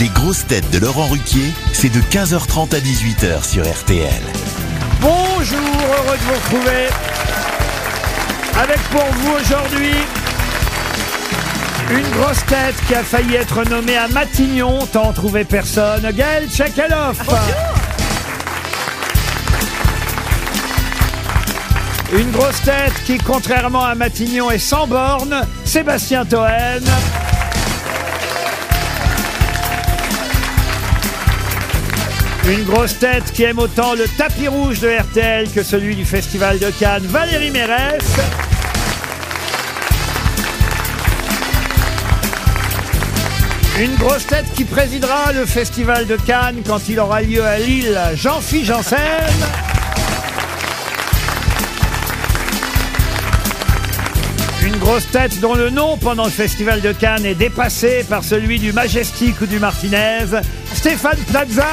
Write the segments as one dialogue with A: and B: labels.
A: Les grosses têtes de Laurent Ruquier, c'est de 15h30 à 18h sur RTL.
B: Bonjour, heureux de vous retrouver. Avec pour vous aujourd'hui une grosse tête qui a failli être nommée à Matignon, tant trouver personne, Gaël Tchakaloff. Une grosse tête qui, contrairement à Matignon, est sans borne, Sébastien Toen. Une grosse tête qui aime autant le tapis rouge de RTL que celui du Festival de Cannes, Valérie Mérès. Une grosse tête qui présidera le Festival de Cannes quand il aura lieu à Lille, Jean-Philippe Janssen. Une grosse tête dont le nom pendant le Festival de Cannes est dépassé par celui du Majestic ou du Martinez, Stéphane Plaza.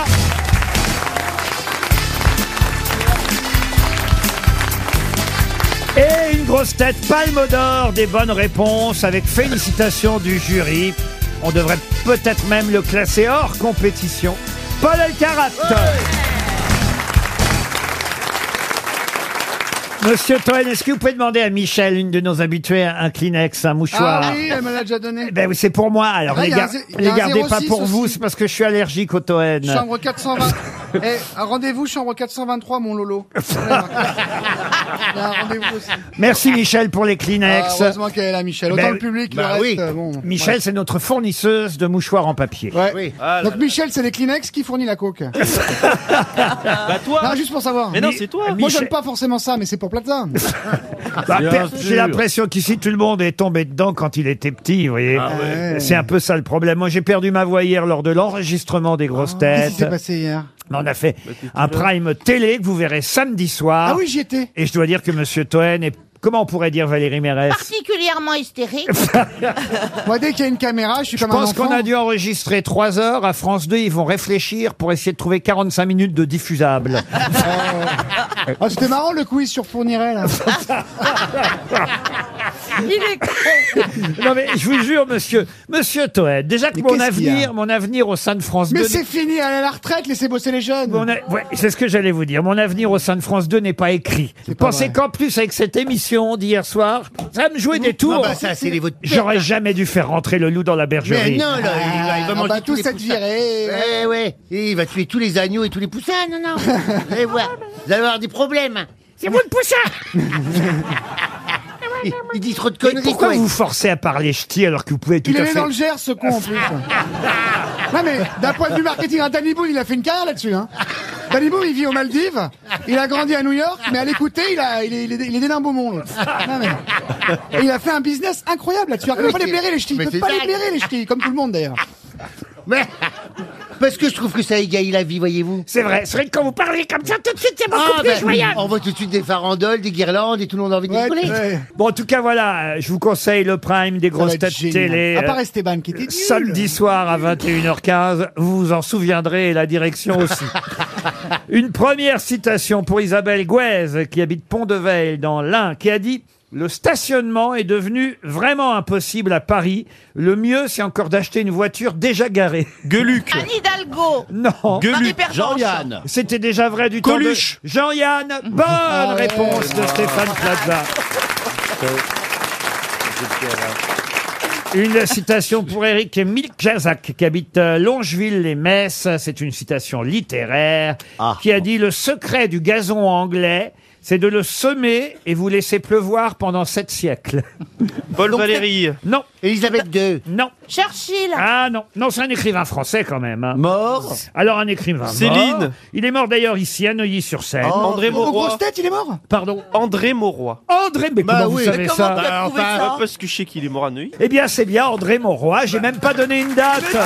B: Et une grosse tête palme d'or des bonnes réponses avec félicitations du jury. On devrait peut-être même le classer hors compétition. Paul Elkarat. Monsieur Toen, est-ce que vous pouvez demander à Michel, une de nos habituées, un Kleenex, un mouchoir
C: Ah oui, elle me l'a déjà donné.
B: Eh Ben oui, c'est pour moi. Alors
C: Ah,
B: les,
C: il y a
B: gar-
C: un zé- il y a
B: les
C: un
B: gardez pas
C: 06
B: pour vous,
C: aussi.
B: c'est parce que je suis allergique au Toen.
C: Chambre 420. Eh, un rendez-vous, chambre 423, mon Lolo. Il y a un rendez-vous aussi.
B: Merci Michel pour les
C: Ah,
B: Kleenex.
C: heureusement qu'elle est là, Michel. Autant
B: Ben
C: le public,
D: bah
C: le
D: oui.
C: reste, euh, bon.
B: Michel, c'est notre fournisseuse de mouchoirs en papier.
C: Ouais.
D: Oui.
C: Donc Michel, c'est les Kleenex qui fournit la coke.
D: Bah toi
C: non, juste pour savoir.
D: Mais non, c'est toi
C: Moi,
B: Michel-
C: j'aime pas forcément ça, mais c'est pour Plaza.
B: Bah,
D: Bien
B: per-
D: sûr.
B: J'ai l'impression qu'ici tout le monde est tombé dedans quand il était petit, vous voyez.
C: Ah, ouais.
B: C'est un peu ça le problème. Moi j'ai perdu ma voix hier lors de l'enregistrement des grosses
C: Ah, Qu'est-ce qui
B: têtes.
C: s'est passé hier
B: On a fait un prime télé que vous verrez samedi soir.
C: Ah oui, j'y étais.
B: Et je dois dire que Monsieur Toen est comment on pourrait dire Valérie Mérès
E: particulièrement hystérique.
C: Moi, dès qu'il y a une caméra, je suis
B: Je
C: Ah, comme un
B: pense
C: enfant.
B: qu'on a dû enregistrer 3 heures. À France 2, ils vont réfléchir pour essayer de trouver 45 minutes de diffusable.
C: Ah, c'était marrant le quiz sur Fourniret, là.
B: non mais je vous jure, monsieur, monsieur Toen, déjà que
C: Mais
B: mon
C: qu'est-ce qu'il y a
B: avenir, mon avenir au sein de France 2...
C: Mais c'est fini, allez à la retraite, laissez bosser les jeunes.
B: Mon a- ouais, c'est ce que j'allais vous dire. Mon avenir au sein de France 2 n'est pas écrit.
C: pas
B: Pensez
C: vrai.
B: qu'en plus, avec cette émission d'hier soir, ça me jouait des tours.
D: Ah bah, ça, c'est les vôtres.
B: J'aurais jamais dû faire rentrer le loup dans la
D: Mais
B: bergerie.
D: non, là, il va, il va
C: Ah, on
D: manger
C: va
D: tous
C: tous
D: les
C: être
D: poussins.
C: virés.
D: Ouais, ouais. Et il va tuer tous les agneaux et tous les poussins, non, non. Vous allez voir. Vous allez avoir des problèmes.
B: C'est vous le poussin
D: Il, il dit trop de
B: Mais
D: conneries,
B: Pourquoi
D: quoi.
B: vous forcez à parler ch'ti alors que vous pouvez tout
C: Il
B: à
C: est né
B: fait...
C: dans le Gers, ce con, en plus. non, mais d'un point de vue marketing, un Danny Boone, il a fait une carrière là-dessus. Hein. Danny Boone, il vit aux Maldives. Il a grandi à New York, mais à l'écouter, il, a- il est, il, est, il est né d'un beau monde. l'autre. Non, mais- Et il a fait un business incroyable là-dessus. Alors, Il ne peut pas les blairer, les ch'tis.
D: Mais
C: Il
D: c'est
C: peut pas les
D: dingue.
C: blairer, les ch'tis, comme tout le monde, d'ailleurs.
D: Mais- Parce que je trouve que ça égaye la vie, voyez-vous.
B: C'est vrai, c'est vrai que quand vous parlez comme ça, tout de suite, c'est beaucoup plus
D: ben,
B: joyeux.
D: on voit tout de suite des farandoles, des guirlandes et tout le monde a envie de
C: Ouais,
D: rigoler.
C: ouais.
B: Bon, en tout cas, voilà, euh, je vous conseille le prime des
C: Ça va
B: grosses
C: être
B: têtes
C: génial.
B: télé.
C: À
B: euh,
C: part Esteban, qui était nul.
B: Samedi soir à 21h15, vous vous en souviendrez et la direction aussi. Une première citation pour Isabelle Gouez, qui habite Pont-de-Veil dans l'Ain, qui a dit Le stationnement est devenu vraiment impossible à Paris. Le mieux, c'est encore d'acheter une voiture déjà garée.
F: Gueuluc,
E: Anne Hidalgo.
B: Non.
F: Gueuluc,
E: Marie-Pervenche.
F: Oh. Jean-Yann,
B: C'était déjà vrai du
F: Coluche.
B: temps de Jean-Yann. Bonne réponse de Stéphane Plaza. Une citation pour Eric Milkjazak, qui habite euh, Longeville les Metz. C'est une citation littéraire qui a dit Le secret du gazon anglais, c'est de le semer et vous laisser pleuvoir pendant sept siècles.
F: Paul Valéry,
B: Non,
D: Elisabeth II.
B: non.
E: Churchill.
B: Ah non, non, c'est un écrivain français quand même. hein.
F: mort,
B: Alors un écrivain. mort.
F: Céline.
B: Il est mort d'ailleurs ici, à Neuilly-sur-Seine.
F: André
C: Aux grosses
F: Mauroy,
C: têtes, il est mort
B: Pardon.
F: André Mauroy.
B: André, mais comment vous savez ça
F: Bah,
E: trouvé
F: enfin,
E: ça
F: euh, parce que je sais qu'il est mort à Neuilly.
B: Eh bien, c'est bien André Monroy. J'ai même pas
D: Ah,
B: Ah.
F: Ah.
B: donné une date.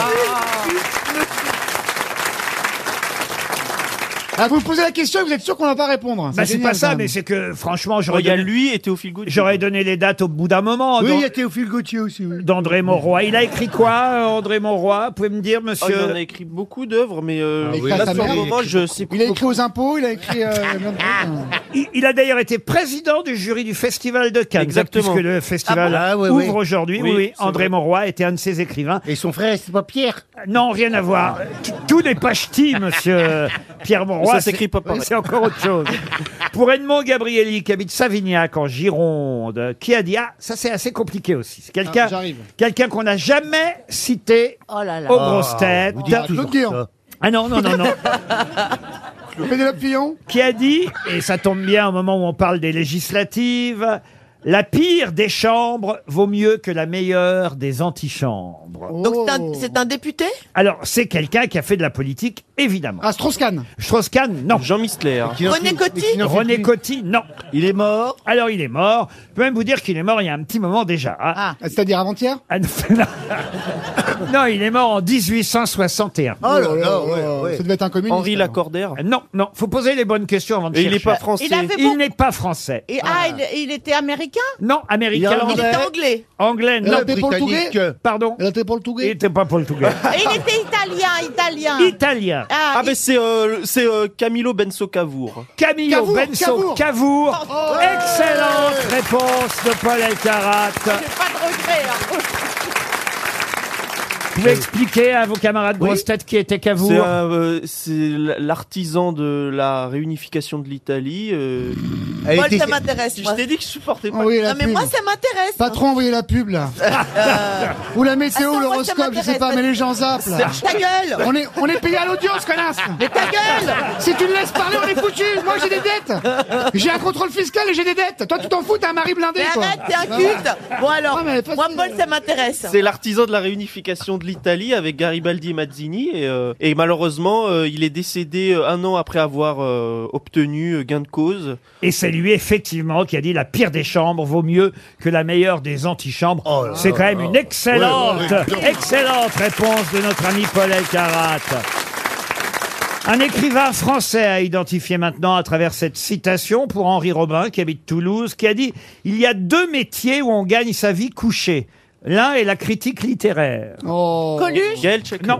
C: Ah, vous posez la question et vous êtes sûr qu'on va pas répondre.
B: Bah, c'est
C: génial,
B: pas ça,
C: même.
B: mais c'est que franchement,
F: Bon,
B: j'aurais
F: Oh, Il y a
B: donné,
F: lui et Théophile Gautier.
B: j'aurais donné les dates au bout d'un moment.
D: Oui,
B: d'An-
D: il y a Théophile Gauthier aussi, oui.
B: D'André Monroy. Il a écrit quoi, euh, André Monroy Vous pouvez me dire,
F: Oh, il en
B: monsieur
F: a écrit beaucoup d'œuvres, mais euh,
C: Ah oui.
F: là,
B: Bah,
C: Ça, ça
F: sur le
C: merde.
F: moment, je sais
C: Il a écrit aux impôts, il a écrit. euh, plein de trucs, hein.
B: il, il a d'ailleurs été président du jury du Festival de Cannes.
F: Exactement.
B: Puisque le festival
D: Ah bon Ah, oui, oui.
B: ouvre aujourd'hui. Oui,
F: Oui,
B: oui,
F: c'est
B: André
F: vrai.
B: Monroy était un de ses écrivains. Euh,
D: Et son frère, c'est pas Pierre.
B: Non, rien à voir.
C: Ah.
B: T- Tout n'est pas ch'ti, monsieur Pierre Monroy.
F: Ça s'écrit pas pareil.
B: C'est encore autre chose. Pour Edmond Gabrielli, qui habite Savignac, en Gironde, qui a dit, ah, ça c'est assez compliqué aussi. C'est quelqu'un
C: Ah, j'arrive.
B: quelqu'un qu'on n'a jamais cité
E: Oh là là.
B: aux grosses têtes.
D: Vous dites
C: Ah,
D: toujours
C: Claude Guéant.
D: ça.
B: Ah non, non, non, non.
C: Pénélope Fillon
B: qui a dit, et ça tombe bien au moment où on parle des législatives, la pire des chambres vaut mieux que la meilleure des antichambres.
G: Donc c'est
C: Oh.
G: un- c'est un, député
B: Alors, c'est quelqu'un qui a fait de la politique, évidemment.
C: Ah, Strauss-Kahn.
B: Strauss-Kahn, non.
F: Jean Mistler.
D: Qui n'en
G: René
D: fait-
G: Coty
D: mais qui n'en fait
B: René
D: plus.
B: Coty, non.
D: Il est mort.
B: Alors, il est mort. Je peux même vous dire qu'il est mort il y a un petit moment déjà. hein.
G: Ah.
C: Ah, C'est-à-dire avant-hier
B: Ah, non, non. non, il est mort en 1861.
D: Oh là là, ouais, ouais.
C: Ça devait être un communiste.
F: Henri
C: alors.
F: Lacordaire.
B: Ah, Non, non, faut poser les bonnes questions avant de
F: Et il
B: chercher.
F: n'est pas français.
G: il avait-
B: Il n'est pas français.
G: Et, ah, il, il était américain
B: Non, américain, Oh.
G: Il
D: Il est
B: anglais,
G: était anglais.
B: anglais,
C: Il
B: non.
C: a été portugais
D: Britannique.
B: Pardon.
C: Il a été
B: Il
C: portugais
B: n'était pas portugais.
G: Et il était italien, italien.
B: Ah, Italien.
G: Ah,
F: Ah, mais c'est euh, c'est, euh, Camilo Bensocavour.
B: Camillo
C: Cavour,
B: Benso
C: Cavour.
B: Cavour.
F: Oh,
G: Oh.
B: Excellente réponse de Paul Elkarat.
G: j'ai pas de regret. hein.
B: Vous pouvez expliquer à vos camarades
D: Oui.
B: grosses têtes qui étaient Cavour
F: C'est un, euh, c'est l- l'artisan de la réunification de l'Italie. euh.
D: Elle
G: Moi,
D: était-
G: ça m'intéresse.
F: Je
G: moi.
F: t'ai dit que je supportais pas.
C: Envoyez Ah la
G: Non, mais
C: pub.
G: moi, ça m'intéresse. Euh,
C: Patron, envoyez la pub là. Ou la météo,
G: Attends, moi, ça
C: l'horoscope, je sais pas,
G: m'intéresse.
C: mais les gens zappent là.
G: Ta gueule
C: On est, on est payé à l'audience, connasse
G: Mais ta gueule
C: Si tu le laisses parler, on est foutu Moi j'ai des dettes J'ai un contrôle fiscal et j'ai des dettes Toi tu t'en fous, t'as un mari blindé
G: Mais
C: quoi.
G: arrête, t'es un culte Bon alors,
C: Ah, mais facile.
G: moi, Paul, ça m'intéresse.
F: C'est l'artisan de la réunification de l'Italie avec Garibaldi et Mazzini. Et, euh, et malheureusement, euh, il est décédé euh, un an après avoir euh, obtenu euh, gain de cause.
B: Et c'est lui, effectivement, qui a dit la pire des chambres vaut mieux que la meilleure des antichambres.
D: Oh là
B: c'est
D: là
B: quand même
D: là.
B: une excellente,
D: Ouais, ouais, ouais.
B: excellente réponse de notre ami Paul Elkarat. Un écrivain français a identifié maintenant à travers cette citation pour Henri Robin, qui habite Toulouse, qui a dit « Il y a deux métiers où on gagne sa vie couchée. L'un est la critique littéraire.
C: Oh.
G: Coluche
F: Gaël Chacon.
B: Non.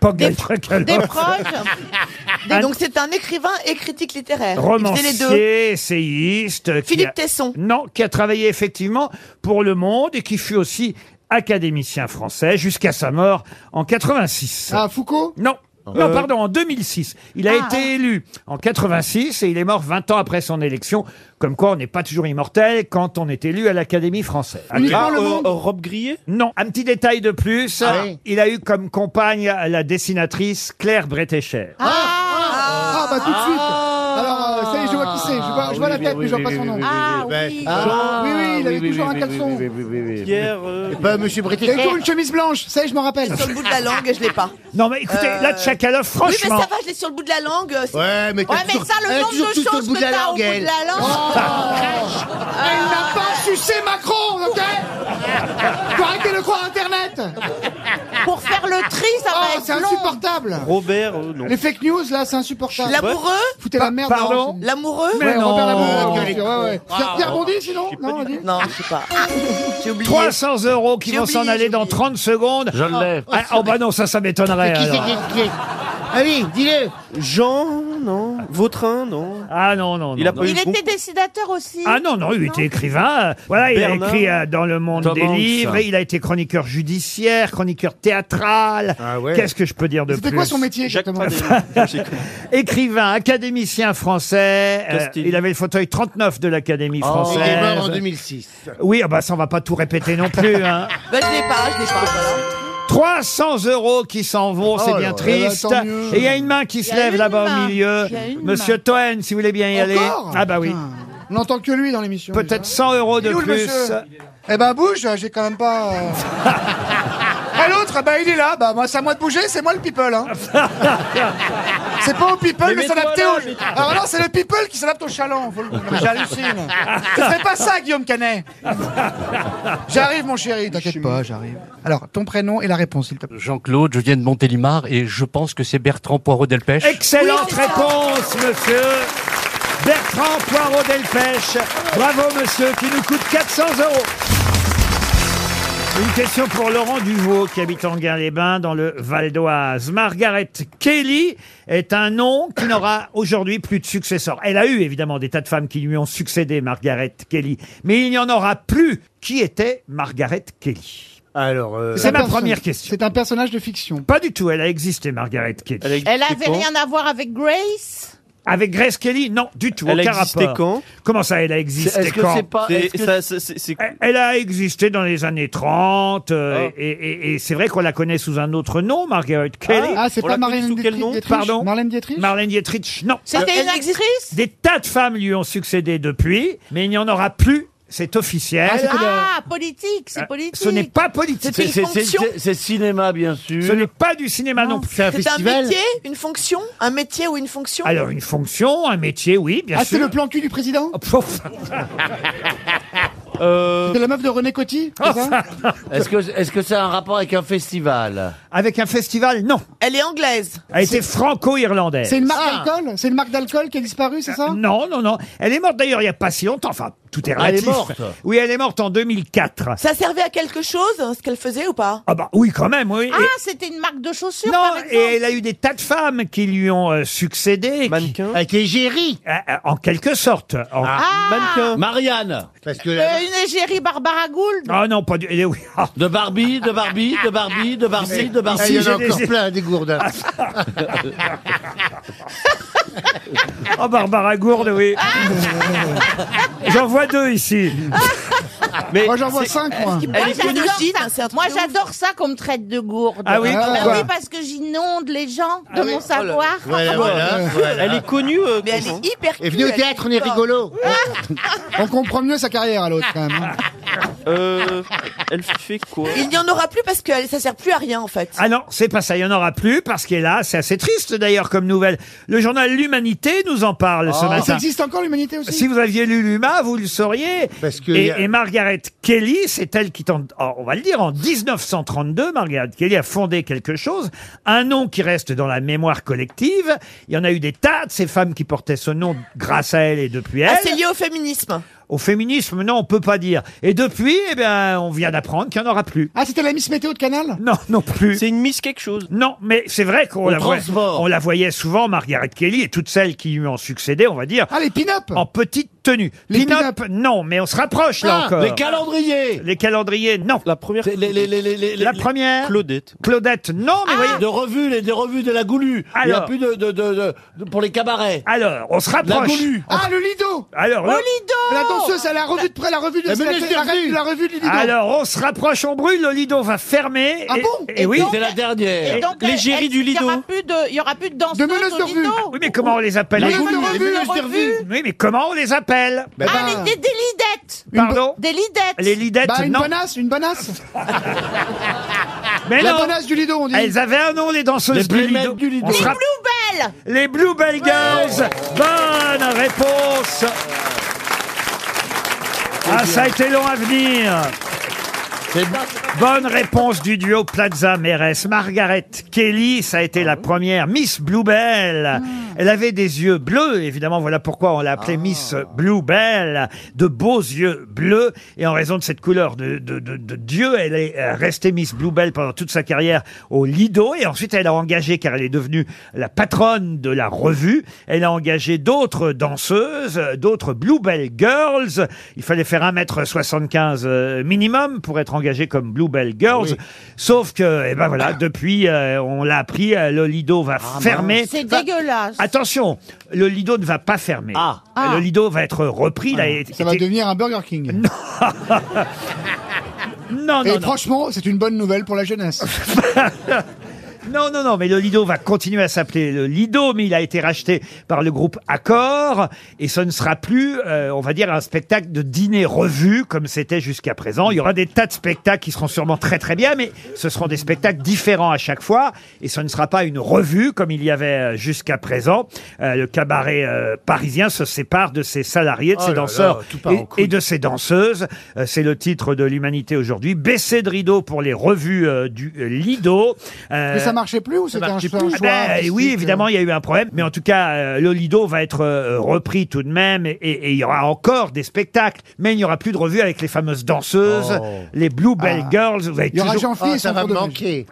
B: Pas Gaël
G: Des-
B: Chacalot.
G: Des proches
B: Ah.
G: Des- Donc c'est un écrivain et critique littéraire. Il faisait les deux.
B: Romancier, essayiste. qui a-
G: Philippe Tesson.
B: Non, qui a travaillé effectivement pour Le Monde et qui fut aussi académicien français jusqu'à sa mort en 86.
C: Ah, Foucault Euh.
B: Non. Non, pardon, en 2006. Il a
G: Ah.
B: été élu en 86 et il est mort 20 ans après son élection. Comme quoi, on n'est pas toujours immortel quand on est élu à l'Académie française.
C: Uniquement
F: Ah,
C: le
F: euh,
C: monde Ah
F: euh, Rob Grillet
B: Non, un petit détail de plus.
D: oui.
B: Il a eu comme compagne la dessinatrice Claire Bretécher.
C: Ah bah tout de suite
G: Ah.
C: Alors euh, ça y est, je vois qui c'est, je vois, je vois la tête, mais je vois pas son nom.
E: Ah
D: Ben,
E: oui.
C: Ah, oui, oui, il avait
H: oui,
C: toujours
H: oui,
C: un
H: oui,
C: caleçon.
H: oui, oui, oui, oui, oui.
F: Pierre. euh,
D: Pas Monsieur
C: Il avait
D: Bretécher.
C: toujours une chemise blanche, ça y est, je m'en rappelle.
G: Sur le bout de la langue, je l'ai pas.
B: Non, mais écoutez,
G: Euh,
B: là, Tchakalov,
G: Oui, mais
B: franchement.
G: ça va, je l'ai sur le bout de la langue. c'est-
D: Ouais, mais t'as
G: Ouais, mais
D: toujours-
G: ça,
D: elle a
G: le
D: toujours
G: nombre
D: tout
G: de
D: sur le
G: choses
D: bout de
G: que
D: la
G: t'as au bout
D: langue, elle. Oh.
G: de la langue. Ah.
C: Elle n'a pas sucé Macron, ok Faut arrêter de croire Internet
G: Pour faire le tri, ça va
C: Oh,
G: être
C: c'est
G: long.
C: insupportable
F: Robert, euh, non.
C: Les fake news, là, c'est insupportable.
G: L'amoureux
C: Foutez la Ah, merde.
B: Pardon
C: non,
G: L'amoureux
C: c'est- Ouais,
D: oh.
C: Robert
B: non.
C: Lamoureux, bien sûr, ouais, ouais. Pierre- Pierre Bondy, sinon Non, vas-y.
G: Non, je sais pas. J'ai oublié.
B: 300 euros qui
G: J'ai
B: vont
G: oublié,
B: s'en aller
G: j'ai
B: dans
G: oublié.
B: 30 secondes.
H: Je l'ai.
B: Ah, oh bah non, ça, ça m'étonnerait.
D: Qui c'est
B: alors.
D: qui- qui est Allez, dis-le.
F: Jean, non. Vautrin, non.
B: Ah non, non, non.
F: Il a
B: non.
F: pas eu
G: Il
F: le bon.
G: était décidateur aussi.
B: Ah non, non, il était écrivain. euh, Voilà, il a
F: Bernard.
B: écrit euh, dans le monde
H: Tom
B: des
H: Hanks.
B: livres. et Il a été chroniqueur judiciaire, chroniqueur théâtral.
D: Ah ouais.
B: Qu'est-ce que je peux dire de plus
C: C'était quoi son métier
F: Jacques
C: exactement
F: Pradel. Je sais que-
B: Écrivain, académicien français. euh,
F: Castelli.
B: il avait le fauteuil 39 de l'Académie
F: Oh.
D: Oh, Il
B: française.
D: est mort
G: Oh.
D: en 2006.
B: Oui, ah bah ça, on va pas tout répéter non plus. Hein.
G: Ben, je l'ai pas, je l'ai pas. voilà.
B: 300 euros qui s'en vont, c'est
D: Oh
B: bien
D: là
G: eh
B: triste.
C: là, tant mieux.
B: Et il y a une main qui se
G: ben, Il y a
B: lève
G: une
B: là-bas au
G: main.
B: milieu.
G: Il y a une
B: Monsieur Toen, si vous voulez bien y aller.
C: Encore
B: Ah bah oui.
C: Putain, On n'entend que lui dans l'émission.
B: Peut-être 100 euros de
C: Il est où, le
B: plus.
C: monsieur Eh ben bouge, j'ai quand même pas. euh. eh ben, Ah l'autre, bah il est là, bah moi c'est à moi de bouger, c'est moi le people. Hein. C'est pas au people
B: Mais
C: de s'adapter
B: mets-toi là,
C: au. Alors non, c'est le people qui s'adapte au chaland. faut le- J'hallucine. Ce serait pas ça, Guillaume Canet. J'arrive, mon chéri. T'inquiète pas, j'arrive. Alors, ton prénom et la réponse, s'il te plaît.
H: Jean-Claude, je viens de Montélimar et je pense que c'est Bertrand Poirot Delpech.
B: Eh, Excellente réponse, monsieur. Bertrand Poirot Delpech. Bravo, monsieur, qui nous coûte 400 euros. Une question pour Laurent Duvaux, qui habite en Guin-les-Bains, dans le Val d'Oise. Margaret Kelly est un nom qui n'aura aujourd'hui plus de successeur. Elle a eu évidemment des tas de femmes qui lui ont succédé, Margaret Kelly, mais il n'y en aura plus. Qui était Margaret Kelly
D: Alors, euh,
B: C'est
C: Un
B: ma
C: perso-
B: première question.
C: C'est un personnage de fiction.
B: Pas du tout, elle a existé, Margaret Kelly.
F: Elle a existé
E: Elle avait
F: quand
E: rien à voir avec Grace
B: Avec Grace Kelly Non, du tout.
F: Elle a
B: aucun
F: existé
B: rapport.
F: quand
B: Comment ça, elle a
D: c'est-
B: existé
D: est-ce que
B: quand
D: c'est pas.
F: C'est-
D: est-ce que- Eh,
F: ça- c'est- c'est- c'est-
B: Elle- Elle a existé dans les années 30, euh,
F: Ah.
B: et, et- et c'est vrai qu'on la connaît sous un autre nom, Margaret Kelly.
C: Ah, c'est
F: On
C: pas
F: la connaît
C: Marlène
F: sous quel
C: Dietrich
F: nom
C: Dietrich
B: Pardon
C: Marlène Dietrich
B: Marlène Dietrich, non.
G: C'était une
E: Elle existe-
G: actrice
B: Des tas de femmes lui ont succédé depuis, mais il n'y en aura plus, c'est officiel.
C: Ah, c'était la-
E: Ah, politique, c'est politique.
B: Euh, Ce n'est pas politique,
G: C'était
D: c'est-
G: une
D: c'est-
G: fonction Ah,
D: c'est- C'est cinéma, bien sûr.
B: ce n'est pas du cinéma non, plus.
D: C'est un
G: C'est un
D: festival.
G: métier Une fonction Un métier ou une fonction
B: Alors, une fonction, un métier, oui, bien
C: Ah, c'est
B: sûr.
C: le plan cul du président
B: Oh, pouf.
F: euh,
C: De la meuf de René Coty
B: Oh,
C: c'est ça
D: Est-ce que est-ce que ça a un rapport avec un festival
B: Avec un festival, non.
G: Elle est anglaise.
B: Elle était franco-irlandaise.
C: C'est une marque
E: Ah.
C: d'alcool C'est une marque d'alcool qui a disparu, c'est ça
B: Euh, Non, non, non. Elle est morte d'ailleurs il n'y a pas si longtemps. Enfin, tout est
D: Ah, elle est
B: relatif.
D: morte.
B: Oui, elle est morte en 2004.
G: Ça servait à quelque chose, hein, ce qu'elle faisait ou pas
B: Ah bah oui, quand même, oui.
E: Ah,
B: Et-
E: c'était une marque de chaussures, par
B: non,
E: exemple.
B: et elle a eu des tas de femmes qui lui ont euh, succédé, qui-
F: Mannequin
D: Avec Égérie
B: euh, euh, en quelque sorte. En- Ah.
E: Ah,
F: Mannequin
D: Marianne Parce que la-
E: euh, une égérie Barbara Gould.
B: non, pas du. eh oui, ah.
H: De Barbie, de Barbie, de Barbie, de Barbie, de Barbie.
D: Ah, il y en
B: j'ai
D: a encore
B: des-
D: plein des gourdes.
B: Ah, Oh, Barbara Gourde, oui. J'en vois deux ici.
F: Mais
C: Moi, j'en vois cinq, moi.
G: Elle est
E: Moi, j'adore
G: féminine,
E: ça.
G: c'est un truc
E: Moi,
G: de ouf.
E: j'adore ça qu'on me traite de gourde.
B: Ah oui,
E: Bah
C: pourquoi
E: oui, Ah parce que j'inonde les gens de mon savoir.
D: Euh, Voilà,
C: Ah
D: voilà, voilà.
F: elle est connue. euh,
G: Mais elle
F: comment
G: est hyper
D: Et
G: cul,
D: venez au
G: elle
D: théâtre, on
G: est
D: est rigolo.
C: On comprend mieux sa carrière à l'autre, quand même. hein.
B: Ah.
F: Euh, Elle fait quoi
G: Il n'y en aura plus parce que ça sert plus à rien en fait.
B: Ah non, c'est pas ça, il n'y en aura plus parce qu'elle là, c'est assez triste d'ailleurs comme nouvelle. Le journal L'Humanité nous en parle
D: Ah,
B: ce
C: Ah. Ça
B: matin.
C: existe encore, l'humanité aussi
B: Si vous aviez lu Luma, vous le sauriez.
D: Parce que
B: et,
D: y a-
B: et Margaret Kelly, c'est elle qui, tente- oh, on va le dire, en 1932, Margaret Kelly a fondé quelque chose, un nom qui reste dans la mémoire collective. Il y en a eu des tas de ces femmes qui portaient ce nom grâce à elle et depuis elle.
G: Ah, c'est lié au féminisme.
B: Au féminisme, non, on peut pas dire. Et depuis, eh bien, on vient d'apprendre qu'il n'y en aura plus.
C: Ah, c'était la Miss Météo de Canal
B: Non, non plus.
F: C'est une Miss quelque chose.
B: Non, mais c'est vrai qu'on
D: Au
B: la, voyait-
D: transport.
B: on la voyait souvent, Margaret Kelly et toutes celles qui lui ont succédé, on va dire,
C: Ah, les pin-up
B: en petite tenue.
C: Les Ah,
B: Pin-up, non, mais on se rapproche là encore.
H: Les calendriers.
B: Les calendriers, non.
F: La première.
H: Les, les, les, les, les- les-
B: La première,
F: Claudette.
B: Claudette, non,
C: Ah
B: mais voyez.
H: de revues, les des revues de la Goulue. Il n'y a
B: Alors.
H: plus de, de, de, de- de- pour les cabarets.
B: Alors, on se
H: La
B: rapproche.
H: Goulue.
C: Ah, le Lido
B: Alors, là-
C: La danseuse, elle a la revue de près, la revue de
D: La
C: la,
D: ministre
C: la- la-
D: Lido.
C: la revue de Lido.
B: alors, on se rapproche, on brûle, le lido va fermer.
C: Ah
B: et,
C: bon
B: et oui.
H: C'est la dernière.
E: Et donc,
F: Les
E: elle-
F: géris
E: elle-
F: du
E: Il n'y aura
F: Lido.
E: plus de, il y aura plus de danseuse
C: meneuses
E: au
C: de
E: Lido.
B: Oui, mais comment on les appelle
C: La
B: les
C: revue de
B: Goulues
C: revue.
E: de revue.
B: Oui, mais comment on les appelle
C: Bah,
E: Ah,
C: bah,
E: les, des, des lidettes.
C: une bo-
B: Pardon
E: Des lidettes.
B: Les lidettes,
C: bah, une
B: non.
C: bonasse, une bonasse.
B: Mais
C: La
B: non.
C: bonasse du Lido, on dit.
B: Elles avaient un nom, les danseuses
H: Les
B: du lido.
H: Blumettes du Lido.
B: On se
E: Les
B: rapp-
E: Bluebell.
B: Les Blue Bell Girls. Bonne réponse. Ah, ça a été long à venir. Bonne réponse du duo Plaza Mérès. Margaret Kelly, ça a été
H: Ah
B: la première Miss Bluebell. Elle avait des yeux bleus, évidemment, voilà pourquoi on l'a appelée Miss
H: Ah.
B: Bluebell, de beaux yeux bleus. Et en raison de cette couleur de, de, de- de Dieu, elle est euh, restée Miss Bluebell pendant toute sa carrière au Lido. Et ensuite, elle a engagé, car elle est devenue la patronne de la revue, elle a engagé d'autres danseuses, euh, d'autres Bluebell Girls. Il fallait faire 1m75 euh, minimum pour être engagé comme Bluebell Girls. Sauf que, eh ben voilà, depuis, euh, on l'a appris, euh, le Lido va fermer.
E: C'est
B: Enfin,
E: dégueulasse.
B: Attention, le Lido ne va pas fermer.
H: Ah.
E: Ah.
B: Le Lido va être repris. il a été-
C: Ça va devenir un Burger King.
B: Non,
C: Et
B: non, non.
C: franchement, c'est une bonne nouvelle pour la jeunesse.
B: Non, non, non, mais le Lido va continuer à s'appeler le Lido, mais il a été racheté par le groupe Accor, et ce ne sera plus, euh, on va dire, un spectacle de dîner-revue, comme c'était jusqu'à présent. Il y aura des tas de spectacles qui seront sûrement très très bien, mais ce seront des spectacles différents à chaque fois, et ce ne sera pas une revue comme il y avait euh, jusqu'à présent. Euh, le cabaret euh, parisien se sépare de ses salariés, de
D: Oh
B: ses
D: là là,
B: danseurs
D: tout part en
B: et-
D: couille.
B: et, de ses danseuses. Euh, C'est le titre de l'Humanité aujourd'hui. Baisser de rideau pour les revues euh, du euh, Lido. Euh,
C: Mais ça marchait plus ou c'était un choix, un
B: ah
C: choix
B: ben,
C: artistique,
B: oui,
C: euh
B: évidemment, il y a eu un problème, mais en tout cas, euh, le Lido va être euh, repris tout de même, et- et et il y aura encore des spectacles, mais il n'y aura plus de revue avec les fameuses
C: Oh.
B: danseuses, les Blue Bell Girls. Vous avez
C: Ah. euh, Il y aura
B: toujours-
C: Jean-Phi
D: Oh,
C: et
D: ça
C: son
D: va
C: tour
D: me
C: de magie.
D: manquer.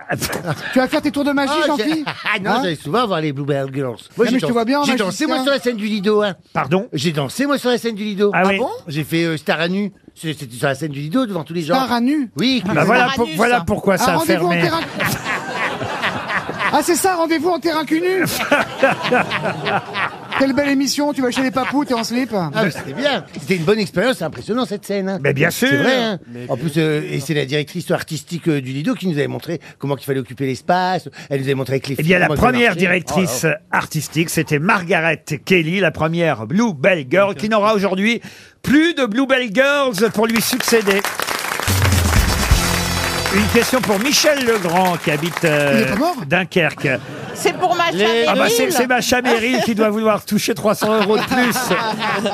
C: Tu vas faire tes tours de magie,
D: Ah,
C: Jean-Phi
D: j'ai- Ah non,
C: Hein
D: j'allais souvent voir les Bluebell Girls. j'ai
C: mais je te
D: dansé-
C: vois bien en
D: J'ai
C: magicien.
D: dansé, moi, sur la scène du Lido. Hein.
B: Pardon
D: J'ai dansé, moi, sur la scène du Lido.
B: Ah oui.
D: bon J'ai fait euh, Star à nu. C'est- C'était sur la scène du Lido, devant tous les gens.
C: Star à nu
D: Oui. Ah,
B: Bah voilà,
E: Uranus,
B: pour- voilà
E: ça.
B: pourquoi
C: Un
B: ça a
C: rendez-vous en
B: fermé.
C: terrain... Ah c'est ça, rendez-vous en terrain cul nu Quelle belle émission, tu vas chez les papous, t'es en slip
D: Ah, mais c'était bien. C'était une bonne expérience. C'est impressionnant, cette scène. hein.
B: Mais bien sûr.
D: C'est vrai. hein. en plus, euh, et c'est la directrice artistique euh, du Lido qui nous avait montré comment il fallait occuper l'espace. Elle nous avait montré Oh avec les
B: Eh bien, la
D: filles, comment
B: première
D: il fallait marcher.
B: directrice artistique, c'était Margaret Kelly, la première Blue Bell Girl, qui n'aura aujourd'hui plus de Blue Bell Girls pour lui succéder. Une question pour Michel Legrand, qui habite euh,
C: Il est pas mort
B: Dunkerque.
E: C'est pour ma
F: Les-
B: Ah bah c'est, c'est
E: chambre.
B: Macha Meryl qui doit vouloir toucher 300 euros de
E: Ah,
B: plus.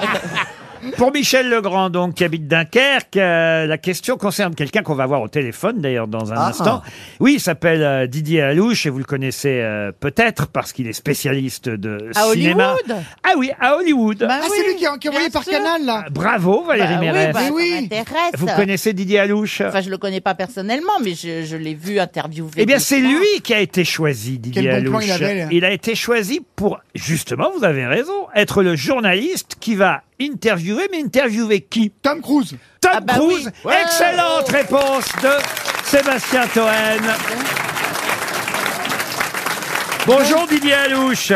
B: Pour Michel Legrand, donc, qui habite Dunkerque, euh, la question concerne quelqu'un qu'on va voir au téléphone, d'ailleurs, dans un instant. Oui, il s'appelle euh, Didier Alouche, et vous le connaissez euh, peut-être, parce qu'il est spécialiste de
E: À
B: cinéma.
E: Hollywood
B: Ah oui, à Hollywood.
E: Bah
C: Ah
E: oui,
C: c'est lui qui a, qui a envoyé
E: bien
C: par
E: sûr.
C: canal là
B: Bravo,
E: Bah
B: Valérie
E: oui,
B: Mérès.
E: bah, ça
C: Oui.
E: m'intéresse.
B: Vous connaissez Didier Alouche
E: Enfin, je le connais pas personnellement, mais je, je l'ai vu interviewer.
B: Eh bien, c'est
E: des fois.
B: lui qui a été choisi, Didier
C: Quel bon plan
B: Alouche.
C: il avait, hein. là.
B: a été choisi pour, justement, vous avez raison, être le journaliste qui va interviewer, mais interviewer qui
C: Tom Cruise
B: Tom
E: Ah bah
B: Cruise
E: oui. Ouais.
B: Excellente réponse de Sébastien Toen. Bonjour Didier Alouche.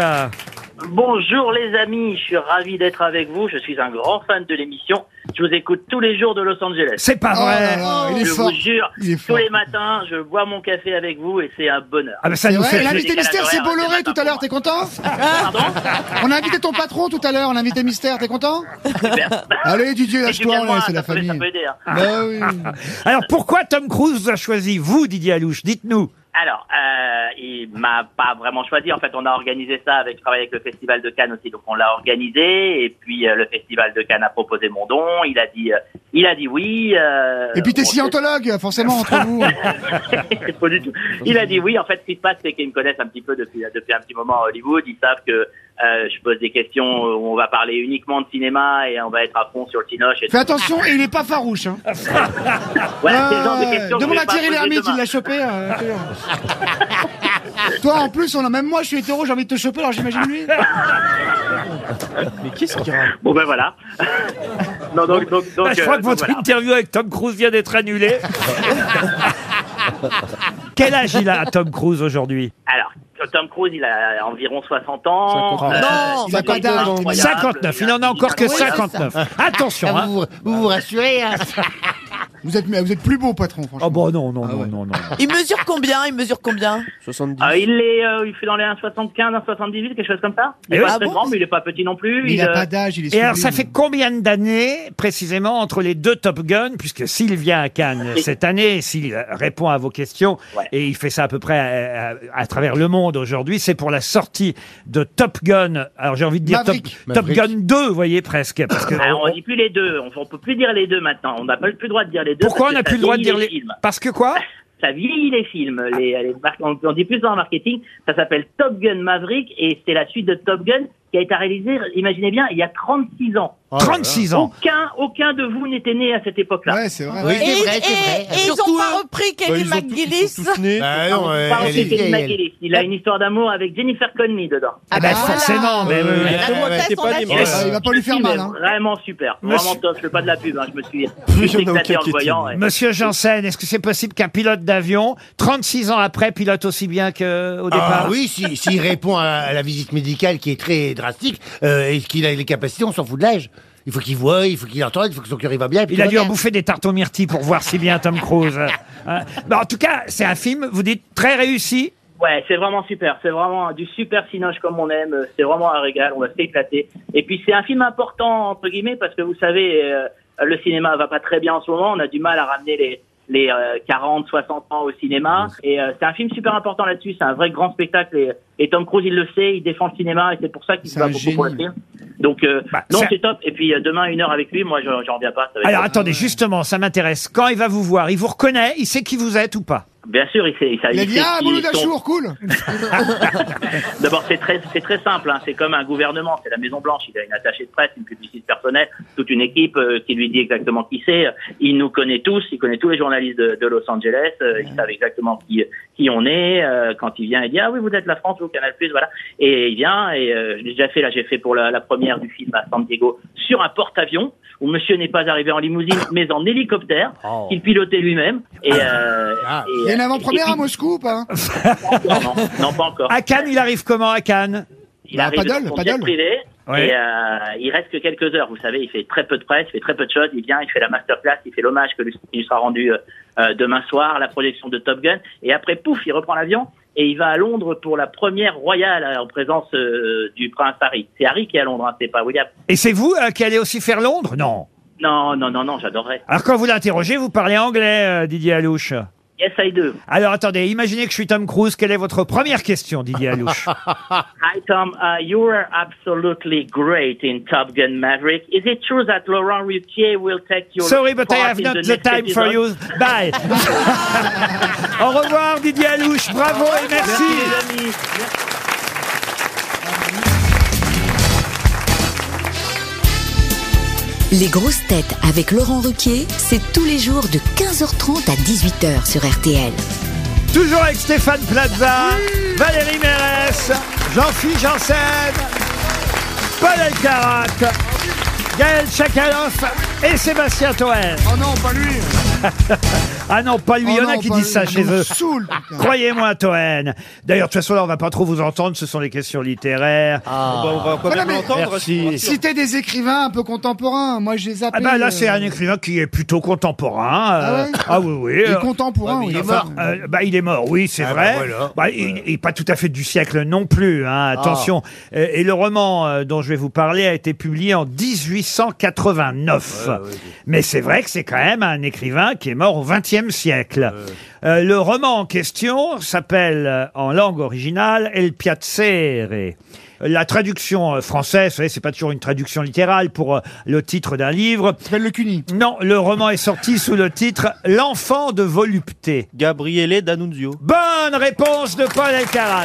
I: Bonjour les amis, je suis ravi d'être avec vous. Je suis un grand fan de l'émission. Je vous écoute tous les jours de Los Angeles.
B: C'est pas
C: Oh là
B: vrai.
C: là, il est
I: Je
C: fort
I: vous jure,
C: Il est
I: tous
C: fort
I: les matins, je bois mon café avec vous et c'est un bonheur.
B: Ah bah ça
C: C'est
B: nous
C: vrai,
B: fait
C: et l'invité
I: plaisir.
C: mystère, c'est Bolloré tout à l'heure, t'es content On a invité ton patron tout à l'heure, l'invité mystère, t'es content Allez Didier,
I: Et du bien
C: lâche-toi,
I: moi,
C: là, c'est
I: ça
C: la
I: peut- ça
C: famille.
I: peut aider, hein.
C: Bah oui.
B: Alors pourquoi Tom Cruise vous a choisi, vous Didier Alouche Dites-nous.
I: Alors, euh, il m'a pas vraiment choisi. En fait, on a organisé ça avec, je travaille avec le Festival de Cannes aussi, donc on l'a organisé. Et puis euh, le Festival de Cannes a proposé mon don. Il a dit, euh, il a dit oui. euh,
C: Et puis t'es
I: on-
C: scientologue, forcément, entre vous.
I: C'est pas du tout. Il a dit oui. En fait, ce qui se passe, c'est qu'ils me connaissent un petit peu depuis, depuis un petit moment à Hollywood. Ils savent que euh, je pose des questions où on va parler uniquement de cinéma et on va être à fond sur le cinoche. Et
C: Fais attention, et il est pas farouche. Hein.
I: Voilà, c'est le genre de
C: Ouais,
I: questions que je
C: demande
I: vais
C: à
I: pas
C: Thierry
I: poser
C: Lhermitte,
I: demain.
C: il l'a chopé. euh, c'est bon. Toi, en plus, on a, même moi, je suis hétéro, j'ai envie de te choper, alors j'imagine lui.
F: Mais qu'est-ce qu'il raconte
I: Bon ben voilà. non donc donc donc.
B: Bah, je crois
I: euh,
B: que
I: donc,
B: votre
I: voilà.
B: interview avec Tom Cruise vient d'être annulée. Quel âge il a Tom Cruise aujourd'hui
I: Alors, Tom Cruise, il a environ 60 ans. Euh,
F: Cinquante.
D: Ah,
G: Non,
C: il a pas d'âge.
I: incroyable.
B: 59, il n'en a encore que
I: Oui, c'est ça.
B: 59. Attention,
D: Ah,
B: hein.
D: vous, vous- vous vous rassurez. hein.
C: Vous êtes, vous êtes plus beau, patron, franchement. Ah
B: Oh bon, non, non, non, non, non.
G: Il mesure combien Il mesure combien
F: 70.
I: Ah, il est, euh, il fait dans les 1,75, 1,78, quelque chose comme ça. Il est
B: Eh
I: pas
B: oui.
I: très
G: Ah bon
I: grand, mais il est pas petit non plus.
C: Mais il a
I: euh,
C: pas d'âge, il est
B: Et alors, ça
C: sublime.
B: fait combien d'années, précisément, entre les deux Top Gun, puisque s'il vient à Cannes
I: Oui.
B: cette année, s'il répond à vos questions,
I: Ouais.
B: et il fait ça à peu près à, à- à travers le monde aujourd'hui, c'est pour la sortie de Top Gun, alors j'ai envie de dire Top,
C: Maverick.
B: Top
D: Maverick.
B: Gun 2, vous voyez, presque, parce que...
I: Ah, on dit plus les deux. On, on peut plus dire les deux maintenant. On n'a pas plus le droit de dire les deux.
B: Pourquoi on
I: parce que
B: n'a
I: ça
B: plus le droit de
I: vieillit
B: dire les...
I: films.
B: Parce que quoi
I: Ça vieillit les films. Les, les mar- on, on dit plus ça en marketing. Ça s'appelle Top Gun Maverick et c'est la suite de Top Gun qui a été réalisée. Imaginez bien, il y a 36 ans.
D: Oh là là.
B: 36 ans
I: Aucun, aucun de vous n'était né à cette époque-là.
C: Ouais, c'est vrai.
D: Oui,
G: Et-
D: c'est vrai, c'est
G: et- Et
D: vrai.
G: ils
E: Surtout
G: ont pas
E: eux.
G: repris
F: Bah,
G: Kevin
F: ils ont tous- ils
G: McGillis
F: sont tous nés.
D: Bah non,
I: Pardon,
D: euh,
I: pardon,
D: elle
I: c'est
D: est
I: Kelly
D: vieille, elle.
I: McGillis. Il a une histoire d'amour avec Jennifer Connelly dedans.
B: Ah
E: bah
B: ben
E: voilà.
B: forcément, mais...
F: Euh,
B: oui, oui.
G: La
F: Ouais, ouais,
G: grossesse,
F: t'es
G: on
F: pas
G: l'a
F: libre.
G: dit.
C: Ah, il va pas lui faire
I: Film
C: mal.
I: est
C: Hein.
I: Vraiment super,
B: Monsieur-
I: vraiment top. Je fais pas de la pub, hein, je me suis
F: Oui, il y en a
I: éclaté
F: aucun
I: en
F: qui
I: le
F: est
I: voyant. ouais.
B: Monsieur Janssen, est-ce que c'est possible qu'un pilote d'avion, 36 ans après, pilote aussi bien qu'au départ
D: Ah oui, si- s'il répond à, à la visite médicale qui est très drastique euh, et qu'il a les capacités, on s'en fout de l'âge. Il faut qu'il voie, il faut qu'il entende, il faut que son cœur il va bien. et puis
B: Il a
D: tout
B: dû
D: va
B: en bouffer des tartes aux myrtilles pour voir si bien Tom Cruise. Hein. Bah, en tout cas, c'est un film, vous dites, très réussi.
I: Ouais, c'est vraiment super. C'est vraiment du super cinoche comme on aime. C'est vraiment un régal. On va s'éclater. Et puis c'est un film important entre guillemets parce que vous savez, euh, le cinéma va pas très bien en ce moment. On a du mal à ramener les les euh, 40, 60 ans au cinéma. Et euh, c'est un film super important là-dessus. C'est un vrai grand spectacle. Et, et Tom Cruise, il le sait. Il défend le cinéma et c'est pour ça qu'il se
B: C'est
I: bat
B: un
I: beaucoup pour le
B: génie.
I: film. Donc euh, non,
B: Bah, c'est-
I: c'est top. Et puis euh, demain une heure avec lui, moi je- j'en reviens pas. Ça va être
B: Alors
I: top.
B: attendez, justement, ça m'intéresse. Quand il va vous voir, il vous reconnaît, il sait qui vous êtes ou pas
I: Bien sûr, il sait. Il, sait-
B: Il a dit,
I: sait
B: ah,
I: qui
B: Mouloud
I: sont-
C: Achour, cool
I: D'abord, c'est très, c'est très simple. hein. C'est comme un gouvernement, c'est la Maison Blanche. Il a une attachée de presse, une publiciste personnelle, toute une équipe euh, qui lui dit exactement qui c'est. Il nous connaît tous. Il connaît tous les journalistes de, de Los Angeles. euh, il savent exactement qui qui on est. euh, quand il vient, il dit ah oui, vous êtes la France, vous Canal Plus, voilà. Et il vient et euh, je l'ai déjà fait. Là, j'ai fait pour la, la première du film à San Diego sur un porte-avions où Monsieur n'est pas arrivé en limousine mais en hélicoptère qu'il pilotait lui-même. Et, euh, et,
C: Oh. Ah. Il y a une
I: euh,
C: avant-première
I: et-
C: à Ah, Moscou ou pas
I: non, non, pas encore.
B: À Cannes, il arrive comment à Cannes
I: Il arrive dans son jet privé
B: Ouais.
I: et euh, il reste que quelques heures. Vous savez, il fait très peu de presse, il fait très peu de choses. Il vient, il fait la masterclass, il fait l'hommage que lui, qui lui sera rendu euh, euh, demain soir, la projection de Top Gun. Et après, pouf, il reprend l'avion et il va à Londres pour la première royale euh, en présence euh, du prince Harry. C'est Harry qui est à Londres, hein, c'est pas William.
B: Et c'est vous euh, qui allez aussi faire Londres Non.
I: Non, non, non, non, j'adorerais.
B: Alors quand vous l'interrogez, vous parlez anglais, euh, Didier Alouche.
I: Yes, I do.
B: Alors attendez, imaginez que je suis Tom Cruise, quelle est votre première question, Didier Alouche
I: Hi Tom, uh, you were absolutely great in Top Gun Maverick. Is it true that Laurent Ruquier will take your
B: Sorry, but I
I: part
B: have
I: in
B: not
I: the
B: the
I: next
B: time for you.
I: episode?
B: Bye. Au revoir, Didier Alouche. Bravo et merci.
I: les amis.
J: Les grosses têtes avec Laurent Ruquier, c'est tous les jours de 15h30 à 18h sur RTL.
B: Toujours avec Stéphane Plaza, Valérie Mérès, Jean-Philippe Janssen, Paul Elkarat, Gaël Chakaloff et Sébastien Toer.
C: Oh non, pas lui
B: ah non, pas lui, il y en
C: Oh
B: a
C: non,
B: qui
C: pas
B: disent
C: lui,
B: ça
C: je
B: chez
C: me
B: eux.
C: saoule, putain.
B: Croyez-moi, Toen. D'ailleurs, de toute façon, là, on va pas trop vous entendre, ce sont les questions littéraires.
C: Ah.
B: Ah,
F: Bah, on va quand même
C: Voilà, mais-
F: l'entendre.
B: Merci.
C: Citer des écrivains un peu contemporains, moi j'ai zappé.
B: Ah bah là, c'est
C: euh,
B: un écrivain qui est plutôt contemporain. euh,
C: Ah ouais
B: oui, oui.
C: Il est
B: euh,
C: contemporain, oui.
B: Euh, bah, il est mort, oui, c'est
C: Ah,
B: vrai.
C: bah, voilà. Ah.
B: Bah, il n'est pas tout à fait du siècle non plus, hein, attention. Euh, Et, le roman euh, dont je vais vous parler a été publié en 1889. Mais c'est vrai que c'est quand même un écrivain qui est mort au XXe siècle. Euh, le roman en question s'appelle euh, en langue originale El Piazzere. La traduction euh, française, vous savez, c'est pas toujours une traduction littérale pour euh, le titre d'un livre. Ça
C: s'appelle Le Cuny.
B: Non, le roman est sorti sous le titre L'enfant de volupté.
F: Gabriele D'Annunzio.
B: Bonne réponse de Paul Elkarat.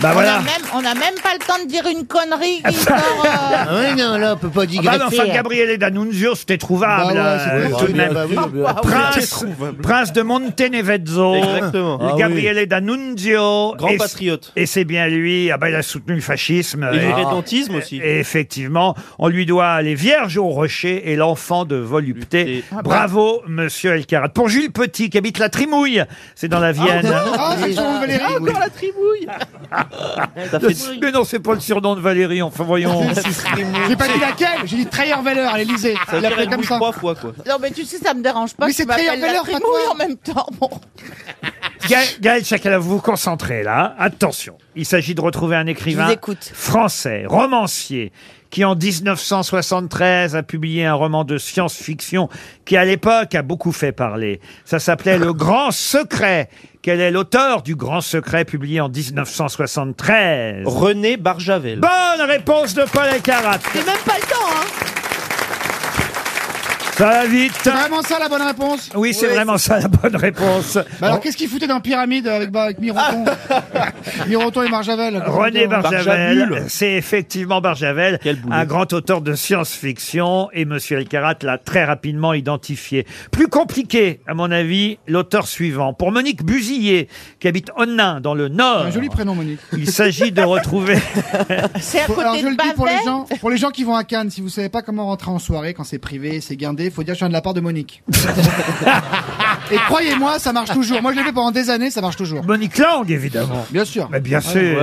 B: Bah
E: On
B: voilà.
E: a, même, on a même pas le temps de dire une connerie qui sort. euh,
B: non, là, on peut pas
E: digresser.
B: Ah bah non, enfin, Gabriele D'Annunzio, c'était trouvable.
D: Bah ouais, c'est
B: euh,
D: trouvable.
B: tout de même.
D: Bah oui, bah oui.
B: Prince,
D: C'était trouvable.
B: prince de Montenevezzo.
F: Exactement. Ah oui.
B: Gabriele D'Annunzio.
F: Grand
B: Et-
F: patriote.
B: Et c'est bien lui. Ah bah, il a soutenu le fascisme. Ah.
F: Et le rédentisme aussi.
B: Et effectivement, on lui doit les Vierges au Rocher et l'enfant de volupté.
F: Ah bah.
B: Bravo, monsieur Elkarat. Pour Jules Petit, qui habite la Trimouille, c'est dans la Vienne.
C: Ah, c'est toujours Valérie.
G: Ah, encore
C: la tribouille.
B: Le- Mais non, c'est pas le surnom de Valérie, enfin voyons.
C: J'ai pas dit laquelle, j'ai dit Trahir Valeur à l'Elysée. Il l'appelait comme ça.
F: fois, quoi.
E: Non, mais tu sais, ça me dérange pas.
C: Mais
E: que
C: c'est
E: tu m'appelles
C: très
E: la
C: valeur,
E: Trimouille
C: Fatwa.
E: en même temps. Bon.
B: Gaël, Gaël Chakalov, vous vous concentrez là. Attention, il s'agit de retrouver un écrivain
E: Je vous
B: français, romancier, qui en 1973 a publié un roman de science-fiction qui à l'époque a beaucoup fait parler. Ça s'appelait Le Grand Secret. Quel est l'auteur du Grand Secret publié en 1973
F: René Barjavel.
B: Bonne réponse de Paul Elkarat.
E: J'ai même pas le temps, hein.
B: Ça va vite.
C: C'est vraiment ça la bonne réponse
B: Oui, c'est vraiment ça la bonne réponse.
C: Bah alors, qu'est-ce qu'il foutait dans Pyramide avec, bah, avec Mironton Mironton et Marjavel.
B: René Barjavel,
F: Barjavel.
B: c'est effectivement Barjavel, un grand auteur de science-fiction, et Monsieur Elkarat l'a très rapidement identifié. Plus compliqué, à mon avis, l'auteur suivant. Pour Monique Busillet, qui habite Onnin, dans le Nord,
C: Un joli prénom, Monique.
B: il s'agit de retrouver...
E: C'est à
C: Pour-
E: côté
C: alors, je
E: de
C: le dis pour les
E: Bavay.
C: gens, pour les gens qui vont à Cannes, si vous savez pas comment rentrer en soirée quand c'est privé, c'est guindé,
K: il faut dire je viens de la part de Monique.
C: Et croyez-moi, ça marche toujours. Moi, je l'ai fait pendant des années, ça marche toujours.
B: Monique Lang, évidemment.
C: Bien sûr.
B: Mais bien sûr.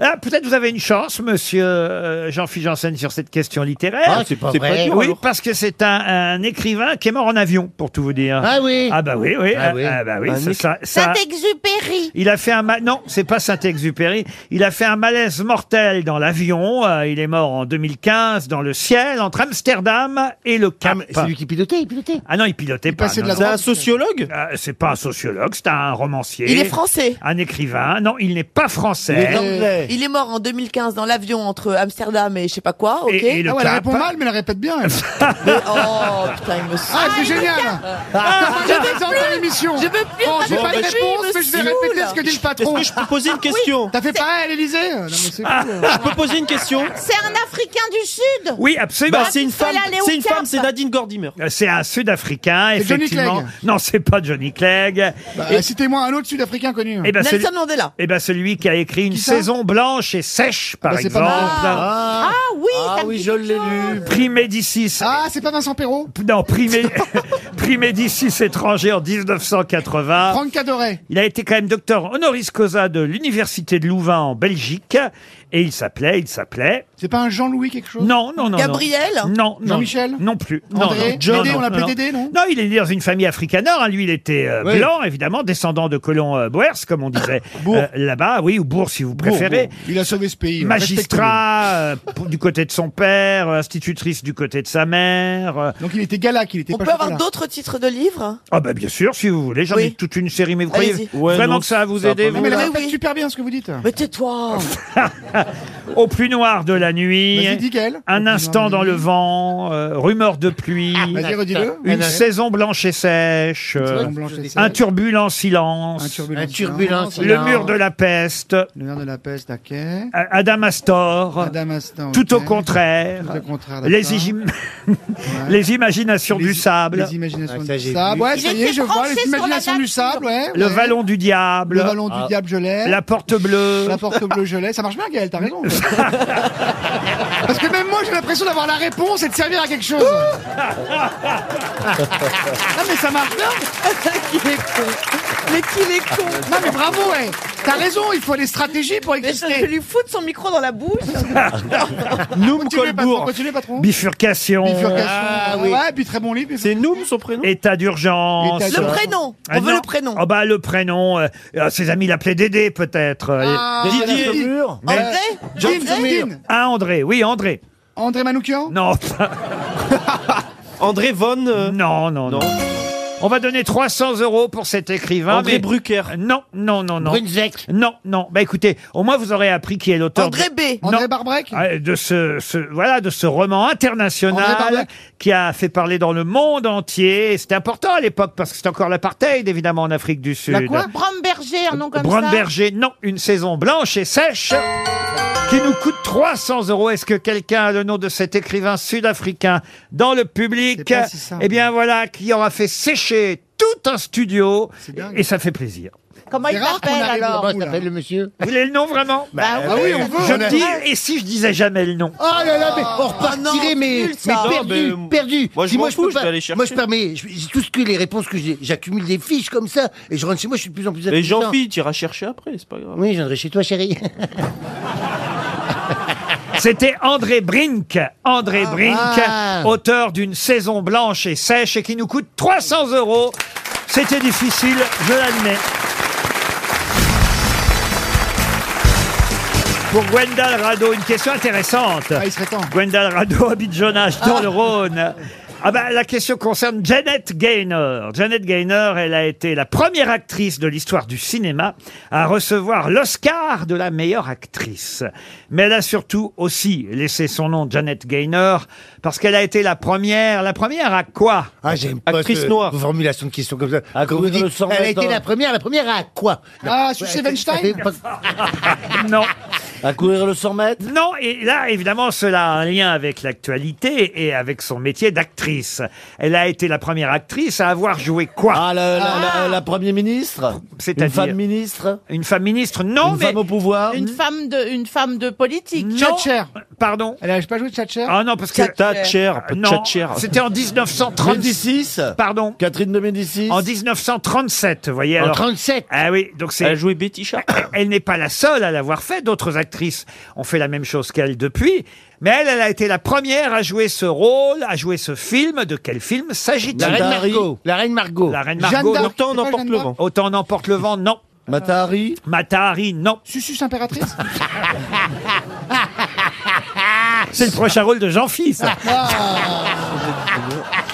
B: Ah, Peut-être vous avez une chance, monsieur euh, Jean-Philippe Janssen, sur cette question littéraire.
D: Ah, c'est pas C'est pas vrai. dur,
B: oui,
D: alors.
B: parce que c'est un, un écrivain qui est mort en avion, pour tout vous dire.
D: Ah oui.
B: Ah bah oui, oui.
D: Ah oui.
B: ah bah oui,
D: Un
B: ça-
D: écri-
B: ça- ça-
E: Saint-Exupéry.
B: il a fait un ma- non, c'est pas Saint-Exupéry. Il a fait un malaise mortel dans l'avion. Euh, il est mort en 2015 dans le ciel entre Amsterdam et le Cap.
D: c'est lui qui pilotait, il pilotait.
B: Ah non, il pilotait pas.
D: passait de
B: non,
D: la
B: non.
D: droite. C'est un
B: sociologue C'est pas un sociologue, c'est un romancier.
G: Il est français.
B: Un écrivain. Non, il n'est pas français.
G: Il est mort en 2015 dans l'avion entre Amsterdam et je sais pas quoi, ok
B: et le Ah ouais, elle Cap. répond mal,
C: mais elle répète bien.
G: oh putain, il me saoule.
C: Ah, c'est génial
G: Ah,
C: Je
G: je veux
C: vais dans
G: plus.
C: l'émission
G: Je veux plus
C: Bon, j'ai
G: de
C: pas de
G: ta
C: réponse,
G: vie, me
C: mais je vais
G: saoule.
C: répéter ce que dit le patron.
F: Est-ce que je peux
E: Ah
F: poser une question Ah,
C: T'as fait pareil à l'Elysée Ah, Non, mais c'est fou. hein.
F: Je peux poser une question
E: C'est un Africain du Sud
B: Oui, absolument.
F: Bah, c'est une femme,
E: Fallait aller au
F: c'est une
E: Cap.
F: femme, c'est Nadine Gordimer.
B: Euh, C'est un Sud-Africain,
C: C'est Johnny
B: effectivement.
C: Clegg.
B: non, c'est pas Johnny Clegg.
C: Bah, Citez-moi un autre Sud-Africain connu.
B: Eh ben, celui-
G: Mandela.
B: Eh ben, celui qui a écrit une
C: ça
B: saison blanche et sèche, par
G: ben,
C: bah, c'est pas
B: exemple.
C: mal.
G: Ah oui, ça me dit quelque chose.
B: Primédicis.
C: Ah, c'est pas Vincent Perrault
B: Non, primé... Primédicis étranger en 1980.
C: Franck Cadoret.
B: Il a été quand même docteur honoris causa de l'université de Louvain en Belgique et il s'appelait, il s'appelait.
C: C'est pas un Jean-Louis quelque chose
B: Non, non, non. non.
C: Gabriel
B: Non, non.
C: Jean-Michel
B: Non plus. Non,
C: André
B: non, non,
C: Dédé,
B: non,
C: on l'appelait
B: non.
C: Dédé, non
B: Non, il est né dans une famille africaneur. hein. Lui, il était euh,
D: Oui.
B: blanc, évidemment, descendant de colons euh, boers, comme on disait
C: Bourg.
B: euh, là-bas. Oui, ou bourg si vous préférez.
C: Bon, bon, Il a sauvé ce pays. hein.
B: Magistrat euh, pour- du côté de son père, euh, institutrice du côté de sa mère. euh.
C: respectez-le. Donc il était galac, il était
G: On
C: pas
G: peut avoir
C: chocolat.
G: d'autres titres de livres
B: Ah bah bien sûr, si vous voulez, j'en ai
G: Oui.
B: toute une série, mais vous croyez
G: Allez-y.
F: Ouais,
B: vraiment
F: non,
B: que ça va vous
F: ça va
B: aider
F: pas
B: vous,
C: Non, mais elle
B: là
C: répète super bien ce que vous dites.
G: Mais tais-toi
B: Au plus noir de la nuit,
C: Vas-y, dis qu'elle.
B: un instant dans le vent, euh, rumeur de pluie,
C: Ah, Vas-y, redis-le.
B: une saison blanche et sèche, euh,
C: saison blanche et
B: un
C: sèche.
B: turbulent silence,
D: Un
C: turbulence.
D: turbulence.
B: le mur de la peste,
C: Le nerf de la peste, ok.
B: A- Adam Astor,
C: Madame Astin.
B: tout au
C: ok.
B: contraire,
C: Tout au contraire,
B: les,
C: d'accord.
B: igim- les imaginations du sable,
C: Les imaginations
D: Ah, ça,
C: du
D: j'ai
C: sable.
D: vu.
C: Ouais, ça y est,
E: J'étais
C: je vois.
E: tranchée
C: Les
E: sur la
C: imaginations
E: nature.
C: du sable, ouais.
B: le
C: ouais.
B: vallon du diable,
C: Le ballon
D: Ah.
C: du diable, je l'ai.
B: la porte bleue.
C: La porte bleue, je l'ai. Ça marche bien, Gaël, t'as raison. Parce que même moi, j'ai l'impression d'avoir la réponse et de servir à quelque chose. non, mais ça marche bien.
G: Qu'il est con Mais qu'il est con
C: Non, mais bravo, ouais. T'as raison, il faut des stratégies pour
G: Mais je vais
C: exister.
G: lui foutre son micro dans la bouche
F: Noum
C: Continuez, patron.
F: Colbourg.
C: Continuez, patron.
B: Bifurcation,
C: Bifurcation.
F: Ah, oui.
C: Ouais, puis très bon livre.
F: C'est Noum son prénom
B: état d'urgence.
C: État
G: Le
C: d'urgence.
G: prénom On
B: Ah,
G: veut
B: non.
G: le prénom
B: Ah bah le prénom. euh, euh, ses amis l'appelaient Dédé peut-être. euh,
G: Ah.
C: Ah.
F: Didier.
G: André
C: Jim,
G: André
C: Jim.
B: Ah André, oui André.
C: André Manoukian
B: Non,
F: André Von. euh,
B: non, non, non.
F: Non.
B: On va donner 300 euros pour cet écrivain.
F: André
B: mais-
F: Brucker.
B: Non, non, non, non.
D: Brunzek.
B: Non, non. Bah écoutez, au moins vous aurez appris qui est l'auteur.
G: André
B: de-
G: B.
C: André
B: Non.
C: Barbrec
B: Ah, de ce, ce- voilà de ce roman
C: André
B: international
C: Barbec
B: qui a fait parler dans le monde entier. C'était important à l'époque parce que c'était encore l'apartheid évidemment en Afrique du Sud.
C: La quoi
E: Bromberger, un nom comme ça.
B: Brandberger, non, une saison blanche et sèche qui nous coûte 300 euros. Est-ce que quelqu'un a le nom de cet écrivain sud-africain dans le public
C: C'est pas si simple.
B: Eh bien voilà, qui aura fait sécher tout un studio
C: dingue.
B: et ça fait plaisir.
E: Comment il
C: C'est rare qu'on
E: s'appelle
C: arrive
E: alors
D: Comment s'appelle le monsieur
B: Vous voulez le nom vraiment
E: Bah
C: Ah
D: euh,
C: oui, on veut.
B: Je
C: on a-
B: me dis, et si je disais jamais le nom
D: Oh là là, mais on repartirait,
G: non,
D: mais,
G: nul,
D: mais
G: ça.
D: perdu,
F: Non, mais-
D: perdu.
F: Moi, je
D: Si
F: m'en fous,
D: peux
F: je
D: pas-
F: vais aller chercher.
D: Moi, je permets, je- j'ai tout ce que les réponses que j'ai, j'accumule des fiches comme ça, et je rentre chez moi, je suis de plus en plus
F: Mais
D: intelligent.
F: Jean-Philippe, tu iras chercher après, c'est pas grave.
D: Oui, je viendrai chez toi, chérie.
B: C'était André Brink. André Brink,
D: ah.
B: auteur d'une saison blanche et sèche et qui nous coûte 300 euros. C'était difficile, je l'admets. Pour Gwendal Rado, une question intéressante.
C: Ah, il serait temps.
B: Gwendal Rado habite Jonas dans le Rhône. Ah bah, la question concerne Janet Gaynor. Janet Gaynor, elle a été la première actrice de l'histoire du cinéma à recevoir l'Oscar de la meilleure actrice. Mais elle a surtout aussi laissé son nom Janet Gaynor parce qu'elle a été la première, la première à quoi
D: Ah, j'aime pas
F: Actrice
D: ce-
F: noire.
D: vos formulations de questions comme ça.
H: À
D: Quand vous
H: couvrir
D: dites,
H: le sang
D: elle a
H: maintenant.
D: été la première, la première à quoi
C: Ah,
D: Ça
C: sucer
D: fait
C: Weinstein
D: pas-
B: Non. À courir le 100 mètres Non, et là, évidemment, cela a un lien avec l'actualité et avec son métier d'actrice. Elle a été la première actrice à avoir joué quoi Ah, la, première ministre C'est-à-dire
E: Une femme
B: ministre Une femme ministre, non, mais... Une femme au pouvoir
F: Hum.
E: Une femme de, une femme de politique.
B: Thatcher. Pardon
C: Elle n'avait pas joué Thatcher
B: Ah non, parce que... euh,
F: Thatcher,
B: Non,
F: Thatcher.
B: c'était en 1936. Pardon Catherine de Médicis En 1937, vous voyez.
F: En
B: 37 Ah oui, donc c'est...
F: Elle a joué Betty Sharp.
B: Elle n'est pas la seule à l'avoir fait. D'autres actrices ont fait la même chose qu'elle depuis. Mais elle, elle a été la première à jouer ce rôle, à jouer ce film. De quel film s'agit-il
D: La Reine Margot.
B: La Reine Margot. La Reine
D: Jeanne
B: Margot.
D: d'Arc, Autant on c'est pas emporte Jeanne le d'Arc vent.
B: Autant on emporte le vent, non. Matahari Matahari, non.
C: Susus impératrice
B: C'est le prochain rôle de Jean-Fils.
L: Ah.
B: Ah.
C: Ah.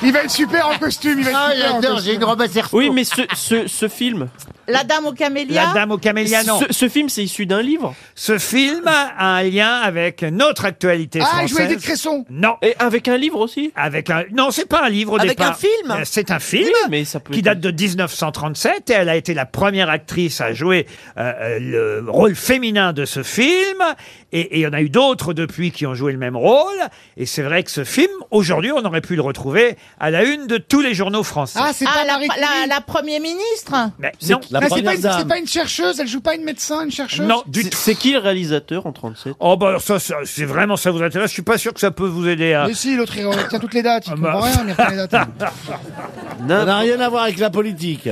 C: Il va être super en costume, il va être
D: Ah,
C: super en
D: j'adore,
C: costume.
D: j'ai une robe à serre.
F: Oui, mais ce, ce, ce film.
E: La dame aux camélias.
F: Ce, ce film, c'est issu d'un livre.
B: Ce film a un lien avec notre actualité
F: Ah,
B: française.
F: il jouait
B: des
F: Edith Cresson.
B: Non.
F: Et avec un livre aussi
B: Avec un... Non, c'est pas un livre au
F: Avec
B: départ.
F: un film
B: Euh, C'est un film
F: Oui, mais ça peut
B: qui
F: être-
B: date de 1937 et elle a été la première actrice à jouer euh, euh, le rôle féminin de ce film. Et et il y en a eu d'autres depuis qui ont joué le même rôle. Et c'est vrai que ce film, aujourd'hui, on aurait pu le retrouver à la une de tous les journaux français.
E: Ah, la, la, la première ministre.
B: Mais
F: C'est
B: non.
F: la
C: Ah, c'est,
F: première
C: pas une,
F: dame.
C: c'est pas une chercheuse, elle joue pas une médecin, une chercheuse
B: Non,
F: C'est- C'est qui le réalisateur en 37
B: Oh bah alors ça, ça, c'est vraiment ça vous intéresse. Je suis pas sûr que ça peut vous aider à.
C: Mais si, l'autre il retient toutes les dates,
B: Ah,
C: il
B: bah.
C: comprend rien, il retient les dates.
F: Ça
K: Ah, n'a rien à voir avec la politique.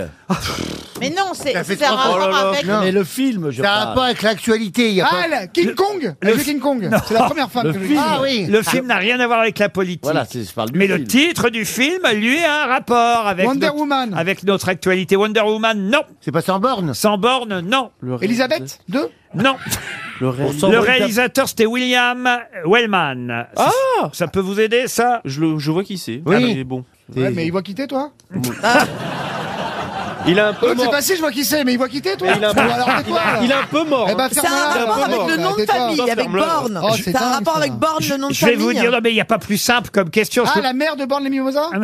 E: Mais non, c'est
D: Ça fait
E: c'est un
D: trois fois.
E: rapport
D: Oh là là.
E: avec.
D: Non.
K: Mais le film, je
D: Ça a
K: parle.
D: pas avec l'actualité. il y a
C: Ah,
D: pas-
C: elle, King Kong Elle
B: le
C: joue
B: fi-
C: King Kong
B: Non.
C: C'est la première femme
B: Le
C: que je
B: film.
C: Ah oui
B: Le film n'a rien à voir avec la politique.
K: Voilà, c'est- je parle du
B: Mais le
K: film.
B: titre du film, lui, a un rapport avec
C: Wonder
B: notre,
C: Woman.
B: avec notre actualité. Wonder Woman, non. C'est pas sans borne Sans borne, non.
C: Elisabeth 2
B: Non.
F: Le
B: Le réalisateur, c'était William Wellman. Ah Ça peut vous aider, ça
F: Je, le- je vois qui c'est.
B: Oui.
F: Ah, mais bon.
C: Ouais, mais il voit quitter toi
B: Ah.
F: Il a un peu
G: Oh,
C: L'autre, c'est
F: mort.
C: facile, je vois qui c'est, mais il voit quitter toi
F: Il a un
C: Ou alors t'es quoi, là
F: peu- il a un peu mort.
C: Eh ben,
G: hein. C'est un rapport avec le nom de famille, avec Borne.
C: Oh, c'est
G: C'est un
C: dingue,
G: rapport
C: ça.
G: avec Borne, le nom de
B: Je vais
G: famille. hein.
B: vous dire, non, mais il n'y a pas plus simple comme question.
C: Ah,
B: Je- Ah,
C: la mère de Borne les Mimosas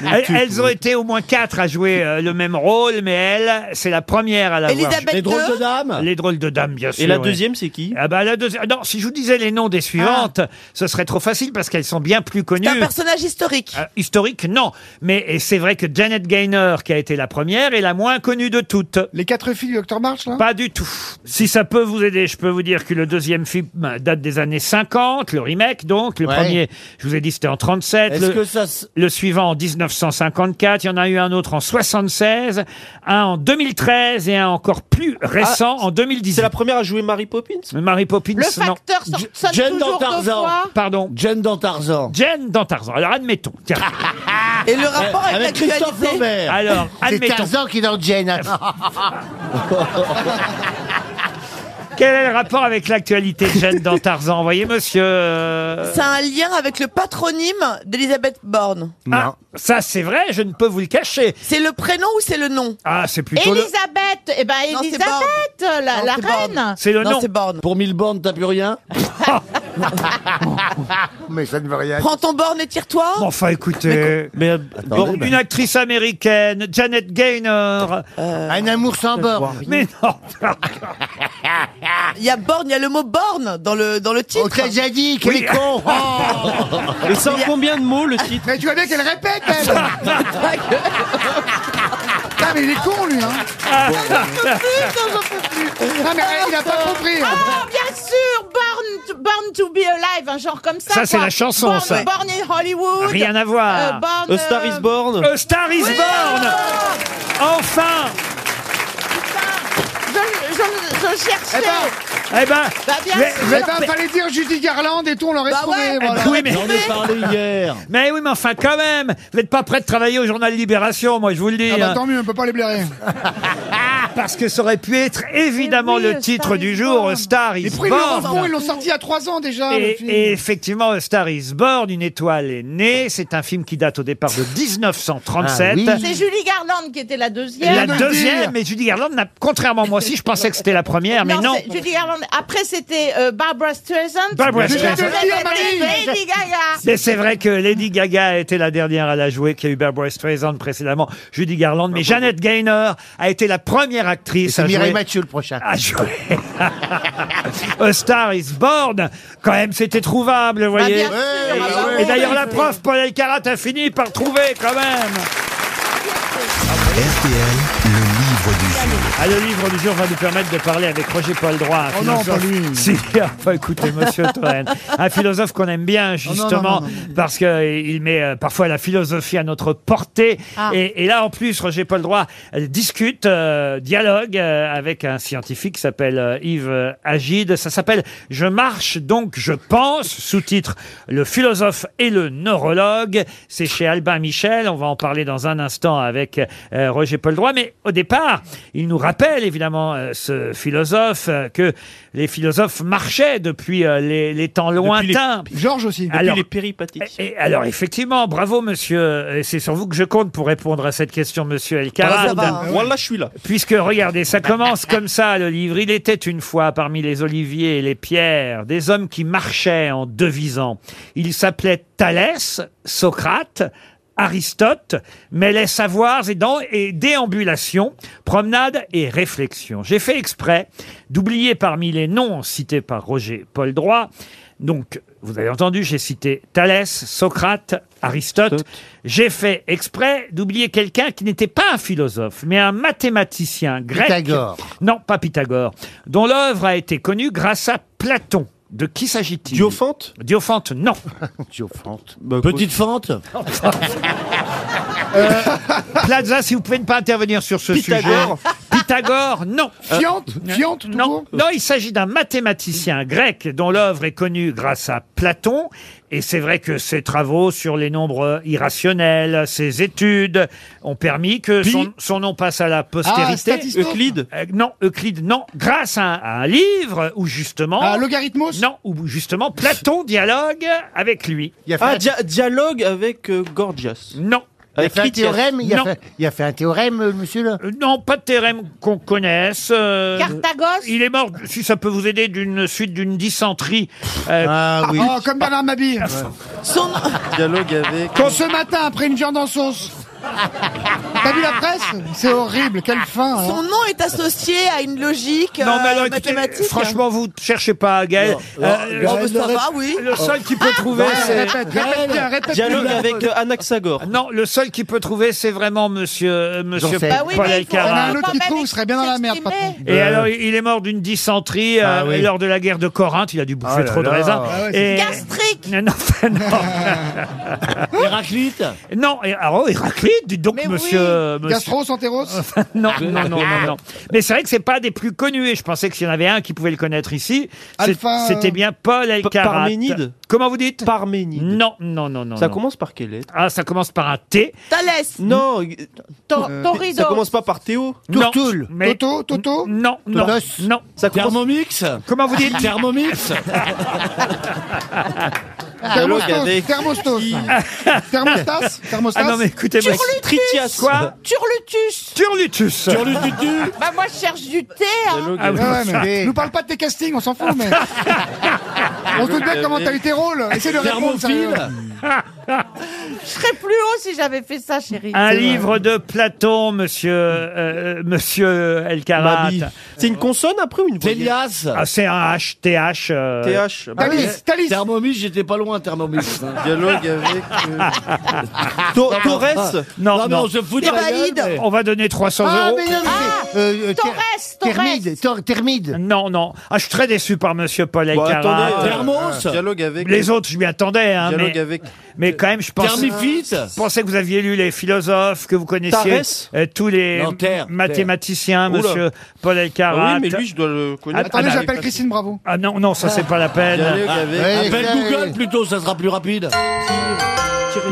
F: Ah,
B: Elles, elles ont été au moins quatre à jouer euh, le même rôle, mais elle, c'est la première à l'avoir.
G: Elisabeth Les drôles de II
B: dames Les drôles de dames, bien sûr.
F: Et la
B: ouais.
F: deuxième, c'est qui
B: Ah bah la deuxième. Non, si je vous disais les noms des suivantes, ce serait trop facile parce qu'elles sont bien plus connues.
G: Ah. C'est un personnage historique.
B: Euh, historique, non. Mais et c'est vrai que Janet Gaynor, qui a été la première, est la moins connue de toutes.
C: Les quatre filles du Dr. March, là
B: Pas du tout. Si ça peut vous aider, je peux vous dire que le deuxième film euh, date des années 50, le remake donc. Le
K: Ouais.
B: premier, je vous ai dit, c'était en 37.
K: Est-ce
B: le,
K: que ça se-
B: le suivant en 1954. Il y en a eu un autre en 76, un en 2013 et un encore plus récent en 2018. C'est la
F: première à jouer Mary Poppins
B: Mary Poppins,
E: Le
B: non.
E: facteur son- sonne
K: Jane dans
E: toujours deux
K: Tarzan.
E: fois.
B: Pardon.
K: Jane dans Tarzan.
B: Jane dans Tarzan. Alors admettons. Tiens.
G: Et le rapport
K: Avec
G: avec
K: Christophe
G: l'actualité.
K: Lambert.
B: Ah. Alors
D: C'est
B: admettons.
D: Tarzan qui est dans Jane.
B: Quel est le rapport avec l'actualité de Jane dans Tarzan, voyez monsieur euh,
G: C'est un lien avec le patronyme d'Elisabeth Borne.
B: ah, ça c'est vrai, je ne peux vous le cacher.
G: C'est le prénom ou c'est le nom
B: Ah, c'est plutôt le...
E: Elisabeth, eh ben
G: Non, c'est
E: Elisabeth, la,
G: Non,
E: Ah, la
G: c'est Borne.
E: reine.
B: C'est le nom.
G: Non, c'est Borne.
K: Pour 1000 bornes, t'as plus rien
D: Mais ça ne veut rien.
G: Prends ton Borne et tire-toi.
B: Bon, Enfin, écoutez,
F: Mais euh, Borne-
D: ben.
B: une actrice américaine, Janet Gaynor.
G: Euh,
D: Un amour sans bord.
B: Mais non,
G: Il y a Borne, il y a le mot Borne dans le, dans le
D: On
G: titre.
D: t'a déjà dit, quel
B: Oui.
D: est con
C: Ah.
D: Oh.
F: Et c'est en combien de mots le titre
C: Mais tu vois bien qu'elle répète, elle Ah, mais il est con, lui, hein Ah, mais elle, il a pas compris hein.
E: Ah, bien sûr, Born to, Born to be alive, un genre comme ça.
B: Ça, c'est
E: quoi.
B: la chanson,
E: Born,
B: ça.
E: Born in Hollywood.
B: rien à
E: Euh,
B: voir.
F: A
E: Born,
F: Star
E: euh,
F: is Born
B: A Star is Born Enfin
E: Je, je, je cherchais.
C: Eh ben,
B: Eh ben,
E: Bah, bien
B: je vais-
E: sûr.
B: je vais
C: Eh ben,
B: leur-
C: fallait dire Judy Garland et tout, on l'aurait
G: Bah
C: trouvé,
G: ouais.
C: voilà.
B: oui, mais,
K: J'en ai parlé hier.
B: mais oui, mais enfin, quand même, vous n'êtes pas prêt de travailler au journal Libération, moi, je vous le dis.
C: Ah bah
B: hein. Ah,
C: tant mieux, on peut pas les blairer.
B: parce que ça aurait pu être évidemment
E: Mais oui,
B: le
E: A
B: titre
E: Star
B: du
E: is
B: jour,
E: Born.
B: A Star is
C: Les prix Laurent
B: Born.
C: Font, ils l'ont sorti il y a 3 ans déjà, le
B: Et,
C: film.
B: et effectivement, A Star is Born, une étoile est née. C'est un film qui date au départ de 1937.
D: Ah oui.
E: C'est Julie Garland qui était la deuxième.
B: La
C: de le
B: deuxième,
C: dire.
B: mais Judy Garland, n'a- contrairement à moi aussi, je pensais que c'était la première, mais non.
E: c'est Judy Garland. Après, c'était euh, Barbara Streisand.
B: Barbara
E: Et
B: Streisand.
E: après,
C: Julia
E: c'était
C: Marie.
E: Lady Gaga.
B: Mais c'est vrai que Lady Gaga a été la dernière à la jouer, qui a eu Barbara Streisand précédemment, Judy Garland, mais Janet Gaynor a été la première première actrice
D: C'est
B: à
D: Mireille
B: jouer-
D: Mathieu le prochain.
B: à jouer. A Star is Born. Quand même, c'était trouvable, vous voyez.
D: bien sûr, Ouais, ah bah
B: Et
D: oui.
B: d'ailleurs, la prof, Paul Elkarat, a fini par trouver quand même.
A: RTL, le livre du jour.
B: Ah, le livre du jour va nous permettre de parler avec Roger Paul Droit. un
C: Oh non,
B: philosophe-
C: pas lui.
B: Si, ah, bah, écoutez, monsieur Toen. Un philosophe qu'on aime bien,
C: Oh non, non,
B: justement,
C: non,
B: parce qu'il met euh, parfois la philosophie à notre portée.
C: Ah.
B: Et, et là, en plus, Roger Paul Droit euh, discute, euh, dialogue euh, avec un scientifique qui s'appelle euh, Yves euh, Agide. Ça s'appelle Je marche donc je pense, sous-titre Le philosophe et le neurologue. C'est chez Albin Michel. On va en parler dans un instant avec euh, Roger Paul Droit. Mais au départ, il nous rappelle évidemment euh, ce philosophe euh, que les philosophes marchaient depuis euh, les, les temps
F: Depuis les-
B: lointains.
C: Georges aussi.
F: Depuis
B: Alors-
F: les péripathiques.
B: Et alors effectivement, bravo monsieur, Et c'est sur vous que je compte pour répondre à cette question monsieur El
G: Ah,
B: Khalat.
F: Ah, Voilà, je suis là.
B: Puisque regardez, ça commence comme ça le livre. Il était une fois parmi les oliviers et les pierres des hommes qui marchaient en devisant. Ils s'appelaient Thalès, Socrate, Aristote, mêlaient savoirs et, dans, et déambulations, promenades et réflexions. J'ai fait exprès d'oublier parmi les noms cités par Roger Paul Droit. Donc, vous avez entendu, j'ai cité Thalès, Socrate, Aristote. J'ai fait exprès d'oublier quelqu'un qui n'était pas un philosophe, mais un mathématicien grec.
D: Pythagore.
B: Non, pas Pythagore. Dont l'œuvre a été connue grâce à Platon. De qui s'agit-il
F: Diophante
B: Diophante, non.
D: Théophante.
K: Petite fente
B: Euh, Plaza, si vous pouvez ne pas intervenir sur ce
F: Pythagore.
B: sujet. Pythagore, non.
C: Euh,
B: Euh,
C: Fiante Fiante tout
B: Non,
C: court
B: non, il s'agit d'un mathématicien grec dont l'œuvre est connue grâce à Platon. Et c'est vrai que ses travaux sur les nombres irrationnels, ses études, ont permis que son, son nom passe à la
C: Ah,
B: postérité.
C: statistique
F: Euclide
B: Euh, non, Euclide, non. Grâce à un, à un livre où justement...
C: Ah, logarithmos
B: non, où justement Platon dialogue avec lui.
D: Il a fait,
F: Ah,
D: un-
F: dia- dialogue avec euh, Gorgias.
B: Non.
D: il a fait un
F: Critias.
D: théorème il a
B: Non.
D: fait, il a fait un théorème, euh, monsieur là
B: Euh, Non, pas de théorème qu'on connaisse. euh,
E: Carthagos
B: il est mort, si ça peut vous aider, d'une suite d'une dysenterie. euh,
D: Ah oui.
C: Oh, comme Bernard Mabille.
G: Son...
F: Dialogue avec.
B: euh,
C: Quand ce matin, après une viande en sauce. T'as vu la presse C'est horrible, quelle fin. hein.
G: Son nom est associé à une logique
B: Non, mais
G: euh,
B: alors, écoutez,
G: mathématique.
B: franchement, vous cherchez pas, Gaël. Euh,
G: Oh, mais ça va, oui.
B: le seul qui
D: Ah,
B: peut trouver, c'est...
C: Répète, répète bien, répète
F: Dialogue
C: bien.
F: avec euh, Anaxagore.
B: Non, le seul qui peut trouver, c'est vraiment monsieur, euh, monsieur
D: Janssen.
E: Bah oui,
B: Paul
E: mais il faut-
C: Il y en a
B: Elkarat.
C: un autre qui trouve, serait bien dans la merde, par contre.
B: Et alors, il est mort d'une dysenterie euh,
D: Ah oui.
B: lors de la guerre de Corinthe. Il a dû bouffer
D: Oh là
B: trop de
D: là.
B: raisins.
D: Ah
C: ouais,
B: Et-
E: Gastrique
B: Non, non, non.
K: Héraclite
B: Non, et- alors, oh, Héraclite, dites donc,
E: Mais oui.
B: monsieur, euh, monsieur.
C: Gastro, Santéros
B: Non, non, non, non, non. Mais c'est vrai que c'est pas des plus connus. Et je pensais que s'il y en avait un qui pouvait le connaître ici, c'est-
C: Alpha, euh,
B: c'était bien Paul Elkarat.
F: Parménide
B: Comment vous dites
F: Parménide.
B: Non, non, non, non.
F: Ça
B: non.
F: commence par quelle lettre
B: Ah, ça commence par un T.
G: Thalès.
F: Non, euh,
E: Tor-
F: ça
E: Torrido
F: commence pas par Théo.
B: Non,
D: Tourtoul.
B: mais-
C: Toto, Toto
B: Non, non,
D: Tonos.
B: non.
F: Ça commence
K: Thermomix
B: Comment vous dites
K: Thermomix
B: Ah,
C: Thermostos
F: dialogue avec-
C: Thermostos
E: Euh,
C: Thermostas Thermostas
B: Ah non, mais écoutez, moi.
F: Tritias.
B: Quoi
E: Turlutus
B: Turlutus
K: Turlututu
E: Bah moi je cherche du thé hein.
F: Dialogue
B: Ah oui.
F: avec-
C: Ouais, ouais, mais
D: Mais-
C: Nous parle pas de tes castings, on s'en fout, mais. on se doute bien comment t'as eu tes rôles. Essaye de répondre, sérieux.
D: euh,
K: Thermophile
E: Je serais plus haut si j'avais fait ça chérie
B: Un livre de Platon, monsieur, euh, monsieur Elkarat.
F: Mabi. C'est une consonne après ou une voyelle
K: Télias
B: Ah, c'est un H, TH. euh,
F: TH. bah,
C: Thalys, Thalys
K: euh, Thermomix, j'étais pas loin, Thermomix. hein.
F: Dialogue avec.
D: Ah,
F: euh, To- Torres.
B: Non, non.
K: on se fout de la
G: Thébaïde.
K: gueule, mais-
B: On va donner 300
D: Ah,
B: euros.
D: mais non, mais c'est- euh, euh,
E: Torres,
D: ter-
E: Torres.
D: Thermide, Tor- Thermide.
B: Non, non. Ah, je suis très déçu par monsieur Paul
F: Bon,
B: Elkarat.
F: attendez,
B: Euh,
F: euh,
K: Thermos
F: Dialogue avec.
B: Les autres, je m'y attendais, hein,
F: Dialogue
B: mais,
F: avec.
B: mais quand même, je pense.
K: Thermifite
B: Je pensais que vous aviez lu les philosophes, que vous connaissiez
F: Tarès
B: euh, tous les
K: Non, Terre,
B: mathématiciens,
F: Terre.
B: monsieur Paul Elkarat.
F: Ah oui, mais lui, je dois le connaître.
B: Ah,
C: Attendez,
B: bah,
C: j'appelle Christine Bravo.
B: Ah non, non, ça c'est pas la peine.
F: Dialogue avec.
D: Ouais,
K: Appelle
D: ça,
K: Google
D: ouais.
K: plutôt, ça sera plus rapide.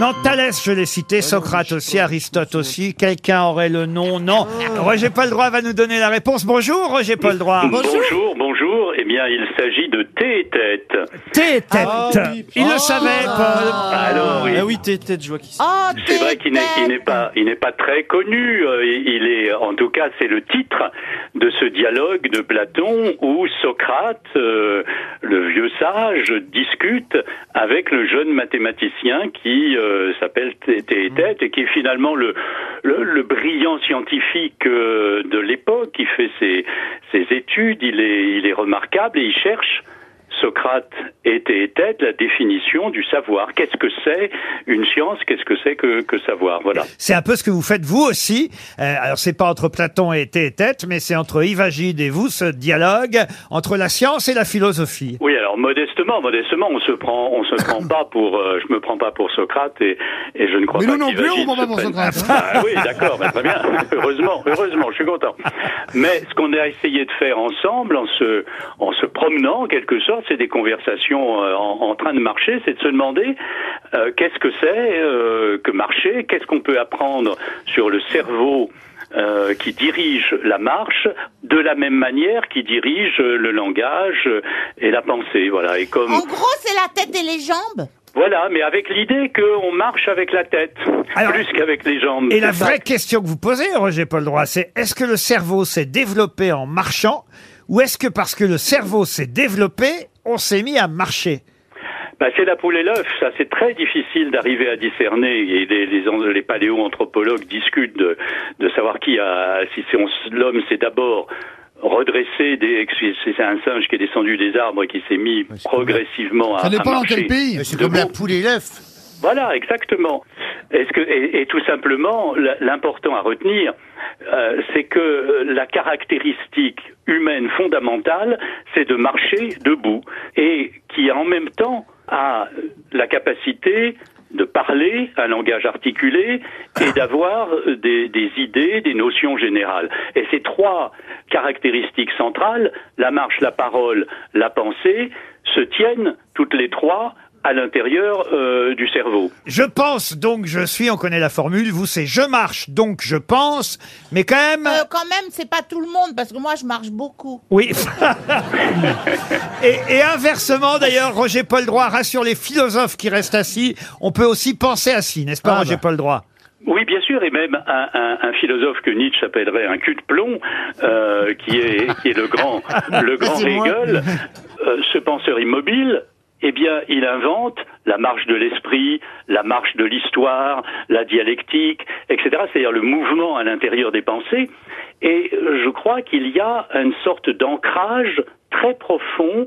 B: Non, Thalès, je l'ai
F: Ah
B: cité, Socrate aussi, Aristote aussi. Quelqu'un aurait le nom Non. Roger Paul Droit va nous donner la réponse. Bonjour, Roger Paul Droit.
M: Bonjour, bonjour. Eh bien, il s'agit de Tétête.
B: Tétête
G: Ah,
B: Il le savait, Paul
M: Alors, il-
F: Ah oui, t'es tête, Ah, je vois qui c'est.
G: Ah,
M: C'est vrai qu'il n'est il n'est pas, il n'est pas très connu. euh, Il est, en tout cas, c'est le titre de ce dialogue de Platon où Socrate, euh, le vieux sage, discute avec le jeune mathématicien qui euh, s'appelle Thé- Théétète et qui est finalement le, le, le brillant scientifique euh, de l'époque. qui fait ses, ses études, il est, il est remarquable et il cherche Socrate était était la définition du savoir. Qu'est-ce que c'est une science Qu'est-ce que c'est que, que savoir Voilà.
B: C'est un peu ce que vous faites vous aussi. Euh, alors c'est pas entre Platon et Thétète, mais c'est entre Ivagide et vous ce dialogue entre la science et la philosophie.
M: Oui, alors modestement, modestement, on se prend, on se prend pas pour, euh, je me prends pas pour Socrate et, et je ne crois
C: Mais
M: pas.
C: nous non
M: qu'Ivagide
C: plus, on prend pas
M: se
C: pour
M: prenne-
C: Socrate, hein.
M: Ah, oui, d'accord, bah, très bien. Heureusement, heureusement, je suis content. Mais ce qu'on a essayé de faire ensemble, en se, en se promenant en quelque sorte, c'est des conversations euh, en, en train de marcher, c'est de se demander euh, qu'est-ce que c'est euh, que marcher, qu'est-ce qu'on peut apprendre sur le cerveau euh, qui dirige la marche de la même manière qui dirige euh, le langage euh, et la pensée. Voilà. Et comme
E: En gros, c'est la tête et les jambes.
M: voilà, mais avec l'idée qu'on marche avec la tête plus qu'avec les jambes.
B: Et la
M: C'est ça.
B: vraie question que vous posez, Roger Paul Droit, c'est est-ce que le cerveau s'est développé en marchant ou est-ce que parce que le cerveau s'est développé, on s'est mis à marcher
M: Bah, c'est la poule et l'œuf, ça c'est très difficile d'arriver à discerner et les, les, an- les paléo-anthropologues discutent de, de savoir qui a, si c'est on s- l'homme c'est d'abord redressé, des, si c'est un singe qui est descendu des arbres et qui s'est mis progressivement à,
D: Ça dépend
M: à
D: dans
M: marcher.
D: quel pays. Mais c'est comme la
M: poule et l'œuf. Voilà, exactement. Est-ce que, et, et tout simplement, la- l'important à retenir, euh, c'est que euh, la caractéristique humaine fondamentale, c'est de marcher debout et qui en même temps a la capacité de parler un langage articulé et d'avoir euh, des, des idées, des notions générales. Et ces trois caractéristiques centrales, la marche, la parole, la pensée, se tiennent toutes les trois à l'intérieur euh, du cerveau.
B: Je pense donc je suis, on connaît la formule, vous c'est je marche donc je pense, mais quand même...
G: Ah.
E: Euh, quand même, c'est pas tout le monde, parce que moi, je marche beaucoup.
B: Oui. et, et inversement, d'ailleurs, Roger Paul Droit rassure les philosophes qui restent assis. On peut aussi penser assis, n'est-ce pas, Roger Paul Droit
M: Oui, bien sûr, et même un, un- un philosophe que Nietzsche appellerait un cul de plomb, euh, qui est qui est le grand le grand
N: C'est moi.
M: Hegel, euh, ce penseur immobile. Eh bien, il invente la marche de l'esprit, la marche de l'histoire, la dialectique, etc. C'est-à-dire le mouvement à l'intérieur des pensées. Et euh, je crois qu'il y a une sorte d'ancrage très profond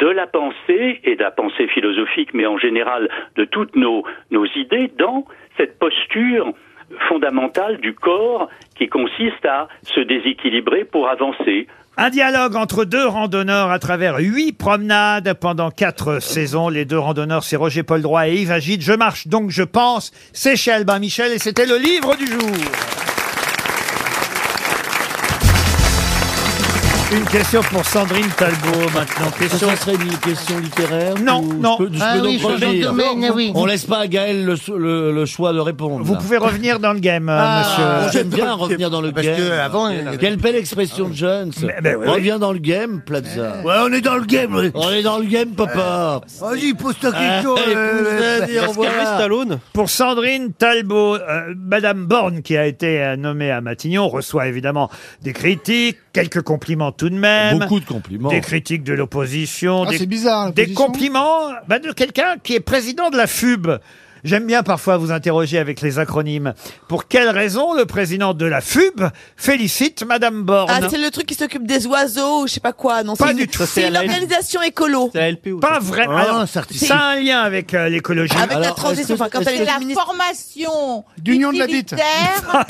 M: de la pensée et de la pensée philosophique, mais en général de toutes nos, nos idées dans cette posture fondamentale du corps qui consiste à se déséquilibrer pour avancer.
B: Un dialogue entre deux randonneurs à travers huit promenades pendant quatre saisons. Les deux randonneurs, c'est Roger Paul Droit et Yves Agide. Je marche donc je pense. C'est chez Albin Michel et c'était le livre du jour. Une question pour Sandrine Talbot maintenant. Question...
K: Ça serait une question littéraire
B: Non, non.
K: Je peux, je
B: Ah
K: peux
B: oui,
K: donc
B: je peux
K: revenir.
B: donc domaine, oui.
K: On laisse pas à Gaël le, le- le choix de répondre.
B: Vous pouvez revenir dans le game, euh,
K: Ah,
B: monsieur.
K: J'aime bien revenir dans le
B: Parce
K: game.
B: que avant,
K: Quelle belle expression de Jones.
B: ben oui, oui.
K: Reviens dans le game, Plaza. Ouais, on est dans le game. On est dans le game, papa.
D: Vas-y, pose ta
B: Ah, Hein
K: question, Allez, euh, pousse-la, dis au Pascal revoir. Stallone.
B: Pour Sandrine Talbot, euh, Madame Borne, qui a été euh, nommée à Matignon, reçoit évidemment des critiques, quelques compliments tout de même.
K: Beaucoup de compliments.
B: Des critiques de l'opposition.
C: Ah,
B: des-
C: c'est bizarre,
B: Des
C: l'opposition.
B: compliments bah, de quelqu'un qui est président de la FUB. J'aime bien parfois vous interroger avec les acronymes. Pour quelle raison le président de la FUB félicite Madame Borne
G: Ah, c'est le truc qui s'occupe des oiseaux ou je sais pas quoi. Non,
B: Pas
G: c'est-
B: du tout.
G: C'est une organisation écolo.
B: Pas vrai.
G: Ah,
B: Alors,
G: c'est artistique.
B: ça a un lien avec euh, l'écologie.
G: Avec la transition, enfin, quand elle est
E: la
G: la
E: formation
G: D'union de la bite.
E: utilitaire.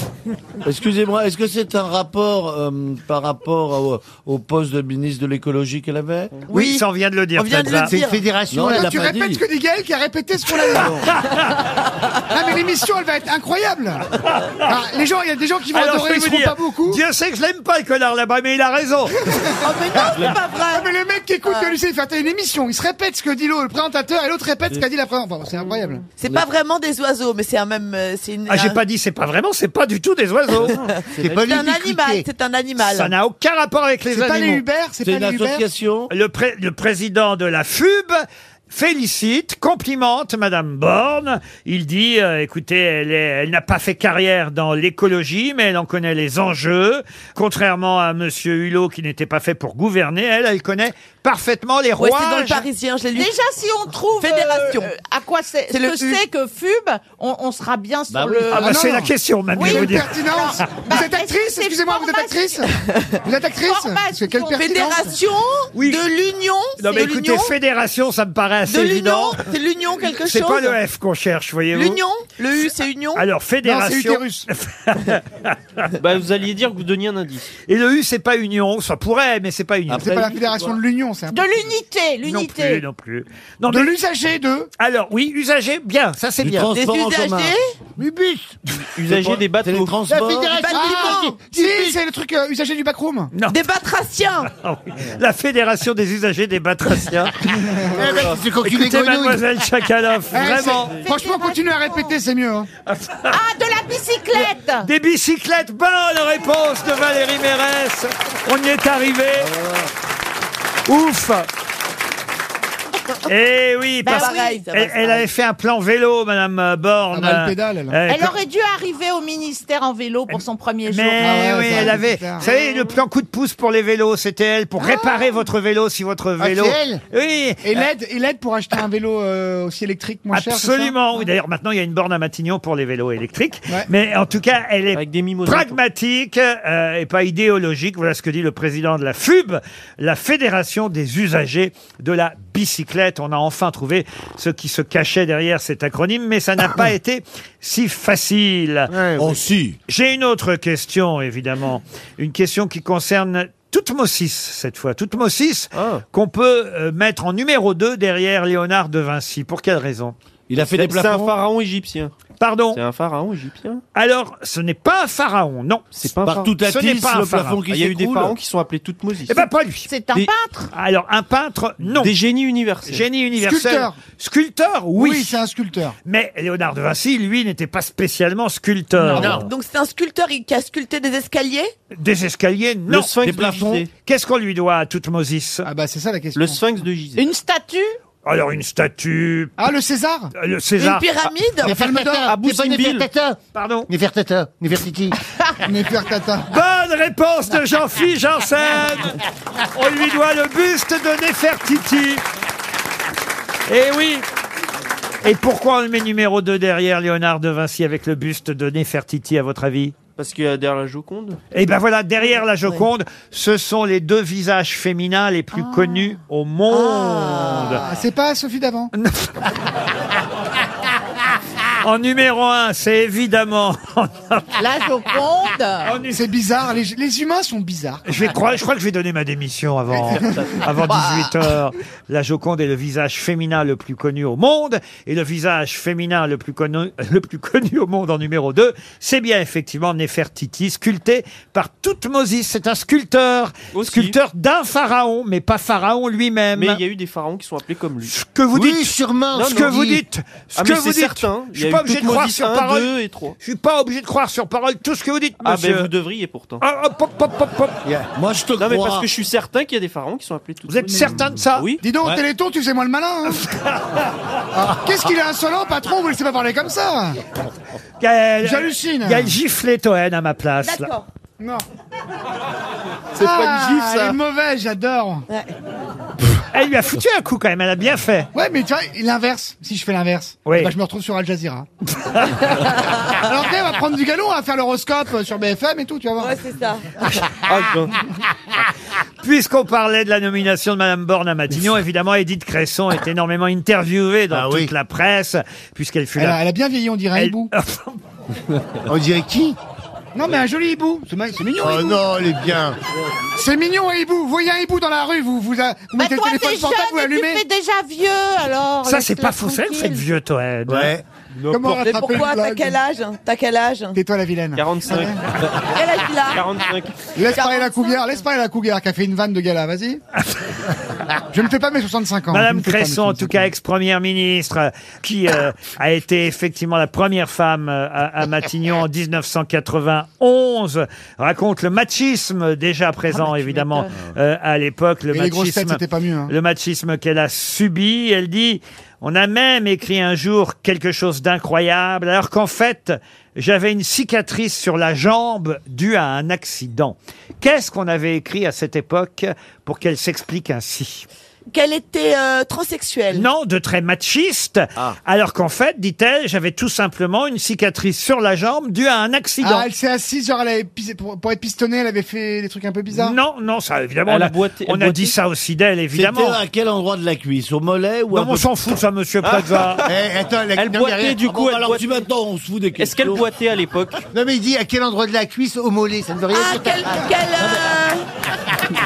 K: Excusez-moi, est-ce que c'est un rapport euh, par rapport au, au poste de ministre de l'écologie qu'elle avait
B: Oui, ça, on vient de le dire, On vient de Plaza. le dire.
K: C'est une fédération.
C: Non,
K: elle l'a
C: tu
K: pas
C: répètes
K: dit.
C: ce que dit Gaël qui a répété ce qu'on a dit. Ah mais l'émission elle va être incroyable. Ah, les gens, il y a des gens qui vont
B: Alors, je
C: adorer,
B: vais
C: ils
B: vous
C: seront
B: dire,
C: pas beaucoup.
B: Dieu sait que je l'aime pas le connard là-bas, mais il a raison.
C: Ah, mais non, c'est pas vrai. mais les le mec qui écoute le lycée, il fait Attends, une émission, il se répète ce que dit l'autre, le présentateur, et l'autre répète ce qu'a dit la présentateur. c'est incroyable.
G: C'est pas vraiment des oiseaux, mais c'est un même. euh, C'est une.
B: Ah, j'ai
G: un-
B: pas dit, c'est pas vraiment, c'est pas du tout des oiseaux.
G: C'est un animal. C'est un animal.
B: Ça n'a aucun rapport avec les
G: C'est
B: animaux.
G: pas les Uber, c'est C'est pas une les Uber association
B: Le, pré- le président de la FUB félicite, complimente Madame Borne. Il dit, euh, écoutez, elle, est- elle n'a pas fait carrière dans l'écologie, mais elle en connaît les enjeux. Contrairement à Monsieur Hulot, qui n'était pas fait pour gouverner, elle, elle connaît parfaitement les
G: Ouais,
B: rois.
G: c'est dans le Parisien, je l'ai lu.
E: Déjà, si on trouve euh,
G: Fédération.
E: euh, à quoi c'est,
G: C'est
E: ce
G: le
E: que
G: U.
E: c'est que FUB, on, on sera bien sur
B: Bah oui.
E: le.
B: Ah bah, c'est la question,
E: même
B: madame, je veux dire.
C: Pertinence. Vous
E: bah,
C: êtes actrice, excusez-moi, vous êtes actrice Vous êtes actrice Parce que quelle pertinence
G: Fédération
B: Oui.
G: de l'Union.
B: Non mais
G: c'est
B: écoutez,
G: l'Union.
B: fédération, ça me paraît assez
G: De l'union,
B: évident.
G: c'est l'union quelque chose.
B: C'est pas le F qu'on cherche, voyez-vous.
G: L'union, le U c'est union.
B: Alors, fédération.
F: bah, vous alliez dire que vous donniez un indice.
B: Et le U, c'est pas union. Ça pourrait, mais c'est pas union.
C: C'est pas la fédération de l'union, c'est un
E: De l'unité,
B: Non plus,
E: l'unité.
B: non plus.
C: De l'usager de.
B: Alors, oui, usager, bien, ça c'est
C: Du
B: bien.
C: transport Des en commun. usagers
B: Oui, bus.
F: Usager des bateaux.
B: Bah,
C: Ah, Si, c'est le truc euh, usager du backroom.
G: Des batraciens.
B: Ah La fédération des usagers des batraciens.
C: Eh ben, c'est quand tu les
B: Écoutez,
C: grenouilles.
B: mademoiselle Chakaloff,
C: Eh,
B: vraiment.
C: c'est- Franchement, continuez à répéter, c'est mieux. hein.
E: Ah, de la bicyclette
B: Des bicyclettes, bonne réponse de Valérie Mérès. On y est arrivé.
E: Ah.
B: Ouf. Eh oui,
E: Bah
B: parce
E: oui, pareil, ça va,
B: elle,
E: ça
B: elle
E: va.
B: avait fait un plan vélo, Madame euh, Borne.
C: Ah bah, elle pédale, elle.
B: Euh,
E: Elle
B: quand-
E: aurait dû arriver au ministère en vélo pour son premier jour. Ah
B: Mais oui, elle avait. Vous savez, le plan coup de pouce pour les vélos, c'était elle pour réparer votre vélo si votre
C: Ah,
B: vélo.
C: c'est elle
B: Oui.
C: Et l'aide, et l'aide pour acheter un vélo euh, aussi électrique moins cher. c'est ça
B: Absolument. Oui, d'ailleurs, maintenant, il y a une borne à Matignon pour les vélos électriques. Mais en tout cas, elle est pragmatique euh, et pas idéologique. Voilà ce que dit le président de la FUB, la Fédération des usagers de la bicyclette. On a enfin trouvé ce qui se cachait derrière cet acronyme, mais ça n'a pas été si facile. J'ai une autre question, évidemment. Une question qui concerne Toutmosis, cette fois. Toutmosis, qu'on peut euh, mettre en numéro 2 derrière Léonard de Vinci. Pour quelle raison Il a
F: C'est c'est un pharaon égyptien.
B: Pardon
F: C'est un pharaon égyptien.
B: Alors, ce n'est pas un pharaon, non.
F: C'est pas un pharaon.
B: Ce n'est pas un pharaon.
F: Ah, Il y a eu des pharaons qui sont appelés Toutmosis.
B: Eh ben, pas lui.
E: C'est un
F: Des-
E: peintre
B: Alors, un peintre, non.
F: Des génies universels.
B: Génie universel.
C: Sculpteur.
B: Sculpteur, oui.
C: Oui, c'est un sculpteur.
B: Mais Léonard de Vinci, lui, n'était pas spécialement sculpteur.
G: Donc c'est un sculpteur qui a sculpté des escaliers.
B: Des escaliers, non.
F: Le sphinx Des plafonds. de Gizeh.
B: Qu'est-ce qu'on lui doit à Toutmosis
C: Ah bah c'est ça la question.
F: Le sphinx de Gizeh.
E: Une statue
B: Alors une statue,
C: Ah, le César
B: Euh, le César. Ah,
G: pyramide
D: Nefertata,
B: Abou
D: c'est pas
B: Simbel.
D: Nefertata.
B: Pardon Bah
D: Nefertata, Nefertiti.
C: Nefertata.
B: Bonne réponse de Jean-Philippe Janssen. On lui doit le buste de Nefertiti. Eh oui. Et pourquoi on le met numéro 2 derrière Léonard de Vinci avec le buste de Nefertiti, à votre avis
F: Parce qu'il y a derrière la Joconde.
B: Eh ben voilà, derrière la Joconde, ce sont les deux visages féminins les plus connus au monde.
C: Ah, c'est pas Sophie d'avant.
B: En numéro 1, c'est évidemment...
E: La Joconde
C: C'est bizarre, les, les humains sont bizarres.
B: Je, vais croire- je crois que je vais donner ma démission avant, avant 18h. La Joconde est le visage féminin le plus connu au monde. Et le visage féminin le plus connu, le plus connu au monde en numéro 2, c'est bien effectivement Nefertiti, sculpté par Toutmosis. C'est un sculpteur. Sculpteur d'un pharaon, mais pas pharaon lui-même.
F: Mais il y a eu des pharaons qui sont appelés comme lui.
B: Ce que vous
F: Oui,
B: dites,
F: sûrement,
B: ce
F: non,
B: que
F: non,
B: vous
F: dit.
B: dites, ce
F: Ah,
B: que
F: mais
B: vous
F: c'est
B: dites,
F: certain.
B: je
F: Il y
B: suis
F: a eu
B: pas obligé de
F: Toutmosis
B: croire sur
F: 1,
B: parole,
F: 2 et 3.
B: je suis pas obligé de croire sur parole tout ce que vous dites,
F: Ah
B: monsieur.
F: ben vous devriez pourtant.
B: Ah, hop, hop, hop, hop, hop.
K: Moi je te
F: Non mais
K: crois.
F: parce que je suis certain qu'il y a des pharaons qui sont appelés tout
B: Vous êtes certain de ça
F: Oui.
C: Dis donc,
F: Ouais.
C: au Téléthon, tu faisais moi le malin. hein. Qu'est-ce qu'il est insolent, patron, vous ne laissez pas parler comme ça.
B: Gaël,
C: J'hallucine.
B: Gaël giflait Toen à ma place. là.
E: D'accord.
C: Non.
B: Ah, C'est pas une gifle, ça.
C: Elle est mauvaise, j'adore.
B: Elle lui a foutu un coup quand même, elle a bien fait.
C: Ouais, mais tu vois, l'inverse, si je fais l'inverse,
B: Oui.
C: bah, je me retrouve sur Al Jazeera. Alors, après, on va prendre du galon, on va faire l'horoscope euh, sur BFM et tout, tu vas voir.
G: Ouais, c'est ça.
B: Puisqu'on parlait de la nomination de Madame Borne à Matignon, évidemment, Edith Cresson est énormément interviewée dans toute la presse, puisqu'elle fut
C: Ah Elle
B: là.
C: a, elle a bien vieilli, on dirait un
B: Elle-
C: hibou.
D: On dirait qui
C: Non, mais un joli hibou. C'est ma- c'est mignon,
D: Oh
C: hibou.
D: non, elle est bien.
C: C'est mignon, un hibou. Vous voyez un hibou dans la rue, vous, vous, a- vous
E: Bah
C: mettez
E: toi,
C: le
E: t'es
C: téléphone
E: jeune
C: portable, vous
E: et tu
C: l'allumez.
E: fais déjà vieux,
G: Oh,
E: alors...
B: Ça, c'est
E: laisse-la
B: pas faux, c'est
E: tranquille.
B: cette vieux Toen.
D: Ouais.
C: Comment
G: Mais
C: rattraper
G: pourquoi
C: une
G: T'as
C: blague
G: quel âge T'as quel âge
C: Tais-toi, la vilaine. Ah
F: 45.
G: Quel âge il a
F: 45.
C: Laisse parler la cougar, laisse parler la cougar qui a fait une vanne de gala, vas-y. Je ne fais pas mes 65 ans. Je
B: Madame
C: ne fais pas mes
B: Cresson, en tout cas ex-première ministre, euh, qui euh, a été effectivement la première femme euh, à, à Matignon en 1991, raconte le machisme
C: Ah,
B: déjà présent évidemment euh, à l'époque, le
C: Et les grosses
B: machisme,
C: têtes, c'était pas mieux, hein.
B: le machisme qu'elle a subi. Elle dit on a même écrit un jour quelque chose d'incroyable, alors qu'en fait j'avais une cicatrice sur la jambe due à un accident. Qu'est-ce qu'on avait écrit à cette époque pour qu'elle s'explique ainsi
G: Qu'elle était euh, transsexuelle.
B: non, de très machiste, alors qu'en fait, dit-elle, j'avais tout simplement une cicatrice sur la jambe due à un accident.
C: Ah, elle s'est assise, genre, elle avait pis- pour, pour être pistonnée, elle avait fait des trucs un peu bizarres.
B: Non, non, ça, évidemment,
K: Elle
B: on a,
K: a boité-
B: on
K: elle
B: a
K: boitait
B: dit ça aussi d'elle, évidemment.
K: C'était à quel endroit de la cuisse Au mollet ou
B: Non, on s'en fout, ça, monsieur Plaza.
D: Eh, attends, la-
K: Ah. Elle
D: non, mais
K: boitait,
D: arrête.
K: du
D: Ah
K: coup, elle
D: alors tu
K: maintenant, on se fout des
D: Est-ce qu'elle boitait
F: à l'époque
D: Non, mais il dit à quel endroit de la cuisse au mollet, ça ne veut rien dire.
G: Quelle, quelle, euh,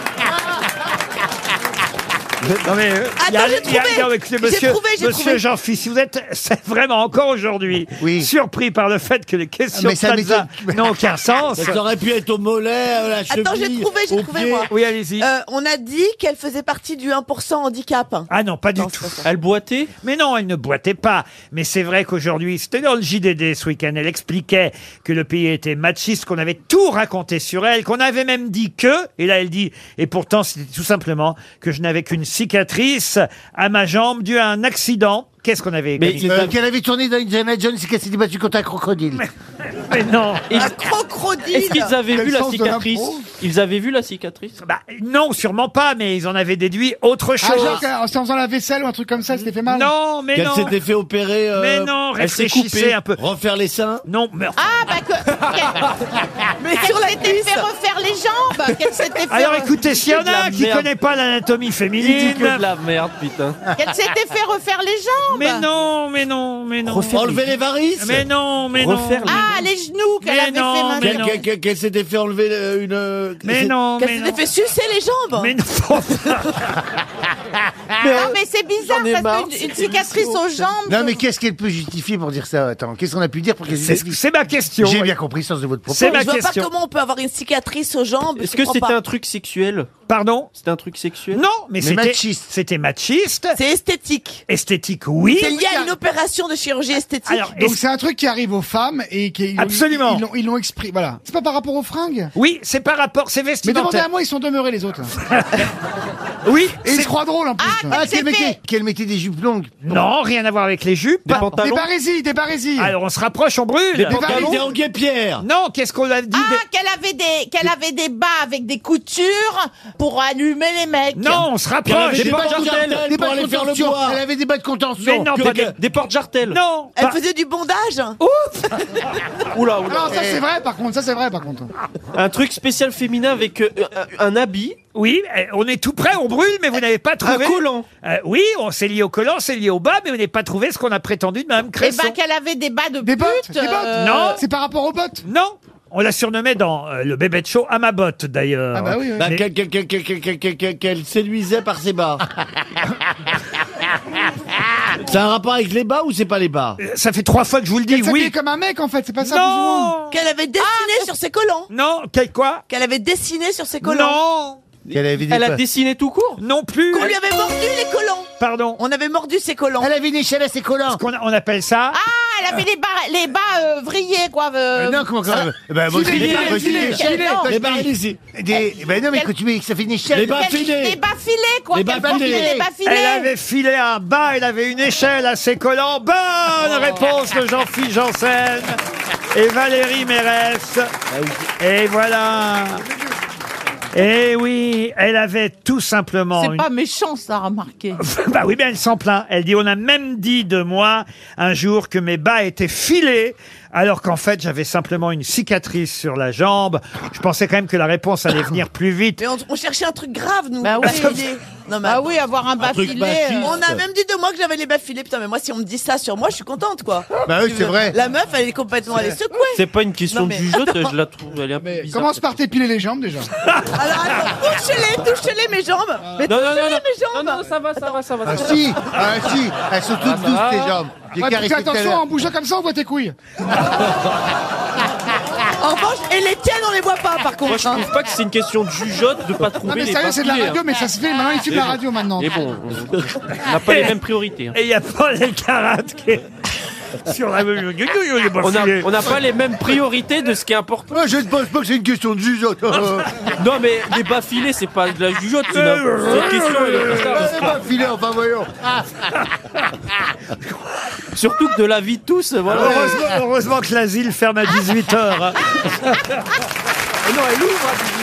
B: Non, mais, euh, il y a-
G: Attends, j'ai
B: il y a-
G: trouvé.
B: non, mais écoutez,
G: J'ai
B: monsieur,
G: trouvé, j'ai
B: monsieur
G: trouvé.
B: Jean-Fils, vous êtes c'est vraiment encore aujourd'hui surpris par le fait que les questions
K: Mais ça
B: de Plaza n'ont aucun sens.
K: Ça aurait pu être au mollet,
C: Oh,
K: à la cheville.
G: Attends, j'ai trouvé, j'ai
K: au
G: trouvé,
K: pied.
G: moi.
B: Oui, allez-y.
G: Euh, on a dit qu'elle faisait partie du 1% handicap.
B: Ah non, pas du tout.
F: Elle boitait
B: Mais non, elle ne boitait pas. Mais c'est vrai qu'aujourd'hui, c'était dans le JDD ce week-end, elle expliquait que le pays était machiste, qu'on avait tout raconté sur elle, qu'on avait même dit que, et là elle dit, et pourtant c'était tout simplement que je n'avais qu'une cicatrice à ma jambe due à un accident. Qu'est-ce qu'on avait
D: Mais
B: écrit
D: euh, qu'elle avait tourné dans Indiana Jones et qu'elle s'était battue contre un crocodile.
B: Mais non
G: Un crocodile
F: Est-ce qu'ils avaient
D: Quel
F: vu la
D: sens de
F: cicatrice
D: l'impro
F: Ils avaient vu la cicatrice
B: Bah, Non, sûrement pas, mais ils en avaient déduit autre
C: Ah, genre,
B: chose.
C: qu'en- en faisant la vaisselle ou un truc comme ça, elle s'était fait mal.
B: Non, mais
K: Qu'elle
B: non.
K: s'était fait opérer. euh,
B: Mais non,
K: elle s'est
B: réfléchissez
K: coupée,
B: un peu.
K: Refaire les seins
B: Non, mais...
E: Ah, bah que.
G: Mais
E: qu'elle
G: sur la
E: s'était
G: cuisse.
E: fait refaire les jambes. Qu'elle s'était fait.
B: Alors écoutez, s'il y en
F: de la
B: a qui
F: merde.
B: connaît pas l'anatomie
F: Il dit
B: féminine...
F: que de la merde, putain.
E: Qu'elle s'était fait refaire les jambes.
B: Mais non, mais non, mais non.
K: Refaire Enlever les- les varices
B: Mais non, mais non.
K: Refaire
E: Ah, les genoux qu'elle
B: Mais
E: avait
B: non,
E: fait
B: mais
K: Qu'elle
E: maintenant.
K: qu'elle- qu'elle- qu'elle s'était fait enlever euh, une. euh,
B: Mais
K: c'est-
B: non,
G: Qu'elle
B: mais
G: s'était
B: non.
G: fait sucer les jambes.
B: Mais non.
E: Ah, Non, mais c'est bizarre
G: J'en ai marre,
E: parce qu'une
G: cette
E: une cicatrice
G: émission.
E: aux jambes.
D: Non, mais qu'est-ce qu'elle peut justifier pour dire ça Attends, qu'est-ce qu'on a pu dire pour qu'elle
B: C'est
D: justifie
B: c'est ma question.
D: J'ai bien compris le sens de votre propos.
B: C'est ma
G: je vois
B: question.
G: pas comment on peut avoir une cicatrice aux jambes.
F: Est-ce
G: je
F: que
G: comprends
F: c'était
G: pas.
F: un truc sexuel
B: Pardon
F: C'était un truc sexuel
B: Non, mais, c'était
D: machiste.
B: C'était machiste.
G: C'est esthétique.
B: Esthétique, oui.
G: C'est lié à une opération de chirurgie esthétique.
B: Alors,
C: Donc
B: est-ce-
C: c'est un truc qui arrive aux femmes et qui ils-
B: Absolument.
C: ils- ils l'ont- ils l'ont exprimé. Voilà. C'est pas par rapport aux fringues.
B: oui, c'est par rapport, c'est
C: Mais demandez à
B: vestimentaire.
C: moi, ils sont demeurés les autres.
B: Oui,
C: Et ils
B: c'est-
C: se croient drôles en plus.
D: Ah,
E: c'est
D: qu'elle mettait, qu'elle mettait des jupes longues.
B: non, rien à voir avec les jupes.
F: Des pantalons
C: des barésies, des barésies.
B: Alors on se rapproche, on brûle.
C: Des
K: Qu'elle
C: pantalons.
K: était en guépière.
B: Non, qu'est-ce qu'on a dit
E: Ah,
B: des-
E: qu'elle avait des qu'elle avait des bas avec des coutures pour allumer les mecs.
B: Non, on se
K: Qu'elle
B: rapproche.
K: avait
B: J'ai
K: des
B: pas
K: bas de
B: entendu-
K: jartel
D: Des
K: pour
D: bas de
K: aller faire le
D: contention.
K: bois.
D: Elle avait des bas de
B: Mais
D: contention.
B: non,
F: Que-
B: pas
F: des, des portes jartelles
B: Non.
G: Elle
B: pas-
G: faisait du bondage.
F: Oula, oula.
C: Non, ça c'est vrai par contre, ça c'est vrai par contre.
F: Un truc spécial féminin avec euh, un, un habit. Eh,
B: Oui, eh, on est tout prêt, on brûle, mais vous n'avez pas trouvé.
F: collant.
B: Euh, oui, on s'est lié au collant, c'est lié au bas, mais vous n'avez pas trouvé ce qu'on a prétendu de Madame
E: Et
B: Cresson.
E: ben qu'elle avait des bas de
C: Des bottes,
E: pute,
C: des bottes.
E: euh,
B: Non.
C: C'est par rapport aux bottes.
B: Non, on la surnommait dans euh, le bébé de show à ma botte d'ailleurs.
C: Ah bah oui. oui.
K: Bah,
B: Mais-
K: qu'elle- qu'elle- qu'elle- qu'elle- qu'elle- qu'elle- qu'elle- Qu'elle séduisait par ses bas. C'est un rapport avec les bas ou c'est pas les bas
B: Euh, Ça fait trois fois que je vous le dis,
C: Elle s'habillait
B: oui.
C: comme un mec en fait, c'est pas ça plus ou moins.
B: Non,
G: Qu'elle avait dessiné sur ses collants.
B: non, quel quoi
G: Qu'elle avait dessiné sur ses collants.
B: Non,
D: Qu'elle avait des
F: Elle a
D: pas-
F: dessiné tout court
B: non plus.
G: Qu'on lui avait mordu les collants.
B: Pardon.
G: On avait mordu ses collants.
D: Elle avait une échelle à ses collants.
B: Qu'on a- on appelle ça
E: Ah, elle avait les bas les bas euh, vrillés quoi. euh,
D: Euh, non, comment quand même Bah, moi,
C: Filet,
D: c'est pas
C: filet,
D: possible.
C: filet, filet.
D: Attends,
K: Les
D: je
K: bas
D: parle
K: ici.
D: des- Bah non, mais quand tu mets que ça fait une échelle.
K: Les bas
E: quel-
K: filés.
E: Des bas filés quoi.
K: Des
E: qu'elle
K: bas filés.
E: portait, Des bas filés.
B: Elle avait filé un bas, elle avait une échelle à ses collants. Bonne
E: Oh.
B: réponse de Jean-Philippe Janssen et Valérie Mérès. Et voilà. Et oui, elle avait tout simplement
E: C'est
B: une
E: pas méchant ça, remarquez.
B: bah oui, mais elle s'en plaint. Elle dit, on a même dit de moi un jour que mes bas étaient filés, alors qu'en fait, j'avais simplement une cicatrice sur la jambe. Je pensais quand même que la réponse allait venir plus vite.
G: Mais on, on cherchait un truc grave, nous.
E: Bah
G: Pas
E: oui.
G: filé. Non, mais
E: Ah
G: attends.
E: oui, avoir un bas
K: truc
E: filé.
K: machiste.
E: euh,
G: On a même dit de moi que j'avais les bas filés. Putain, mais moi, si on me dit ça sur moi, je suis contente, quoi.
D: Bah oui,
G: Tu
D: c'est
G: veux-
D: vrai.
G: La meuf, elle est complètement allée secouée.
F: C'est pas une question
G: Non, mais-
F: de jugeote, je la trouve, elle est un peu bizarre.
C: Commence par t'épiler les jambes déjà.
G: Alors, attends, touchez-les, touchez-les, mes jambes. Mais
F: Non, non, non,
G: touchez-les,
F: non.
G: mes jambes.
F: Non, non, ça va, ça va, ça va.
D: Ah si, ah si, elles sont toutes douces tes jambes. J'ai
C: Ah, Ouais, parce que
D: caressé tout à
C: attention,
D: l'heure.
C: en bougeant comme ça, on voit tes couilles.
G: En revanche, et les tiennes, on les voit pas par
F: Moi,
G: contre. hein.
F: je trouve pas que c'est une question de jugeote de pas trouver
C: mais
F: les
C: sérieux, c'est de la
F: papiers,
C: radio,
F: hein.
C: mais ça se fait. Maintenant,
D: Ah,
C: ils filment
F: Et
C: la
F: bon.
C: radio maintenant.
F: Et bon, on on n'a pas les mêmes priorités. hein.
B: Et il n'y a pas les carates qui est sur la
F: On n'a on n'a pas les mêmes priorités de ce qui est important.
D: je ne pense pas que c'est une question de jugeote.
F: non, mais les bas filés, c'est pas de la jugeote. C'est
B: Euh,
F: une- c'est une question. euh.
D: Euh, C'est pas filé, enfin voyons. Ah.
F: Surtout que de la vie de tous, voilà.
B: Ah Heureusement, heureusement que l'asile ferme à 18h.
F: non, elle ouvre. hein,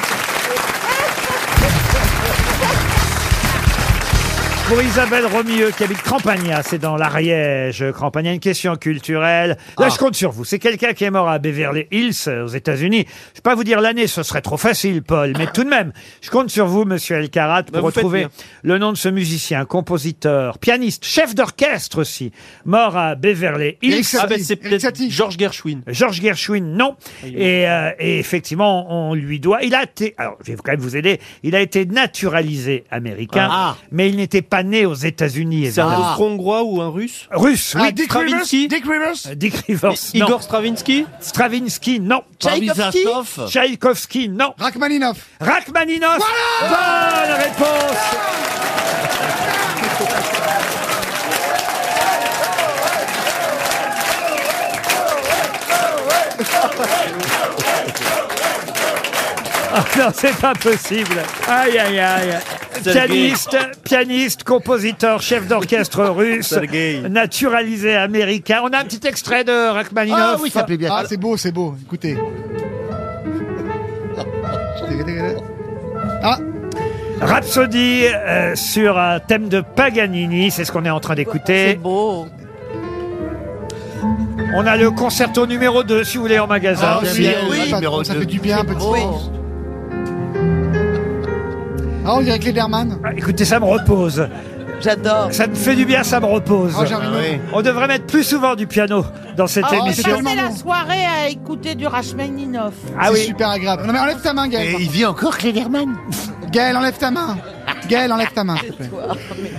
B: Pour Isabelle Romieux, qui habite Campagna, c'est dans l'Ariège. Campagna, une question culturelle.
F: Ah.
B: Là, je compte sur vous. C'est quelqu'un qui est mort à Beverly Hills, euh, aux États-Unis. Je vais pas vous dire l'année, ce serait trop facile, Paul. Mais tout de même, je compte sur vous, monsieur Elkarat, pour
F: Bah, vous faites
B: retrouver
F: bien.
B: le nom de ce musicien, compositeur, pianiste, chef d'orchestre aussi, mort à Beverly Hills.
F: Ah ben c'est peut-être Georges Gershwin. Ah,
B: Georges Gershwin, non. Et, euh, et effectivement, on lui doit. Il a été. Alors, je vais quand même vous aider. Il a été naturalisé américain,
F: Ah.
B: mais il n'était pas né aux États-Unis.
F: C'est un
D: euh,
B: évidemment.
F: hongrois ou un russe
B: euh, Russe,
F: Ah,
B: oui.
F: Dick Rivers Stravinsky
C: Dick Rivers
B: Dick Rivers.
F: I-
B: Euh, non.
F: Igor Stravinsky
B: Stravinsky, non.
F: Tchaïkovski Parvisasov
B: Tchaïkovski, non.
C: Rachmaninoff.
B: Rachmaninoff. Bonne réponse. Ah non, c'est pas possible. Aïe, aïe, aïe.
F: Sergueï.
B: Pianiste, pianiste, compositeur, chef d'orchestre russe,
F: Sergueï.
B: naturalisé américain. On a un petit extrait de Rachmaninoff.
C: Ah, c'est beau, c'est beau. Écoutez. Ah,
B: Rhapsody euh, sur un thème de Paganini, c'est ce qu'on est en train d'écouter. C'est
G: beau.
B: On a le concerto numéro 2 si vous voulez en magasin.
C: Ah, oui, oui, ça fait du
B: euh,
C: bien un peu de pause. Ah, on dirait Klederman.
B: Ah, Écoutez, ça me repose.
G: J'adore.
B: Ça me fait du bien, ça me repose.
C: Ah, j'ai envie de- Ah oui.
B: On devrait mettre plus souvent du piano dans
G: Oh,
B: cette
E: Ah, on
B: émission.
E: peut passer la soirée à écouter du Rachmaninoff.
B: Ah
C: C'est
B: oui.
C: super agréable. Non, mais enlève ta main, Gaël.
D: Il vit encore Klederman
C: Gaël, enlève ta main. Gaël, enlève ta main. s'il te plaît.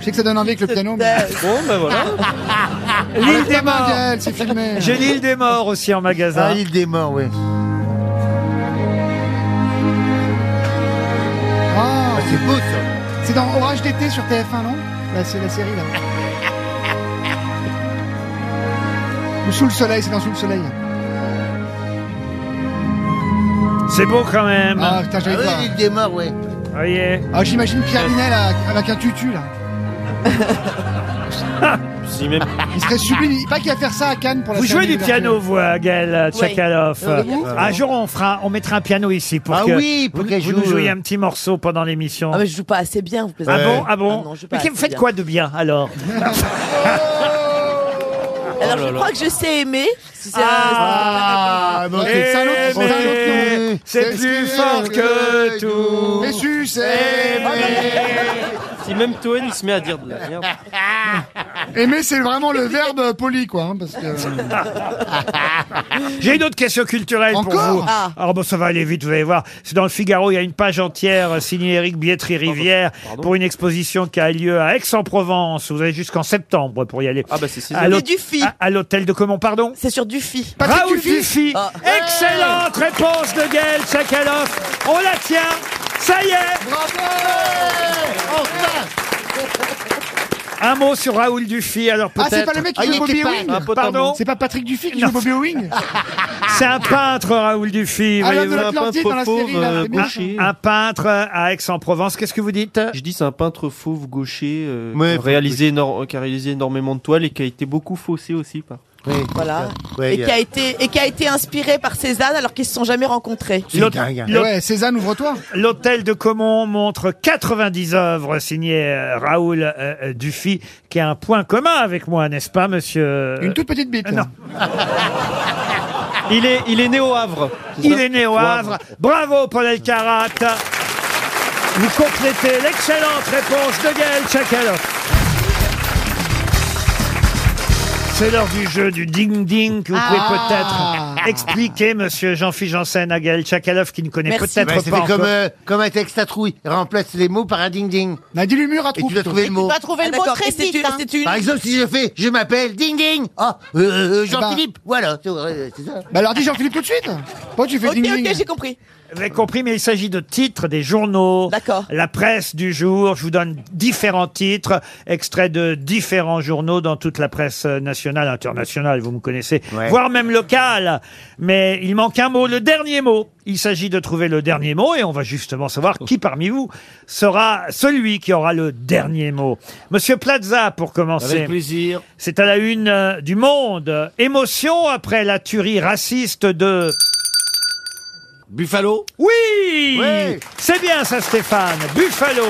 C: Je sais que ça donne envie avec le piano. mais-
F: Bon, ben voilà.
G: Ah.
B: L'île des
C: Ta main,
B: morts.
C: Gaël, c'est filmé.
B: J'ai l'île des morts aussi en magasin.
D: Ah, l'île des morts, oui.
C: Ah,
D: C'est beau ça.
C: c'est dans Orage d'été sur TF1, non Là, C'est la série, là. Ou Sous le soleil, c'est dans Sous le soleil.
B: C'est beau quand même.
C: Ah,
D: Ah
C: putain, j'avais
D: oui,
C: pas.
D: l'île des morts, oui.
B: Voyez.
C: Ah, j'imagine Pierre Ninet là, avec un tutu, là.
F: Si même-
C: Il serait sublime. Il- Pas qu'il va faire ça à Cannes pour la
B: Ah. Vous
C: Statue
B: jouez
C: de
B: du piano,
C: Liberté.
B: vous, à Gaël
G: Oui.
B: Tchakalov.
G: Ah bon
B: un jour, on fera, on mettra un piano ici pour
D: Ah
B: que
D: oui, pour
B: vous,
D: qu'elle
B: vous
D: joue,
B: nous jouiez
D: euh.
B: un petit morceau pendant l'émission.
G: Ah, mais je joue pas assez bien, vous
B: Ah
G: plaisantez.
B: bon, ah bon
G: Ah non, je joue pas
B: Mais vous
G: assez
B: faites
G: bien.
B: quoi de bien alors
G: Alors, je crois que je sais aimer. Si c'est-
D: Ah, bon, c'est ça
B: Aimer,
D: l'autre. c'est salaud.
B: Eh, C'est plus fort
D: euh,
B: que tout. Eh,
C: Mais
D: eh,
C: sucer
F: si même Toen il se met à dire de la merde.
C: Aimer, c'est vraiment le verbe poli, quoi. hein, parce que... euh,
B: J'ai une autre question culturelle pour
C: Encore
B: vous.
G: Ah.
B: Alors bon, ça va aller vite, vous allez voir. C'est dans le Figaro, il y a une page entière euh, signée Éric Biétry-Rivière pour une exposition qui a lieu à Aix-en-Provence. Vous avez jusqu'en septembre pour y aller.
F: Ah bah c'est six
B: À
F: heures.
B: l'hôte-
G: C'est Dufy.
B: à- À l'hôtel de Comment, pardon
G: C'est sur Dufy.
C: Patrick
B: Raoul
C: Dufy.
B: Dufy.
G: Ah.
B: Excellente réponse de Gaël Tchakaloff. On la tient. Ça y est. Un mot sur Raoul Dufy. Alors
C: Ah, c'est
B: peut-être.
C: pas le mec
D: Ah,
C: qui
D: il
C: joue
D: était
C: Bobby
D: pas-
C: Wing
F: Ah, pote à
B: Pardon
C: C'est pas Patrick Dufy qui joue Bobby Wing
B: C'est un peintre, Raoul Dufy.
C: Ah, l'homme
B: voyez-vous.
C: de
F: un
C: l'Atlantique
F: peintre
C: dans la série, là,
F: pauvre,
C: c'est
F: euh,
C: bien.
F: gaucher.
B: Un peintre euh, à Aix-en-Provence. Qu'est-ce que vous dites
F: Je dis c'est un peintre fauve gaucher euh,
D: Ouais,
F: qui, a réalisé éno- qui a réalisé énormément de toiles et qui a été beaucoup faussé aussi par.
D: Oui.
G: Voilà.
D: Ouais,
G: et, qui a été, et qui a été inspiré par Cézanne alors qu'ils se sont jamais rencontrés.
D: C'est
B: L'autre-
D: dingue.
C: Eh Ouais, Cézanne, ouvre-toi
B: L'hôtel de Comont montre 90 œuvres signées euh, Raoul euh, euh, Dufy, qui a un point commun avec moi, n'est-ce pas, monsieur
C: Une toute petite bite.
B: non.
F: Il est il est né au Havre. c'est
B: Il
F: ça
B: est né au Havre. Bravo, Paul Elkarat. Vous complétez l'excellente réponse de Gaël Tchakaloff. C'est l'heure du jeu du ding-ding que vous
D: Ah.
B: pouvez peut-être expliquer, monsieur Jean-Philippe Janssen, à Gaël Tchakalov, qui ne connaît
D: Ouais,
B: peut-être
D: c'est
B: pas
D: fait comme,
B: encore.
D: euh, comme un texte à trouille. Remplace les mots par un ding-ding. On a dit l'humeur à trouver. tu dois trouver
E: Et
D: le mot.
E: tu dois trouver le mot
G: Ah, d'accord.
E: très
G: Et c'est
E: vite.
G: une-
E: hein.
G: c'est une-
D: Par exemple, si je fais je m'appelle ding-ding. Ah, euh, euh, Jean-Philippe. Voilà, c'est vrai, euh, c'est ça.
C: Bah alors dis Jean-Philippe tout de suite. Pourquoi tu fais
G: Ok,
C: ding-ding
G: ok, j'ai compris.
B: Vous avez compris, mais il s'agit de titres des journaux. La presse du jour. Je vous donne différents titres, extraits de différents journaux dans toute la presse nationale, internationale, vous me connaissez, voire même locale. Mais il manque un mot, le dernier mot. Il s'agit de trouver le dernier mot et on va justement savoir qui parmi vous sera celui qui aura le dernier mot. Monsieur Plaza, pour commencer.
K: Avec plaisir.
B: C'est à la une euh, du monde. Émotion après la tuerie raciste de...
K: Buffalo
B: Oui C'est bien ça Stéphane, Buffalo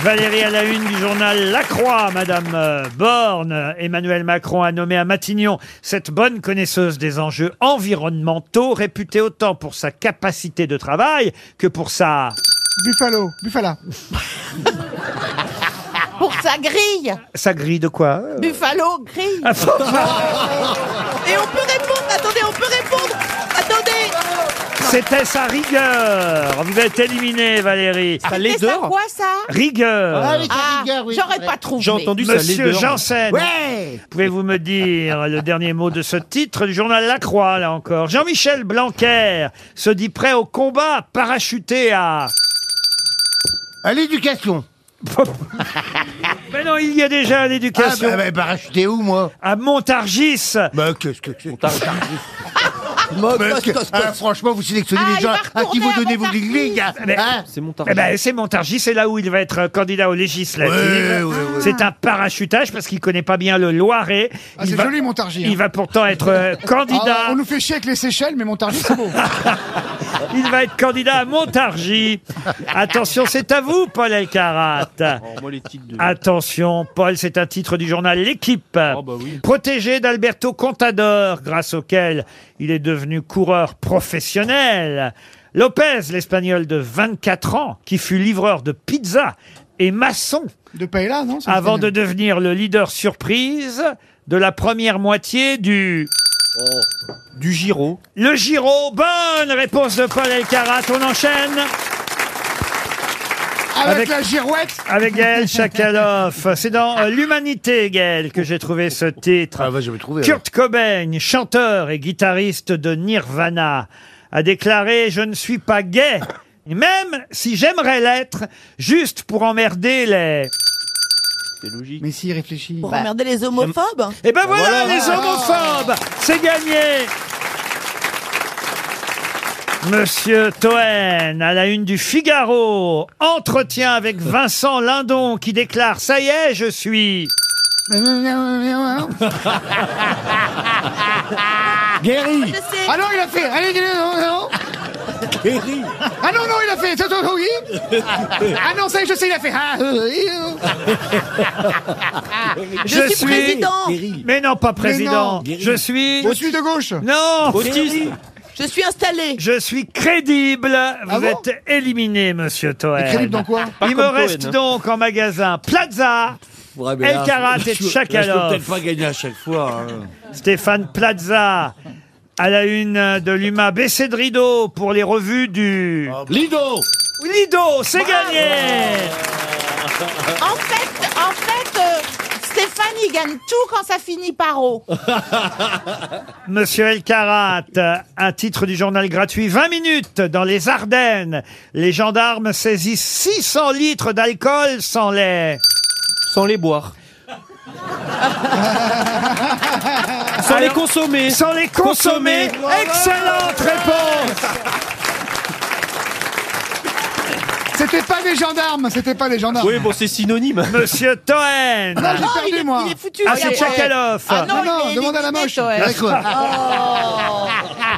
B: Valérie à la une du journal La Croix, Madame euh, Borne. Emmanuel Macron a nommé à Matignon cette bonne connaisseuse des enjeux environnementaux, réputée autant pour sa capacité de travail que pour sa...
C: Buffalo, Buffala.
E: Pour sa grille.
B: Sa grille de quoi euh,
E: Buffalo grille.
B: Ah, faut-
E: Et on peut répondre. Attendez, on peut répondre. Attendez.
B: C'était sa rigueur Vous êtes éliminée Valérie
E: C'était ça quoi ça
B: Rigueur
E: Ah, J'aurais pas trouvé.
B: Monsieur Janssen.
E: Ouais.
B: Pouvez-vous me dire le dernier mot de ce titre du journal La Croix, là encore Jean-Michel Blanquer se dit prêt au combat, parachuté à...
D: À l'éducation.
B: Mais non, il y a déjà à l'éducation.
D: Ah, bah, bah, parachuté où, moi
B: À Montargis.
D: Bah, qu'est-ce que c'est Montargis. Parce que- ah, franchement, vous sélectionnez les gens à qui vous donnez vos ding hein
F: C'est
B: Eh ben, c'est Montargis, c'est là où il va être euh, candidat aux législatives.
D: Ouais, ouais, ouais.
B: C'est un parachutage parce qu'il connaît pas bien le Loiret.
C: Ah,
B: Il
C: c'est
B: va-
C: joli, Montargis, hein.
B: Il va pourtant être euh, candidat.
C: Ah, on nous fait chier avec les Seychelles, mais Montargis, c'est beau.
B: Il va être candidat à Montargis. Attention, c'est à vous, Paul Elkarat.
F: Oh, moi, les titres de-
B: Attention, Paul, c'est un titre du journal L'équipe. Protégé d'Alberto Contador, grâce auquel il est devenu coureur professionnel. Lopez, l'espagnol de 24 ans, qui fut livreur de pizza et maçon.
C: De Paella, non c'est
B: Avant de
C: espagnol.
B: devenir le leader surprise de la première moitié du...
F: Du Giro.
B: Le Giro, bonne réponse de Paul Elkarat, on enchaîne
C: Avec, la girouette
B: Avec Gaël Chakalov. C'est dans euh, L'Humanité, Gaël, que j'ai trouvé ce titre.
D: Ah, bah, je vais trouver. ouais.
B: Kurt Cobain, chanteur et guitariste de Nirvana, a déclaré « Je ne suis pas gay, même si j'aimerais l'être, juste pour emmerder les... »
F: C'est logique.
C: Mais s'il réfléchit.
G: Pour emmerder les homophobes
B: Et ben
D: Bah,
B: voilà,
G: Voilà.
B: les
G: Ah,
B: homophobes C'est gagné Monsieur Toen, à la une du Figaro, entretien avec Vincent Lindon qui déclare « Ça y est, je suis... »
C: Guéri
E: Je sais.
C: Ah non, il a fait Allez, guéri, non, non
K: Guéri
C: Ah non, non, il a fait oui. Ah non, ça y est, je sais, il a fait ah, euh, euh, euh.
E: Je suis président.
B: Mais non, pas
C: non.
B: président.
C: Guéri.
B: Je suis...
C: Je suis de gauche
B: Non
F: Autiste.
G: Je suis installé.
B: Je suis crédible. Vous
C: Ah bon
B: êtes éliminé, monsieur Toen.
C: Et crédible dans quoi
F: Pas
B: Il
F: comme
B: me reste
F: Toen, hein.
B: donc en magasin Plaza,
K: Ouais, mais
B: El
K: là,
B: Karat
K: hein. je-
B: et
K: je- là, Je
B: Chakalov.
K: peux peut-être pas gagner à chaque fois. hein.
B: Stéphane Plaza. À la une de l'UMA, baissé de rideau pour les revues du...
K: Lido
B: Lido, c'est gagné
E: En fait, en fait, euh, Stéphane, il gagne tout quand ça finit par O. Oh
B: Monsieur El Karat, un titre du journal gratuit, 20 minutes dans les Ardennes. Les gendarmes saisissent 600 litres d'alcool sans les...
F: Sans les boire. Sans les consommer.
B: Sans les consommer.
F: Consommer.
B: Excellente réponse
C: C'était pas des gendarmes, c'était pas des gendarmes.
F: Oui, bon, c'est synonyme. Ah,
B: Monsieur Toen
C: Non, j'ai
E: Oh,
C: perdu,
E: il, est,
C: moi.
E: il est foutu.
B: Ah,
E: regarde.
B: c'est Tchakalov.
E: Ah non,
C: Non,
E: il
C: non,
E: est
C: demande à la
E: éliminé,
C: moche.
E: Toen.
D: Ouais, quoi.
C: Oh,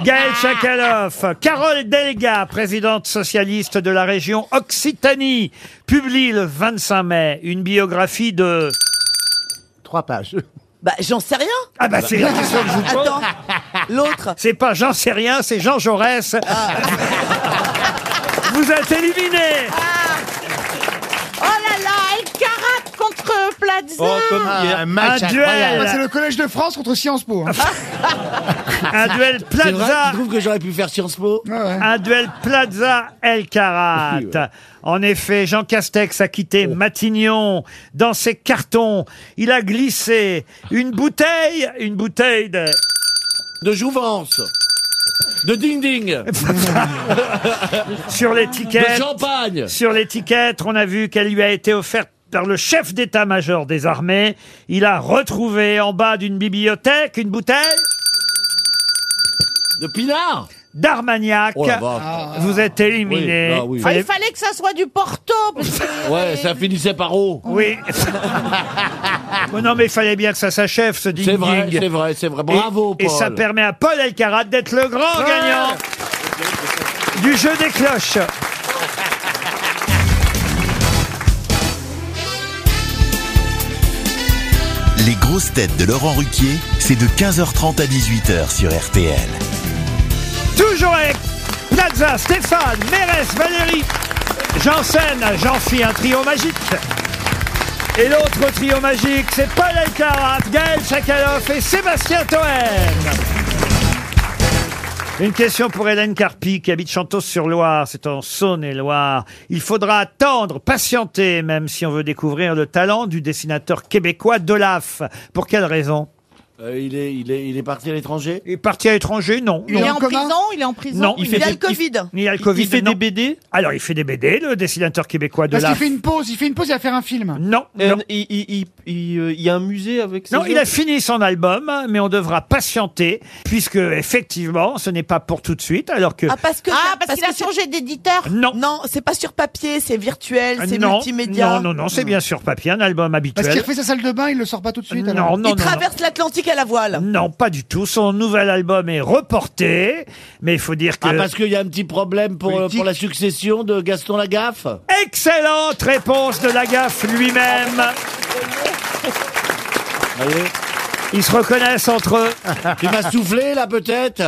B: Gaël Tchakaloff, Carole Delga, présidente socialiste de la région Occitanie, publie le 25 mai une biographie de...
D: Trois pages.
G: Bah, j'en sais rien.
B: Ah bah c'est la question que je vous pose.
G: Attends, l'autre. Ah.
B: C'est pas j'en sais rien, c'est Jean Jaurès. Vous êtes éliminé
E: Oh là là, El Karat contre Plaza. Plaza. Ah,
C: Un Ah, match
B: Un duel.
C: incroyable. Ah, C'est le Collège de France contre Sciences Po. hein.
B: Un duel
C: C'est vrai,
B: Plaza.
C: tu
B: que j'aurais pu faire Sciences Po. Un duel Plaza El Karat. En effet, Jean Castex a quitté Matignon dans ses cartons. Il a glissé une bouteille, une bouteille de. De jouvence. De ding-ding. sur l'étiquette.
K: De champagne.
B: Sur l'étiquette, on a vu qu'elle lui a été offerte par le chef d'état-major des armées. Il a retrouvé en bas d'une bibliothèque une bouteille. De Pinard D'Armagnac.
K: Oh la vache. Ah.
B: Vous êtes éliminé.
K: Oui, ah oui.
E: Ah, il fallait que ça soit du Porto. parce que-
K: Ouais, ça finissait par O.
B: Oui. Mais non, mais il fallait bien que ça s'achève, ce ding
K: C'est vrai, c'est vrai, c'est vrai. Bravo,
B: Et, et
K: Paul.
B: ça permet à Paul Alcarat d'être le grand
K: Ouais.
B: gagnant du jeu des cloches.
A: Les grosses têtes de Laurent Ruquier, c'est de 15h30 à 18h sur RTL.
B: Toujours avec Plaza, Stéphane, Mérès, Valérie, Janssen, j'en fis un trio magique. Et l'autre trio magique, c'est Paul Alcarat, Gaël Chakaloff et Sébastien Toen. Une question pour Hélène Carpi qui habite Chantos-sur-Loire, c'est en Saône-et-Loire. Il faudra attendre, patienter même si on veut découvrir le talent du dessinateur québécois Delaf. Pour quelle raison
K: Euh, il, est, il, est, il est parti à l'étranger
B: Il est parti à l'étranger Non.
G: Il
B: non.
G: est en prison, il est en prison.
B: Non,
G: il, a le Covid.
B: Il, a le Covid.
F: fait
B: des BD Alors, il fait des BD, le dessinateur québécois de
C: Parce
B: la...
C: qu'il fait une pause, il fait une pause, il va faire un film.
B: Non.
F: Euh, Il il- il- il, euh, il y a un musée avec ses
B: Non, il
F: œuvres
B: a fini son album, mais on devra patienter, puisque effectivement, ce n'est pas pour tout de suite, alors que...
G: Ah, parce que
E: Ah, parce qu'il a
G: changé d'éditeur
B: Non. Ah,
G: Non, c'est pas sur papier, c'est virtuel, c'est
B: non,
G: multimédia.
B: non, non, non, c'est bien sur papier, un album habituel.
C: Parce qu'il refait sa salle de bain, il le sort pas tout de suite.
B: Non,
C: alors.
B: non, Il non, traverse
G: l'Atlantique à la voile.
B: Non, pas du tout. Son nouvel album est reporté, mais il faut dire que...
K: Ah, parce qu'il y a un petit problème pour, euh, pour la succession de Gaston Lagaffe
B: Excellente réponse de Lagaffe lui-même. Ils se reconnaissent entre eux.
K: Tu m'as soufflé, là, peut-être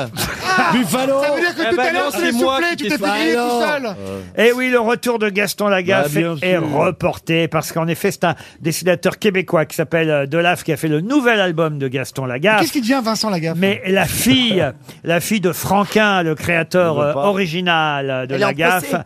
K: Buffalo
C: Ah,
K: Ah, Euh.
C: Ça
B: Eh
C: veut dire
B: ben
C: que tout à l'heure, tu l'as soufflé, tu t'es fait griller tout seul.
B: Et Eh oui, le retour de Gaston Lagaffe
K: Bah, bien
B: est
K: sûr.
B: reporté parce qu'en effet, c'est un dessinateur québécois qui s'appelle euh, Delaf qui a fait le nouvel album de Gaston Lagaffe.
C: Qu'est-ce qu'il devient, Vincent Lagaffe
B: Mais la fille, la fille de Franquin, le créateur
K: Elle veut
B: euh,
K: pas.
B: original euh, de
K: Elle est
B: Lagaffe,
K: empressée.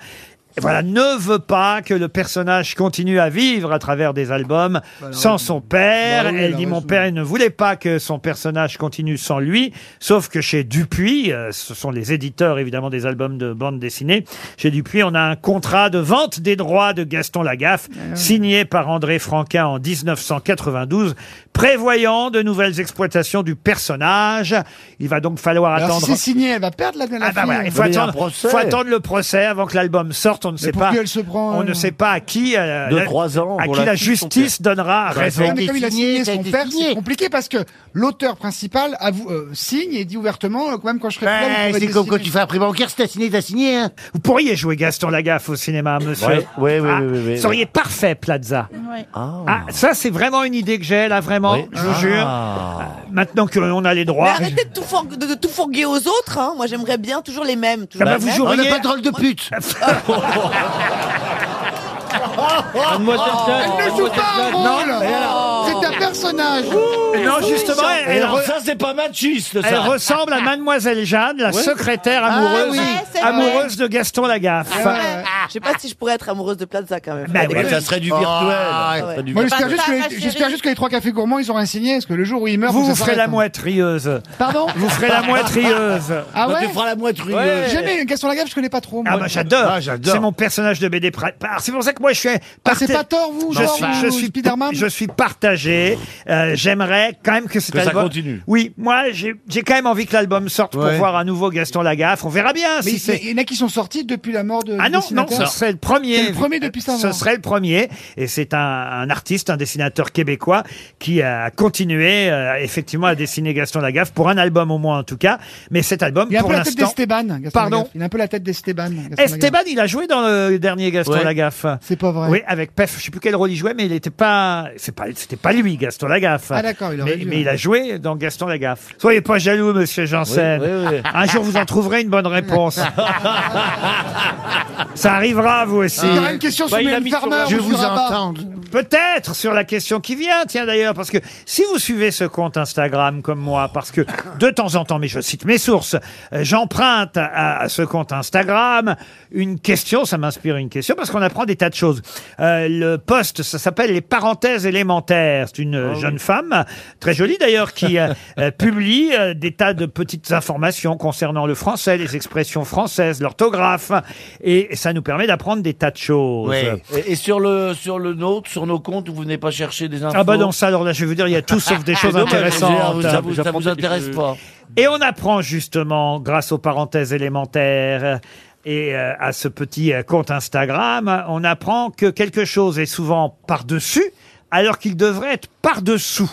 B: et voilà, ne veut pas que le personnage continue à vivre à travers des albums sans son père.
K: Bah oui,
B: Elle
K: elle a
B: dit mon
K: raison.
B: père ne voulait pas que son personnage continue sans lui. Sauf que chez Dupuis, euh, ce sont les éditeurs évidemment des albums de bande dessinée. Chez Dupuis, on a un contrat de vente des droits de Gaston Lagaffe
K: Ah
B: signé par André Franquin en 1992, prévoyant de nouvelles exploitations du personnage. Il va donc falloir
C: Alors, si
B: attendre.
C: c'est signé, elle va perdre la, la
B: Ah bah
C: fille.
B: voilà, il faut attendre, faut attendre le procès avant que l'album sorte. On ne sait
C: pour
B: pas.
C: qui elle se prend,
B: on
C: euh,
B: ne sait pas à qui. euh,
K: Deux,
B: la-
K: trois ans
B: À
K: pour
B: qui
K: la
B: la
K: fille de son
B: justice donnera
D: Bah,
K: Ça a
B: raison.
K: été
C: Mais comme il a signé son père, c'est compliqué parce que l'auteur principal avoue, euh, signe et dit ouvertement, euh, quand même, quand je serai plus là, vous
D: Ben,
C: pourrez
D: c'est comme quand
C: dessiner.
D: tu fais un prix bancaire, si t'as signé, t'as signé. Hein.
B: Vous pourriez jouer Gaston Lagaffe au cinéma, monsieur.
D: Ouais, ouais, ouais,
B: Ah,
D: ouais, ouais, ouais.
B: vous seriez parfait, Plaza. Ah, ça, c'est vraiment une idée que j'ai, là, vraiment, je vous jure. Ah, Maintenant qu'on a les
G: Mais
B: droits.
G: arrêtez de tout, fourg- de, de tout fourguer aux autres. hein. Moi, j'aimerais bien toujours les mêmes. Toujours
B: Ah bah,
G: les
B: vous
G: mêmes.
B: joueriez- On n'est pas
D: drôle de pute. Ah,
F: Mademoiselle
L: Oh.
F: Jeanne,
C: Elle ne joue
F: Mademoiselle
C: pas un
F: Jeanne.
C: rôle
K: mais alors-
C: Oh C'est un personnage
B: Non, justement, elle,
K: Et
B: elle
K: alors,
B: re-
K: ça, c'est pas machiste, ça
B: elle ressemble à Mademoiselle Jeanne, la
K: Ouais.
B: secrétaire
K: Ah
B: amoureuse,
K: oui,
G: c'est vrai.
B: amoureuse de Gaston Lagaffe.
G: Je sais pas si je pourrais être amoureuse de Plaza quand même.
B: Bah
G: Faut pas
B: oui.
G: déconner.
K: Eh ben, Ça serait du virtuel.
G: Ah,
K: Ça serait du
C: Moi,
G: Pas
K: virtuel.
C: j'espère juste,
G: ça,
C: que les-
G: ma chérie.
C: j'espère juste que les trois cafés gourmands, ils ont rien signé, parce que le jour où ils meurent,
B: Vous,
C: ça
B: vous ferez
C: s'arrête,
B: la
C: hein.
B: moitrieuse.
C: Pardon
B: Vous ferez la moitrieuse.
C: Ah
K: Toi,
C: ouais
K: Bah, Tu feras la moitié.
F: Ouais.
C: Jamais, Gaston Lagaffe, je connais pas trop.
B: Ah
C: moi.
B: bah j'adore.
K: Ah, j'adore.
B: C'est mon personnage de BD. pra- par- C'est pour ça que moi je suis.
C: Ah, c'est
B: parta-
C: pas tort, vous,
B: Je
C: genre,
B: suis,
C: ou
B: je suis,
C: Spider-Man
B: je suis partagé. Euh, J'aimerais quand même que cet
K: Que ça
B: album-
K: continue.
B: Oui, moi j'ai j'ai quand même envie que l'album sorte pour
K: Ouais.
B: voir à nouveau Gaston Lagaffe. On verra bien
C: Mais
B: si
C: il mais
B: c'est.
C: il y en a qui sont sortis depuis la mort de.
B: Ah
C: du
B: non, non,
C: dessinateur.
B: ce serait le premier.
C: C'est le premier depuis sa
B: Ce
C: mort.
B: serait le premier. Et c'est un, un artiste, un dessinateur québécois qui a continué euh, effectivement à dessiner Gaston Lagaffe pour un album au moins en tout cas. Mais cet album,
C: Il a un
B: pour
C: peu la tête
B: l'instant.
C: d'Esteban. Gaston
B: Pardon
C: Lagaffe. Il a un peu la tête d'Esteban. Gaston
B: Esteban,
C: Lagaffe.
B: il a joué dans le dernier Gaston
K: Ouais.
B: Lagaffe.
C: C'est pas vrai.
B: Oui, avec Pef, je sais plus quel rôle il jouait, mais il n'était pas, c'est pas, c'était pas lui, Gaston Lagaffe.
C: Ah, d'accord, il aurait
B: mais,
C: dû,
B: mais
C: hein.
B: il a joué dans Gaston Lagaffe. Soyez pas jaloux, Monsieur Janssen.
K: Oui, oui, oui.
B: Un jour, vous en trouverez une bonne réponse. Ça arrivera, vous aussi.
C: Il y aura une question
F: Bah,
C: sur
F: il a
C: Mylène
F: mis sur
C: Farmer.
F: la-
C: ou
D: Je
C: sur
D: vous
C: Abba.
D: entends.
B: Peut-être sur la question qui vient, tiens d'ailleurs, parce que si vous suivez ce compte Instagram comme moi, parce que de temps en temps, mais je cite mes sources, euh, j'emprunte à, à ce compte Instagram une question, ça m'inspire une question, parce qu'on apprend des tas de choses. Euh, le poste, ça s'appelle les parenthèses élémentaires. C'est une euh, jeune femme, très jolie d'ailleurs, qui euh, euh, publie euh, des tas de petites informations concernant le français, les expressions françaises, l'orthographe, et ça nous permet d'apprendre des tas de choses.
K: Et, et sur le sur le nôtre, sur nos comptes, vous venez pas chercher des infos.
B: Ah bah non, ça, alors là, je vais vous dire, il y a tout sauf des choses
K: C'est dommage,
B: intéressantes.
K: ça vous- ça vous- ça vous intéresse pas.
B: Et on apprend justement, grâce aux parenthèses élémentaires et euh, à ce petit euh, compte Instagram, on apprend que quelque chose est souvent par-dessus, alors qu'il devrait être par-dessous.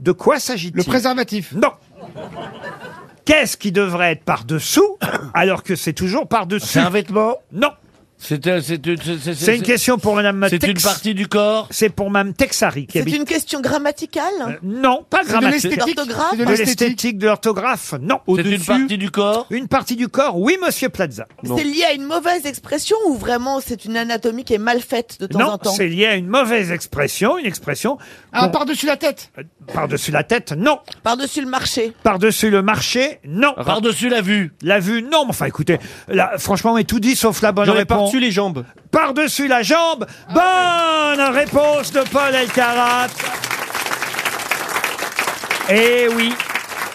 B: De quoi s'agit-il Le
C: préservatif.
B: Non. Qu'est-ce qui devrait être par-dessous, alors que c'est toujours par-dessus C'est un
K: vêtement
B: Non.
K: C'est un- c'est une- c'est- c'est-
B: C'est une question pour Madame
K: C'est
B: Tex-
K: une partie du corps.
B: C'est pour Mme Texari qui
G: C'est
B: habite
G: une question grammaticale
B: Euh, non, pas grammatique.
G: D'orthographe
B: De l'esthétique, de l'orthographe, non.
K: C'est une Au-dessus partie
B: du corps Une partie du corps, oui, monsieur Plaza.
G: C'est lié à une mauvaise expression ou vraiment c'est une anatomie qui est mal faite de temps en
B: Non,
G: temps
B: c'est lié à une mauvaise expression, une expression. Euh,
G: Ah,
C: par-dessus la tête
B: Par-dessus la tête, non.
G: Par-dessus le marché
B: Par-dessus le marché, non. Par-dessus la vue La vue, non. Mais enfin, écoutez, là, franchement, on est tout dit sauf la bonne
F: J'aurais
B: réponse.
F: par-dessus les jambes.
B: Par-dessus la jambe.
C: Ah
B: Bonne réponse de Paul Elkarat. Eh oui.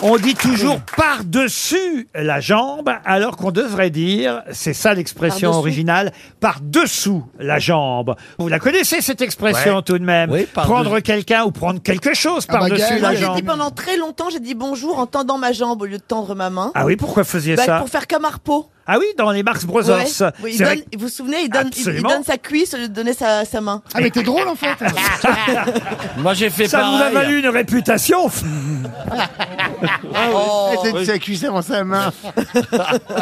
B: On dit toujours par-dessus la jambe, alors qu'on devrait dire, c'est ça l'expression
K: Par-dessous.
B: originale, par-dessous la jambe. Vous la connaissez cette expression
K: Ouais.
B: tout de même
K: Oui, par-dessous.
B: Prendre quelqu'un ou prendre quelque chose
G: Ah bah,
B: par-dessus
G: Gaël,
B: la
G: moi, j'ai dit
B: jambe.
G: pendant très longtemps, j'ai dit bonjour en tendant ma jambe au lieu de tendre ma main.
B: Ah oui, pourquoi faisiez
G: Bah,
B: ça
G: Pour faire comme Harpo.
B: Ah oui, dans les Marx Brothers.
G: Ouais. Oui, il
B: C'est vrai
G: donne- Vous vous souvenez, il donne, il- il,
B: Absolument.
G: donne sa cuisse au lieu de donner sa, sa main.
C: Ah mais t'es drôle en fait
K: Moi j'ai fait
B: Ça vous a
K: pareil.
B: valu une réputation.
D: Ah ouais.
F: Oh.
D: C'est la cuisse avant sa main.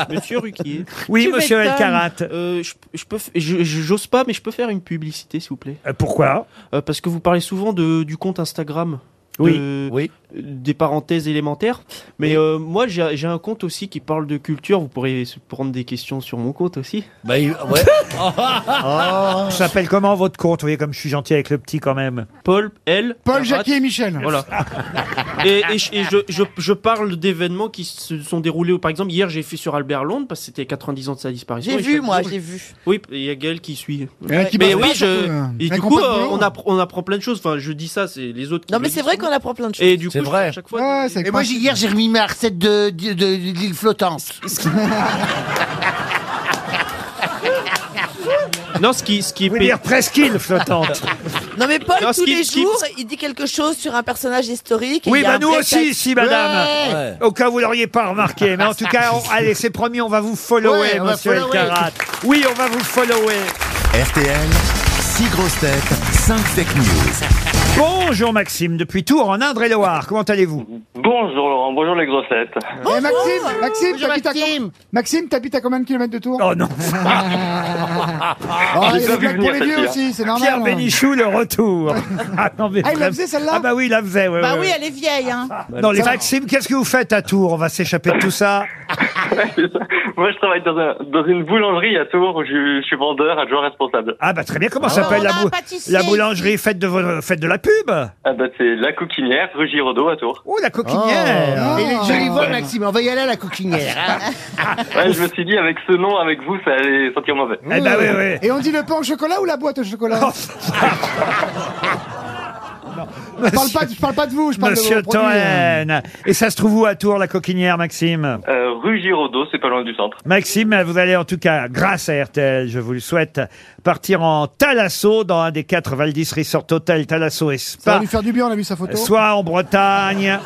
F: Monsieur Ruquier.
B: Oui,
F: Tu
B: monsieur
F: m'étonnes.
B: Elkarat.
F: Euh, je, je peux, f- je- je- j'ose pas, mais je peux faire une publicité, s'il vous plaît.
B: pourquoi
F: Euh, Parce que vous parlez souvent de, du compte Instagram. de-
K: oui.
F: Des parenthèses élémentaires. Mais euh, moi, j'ai j'ai un compte aussi qui parle de culture. Vous pourrez se prendre des questions sur mon compte aussi.
K: Bah, ouais.
B: Ça s'appelle comment votre compte Vous voyez comme je suis gentil avec le petit quand même.
F: Paul, elle.
C: Paul,
F: Carat.
C: Jackie et Michel.
F: Voilà. et et je, et je- je- je parle d'événements qui se sont déroulés. Par exemple, hier, j'ai fait sur Albert Londres parce que c'était 90 ans de sa disparition.
G: J'ai
F: Et
G: vu,
F: chaque
G: moi,
F: jour,
G: j'ai vu.
F: Oui, il y a Gaël qui suit.
G: Il y en a qui
F: mais
G: bossent
F: oui,
G: pas,
F: je...
G: surtout, euh,
F: et
G: avec
F: du
G: mon
F: coup,
G: pote
F: euh,
G: Bruno.
F: on, appre- on apprend plein de choses. Enfin, je dis ça, c'est les autres. qui
G: Non,
F: me
G: mais
F: le
G: c'est
F: disent.
G: vrai qu'on apprend plein de choses.
F: Et du coup, à chaque fois.
D: Et moi, j'ai- hier, j'ai remis ma recette de, de, de- de l'île flottante. Ah.
F: Non, ce qui, ce qui est
B: Vous voulez dire presqu'île flottante.
G: Non, mais Paul,
F: Non, ce
G: tous
F: qui-
G: les
F: ce qui-
G: jours, il dit quelque chose sur un personnage historique. et
B: Oui,
G: il y a
B: bah
G: un
B: nous
G: vrai
B: aussi
G: texte.
B: ici, madame.
G: Ouais.
B: Au cas où vous l'auriez pas remarqué. Mais en tout cas, on- allez, c'est promis, on va vous follower,
A: Ouais, on va
B: monsieur
A: follower.
B: Elkarat. Oui, on va vous follower.
A: RTL, 6 grosses têtes, 5 fake news.
B: Bonjour Maxime, depuis Tours, en Indre-et-Loire. Comment allez-vous
N: Bonjour Laurent, bonjour les grossettes.
C: Eh, Maxime, Maxime, t'habites à, com- Maxime, t'habites à combien de kilomètres de tour
B: Oh non
C: Ah, il y a des blagues pour les vieux aussi, c'est normal. hein.
B: Pierre Bénichou, le retour. Ah, non, mais
C: Ah, il la
B: vraiment-
C: faisait, celle-là
B: Ah bah oui, il la faisait. ouais,
E: Bah
B: ouais,
E: oui,
B: ouais.
E: elle est vieille. Hein.
B: Non, les Maxime, qu'est-ce que vous faites à Tours On va s'échapper de tout ça.
N: Moi je travaille dans, un- dans une boulangerie à Tours où je, je suis vendeur, adjoint responsable.
B: Ah bah très bien, comment
N: Ah,
B: s'appelle
N: on
B: la,
N: a un
B: bou-
N: pâtissier
B: la boulangerie Faites de, vo- faites de la pub
N: Ah bah c'est la coquinière, rue Giraudot à Tours.
B: Oh la coquinière
N: Ah.
D: Et les jolis voix,
N: Ouais.
D: Maxime. On va y aller à la coquinière. hein.
B: Ah.
N: Ouais, je me suis dit avec ce nom, avec vous, ça allait sentir mauvais.
B: Eh ben,
C: Et on dit le pain au chocolat ou la boîte au
B: Oh.
C: chocolat Je parle pas, de- je parle pas de vous, je parle
B: Monsieur
C: de vos produits, euh.
B: Toen Et ça se trouve où à Tours, la coquinière, Maxime
N: Euh, rue Giraudot, c'est pas loin du centre.
B: Maxime, vous allez en tout cas, grâce à RTL, je vous le souhaite, partir en Thalasso dans un des quatre Valdis Resort Hotel, Thalasso et
C: Ça va
B: Spa.
C: lui faire du bien, on a vu sa photo.
B: Soit en Bretagne,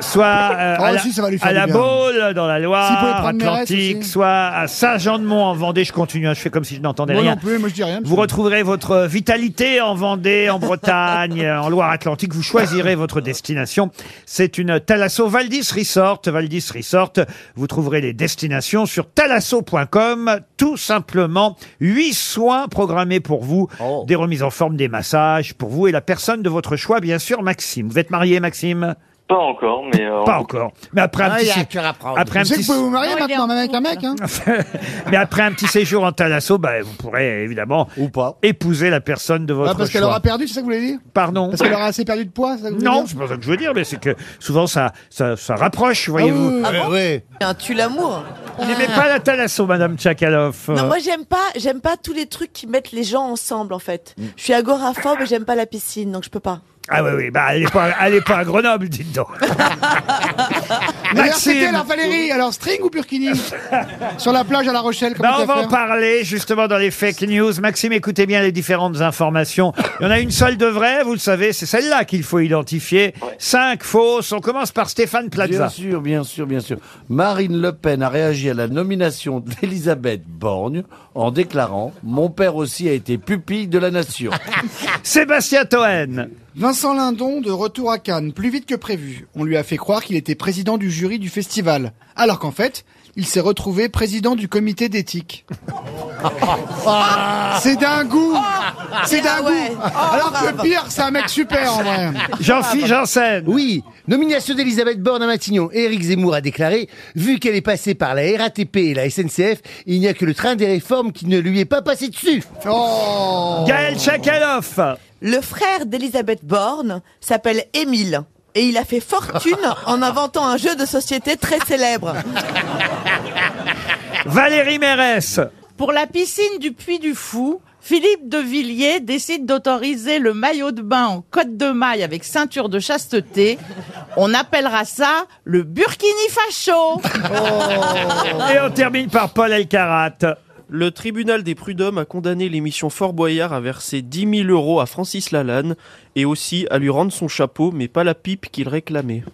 B: soit euh,
C: Oh,
B: à, la,
C: si, ça va lui faire
B: à
C: du
B: la
C: bien.
B: Baule, dans la
C: S'il pouvait
B: Loire,
C: prendre Mérès
B: Atlantique,
C: aussi.
B: soit à Saint-Jean-de-Mont en Vendée. Je continue, hein, je fais comme si je n'entendais
C: Moi
B: rien.
C: non plus, moi je dis rien.
B: Vous retrouverez votre vitalité en Vendée, en Bretagne, en Loire-Atlantique. Vous choisirez votre destination. C'est une Thalasso Valdis Resort. Valdis Resort. Vous trouverez les destinations sur thalasso.com. Tout simplement, huit soins programmés pour vous. Des remises en forme, des massages pour vous et la personne de votre choix, bien sûr, Maxime. Vous êtes marié, Maxime
N: Pas encore, mais. euh,
B: Pas
N: on-
B: encore. Mais après un
N: Ah, il
B: petit,
N: y a
B: sé-
N: que à apprendre.
B: après un
C: Tu sais
B: petit
C: que vous pouvez vous marier maintenant, même avec un mec. Hein
B: mais après un petit séjour en Thalasso, bah, vous pourrez évidemment épouser la personne de votre
C: Ah, parce qu'elle
B: choix.
C: aura perdu, c'est ça que vous voulez dire
B: Pardon.
C: Parce qu'elle aura assez perdu de poids, c'est ça que vous
B: Non,
C: voulez
B: c'est
C: dire
B: pas ça que je veux dire, mais c'est que souvent ça, ça, ça rapproche, voyez-vous.
G: Ah bon
B: ouais.
G: C'est un tue l'amour.
B: Vous n'aimez pas la thalasso, Madame Tchakalov
G: Non, moi j'aime pas, j'aime pas tous les trucs qui mettent les gens ensemble en fait.
B: Mm.
G: Je suis agoraphobe et j'aime pas la piscine, donc je peux pas.
B: Ah oui, oui, bah, elle n'est pas, elle est pas à Grenoble, dites donc.
C: D'ailleurs,
B: Maxime.
C: c'était alors Valérie, alors string ou burkini Sur la plage à La Rochelle, comment
B: Bah, on
C: t'as
B: va en
C: fait
B: parler justement dans les fake news. Maxime, écoutez bien les différentes informations. Il y en a une seule de vraie, vous le savez, c'est celle-là qu'il faut identifier. Cinq fausses. On commence par Stéphane
K: Bien
B: Plaza.
K: sûr, bien sûr, bien sûr. Marine Le Pen a réagi à la nomination d'Elisabeth Borgne en déclarant « Mon père aussi a été pupille de la nation
B: Sébastien Toen.
C: Vincent Lindon, de retour à Cannes, plus vite que prévu. On lui a fait croire qu'il était président du jury du festival, alors qu'en fait, il s'est retrouvé président du comité d'éthique. C'est d'un goût C'est d'un
G: ah ouais.
C: goût
G: Oh,
C: Alors que
G: bravo.
C: pire, c'est un mec super
D: Ah,
C: en vrai
B: Jean-Philippe Janssen.
D: Oui, nomination d'Elisabeth Borne à Matignon. Éric Zemmour a déclaré Vu qu'elle est passée par la RATP et la SNCF, il n'y a que le train des réformes qui ne lui est pas passé dessus.
C: Oh
B: Gaël Tchakaloff.
G: Le frère d'Elisabeth Borne s'appelle Émile et il a fait fortune en inventant un jeu de société très célèbre.
B: Valérie Mérès.
E: Pour la piscine du Puy du Fou, Philippe de Villiers décide d'autoriser le maillot de bain en côte de maille avec ceinture de chasteté. On appellera ça le burkini facho.
B: Et on termine par Paul Elkarat.
F: Le tribunal des prud'hommes a condamné l'émission Fort Boyard à verser 10 000 euros à Francis Lalanne et aussi à lui rendre son chapeau, mais pas la pipe qu'il réclamait.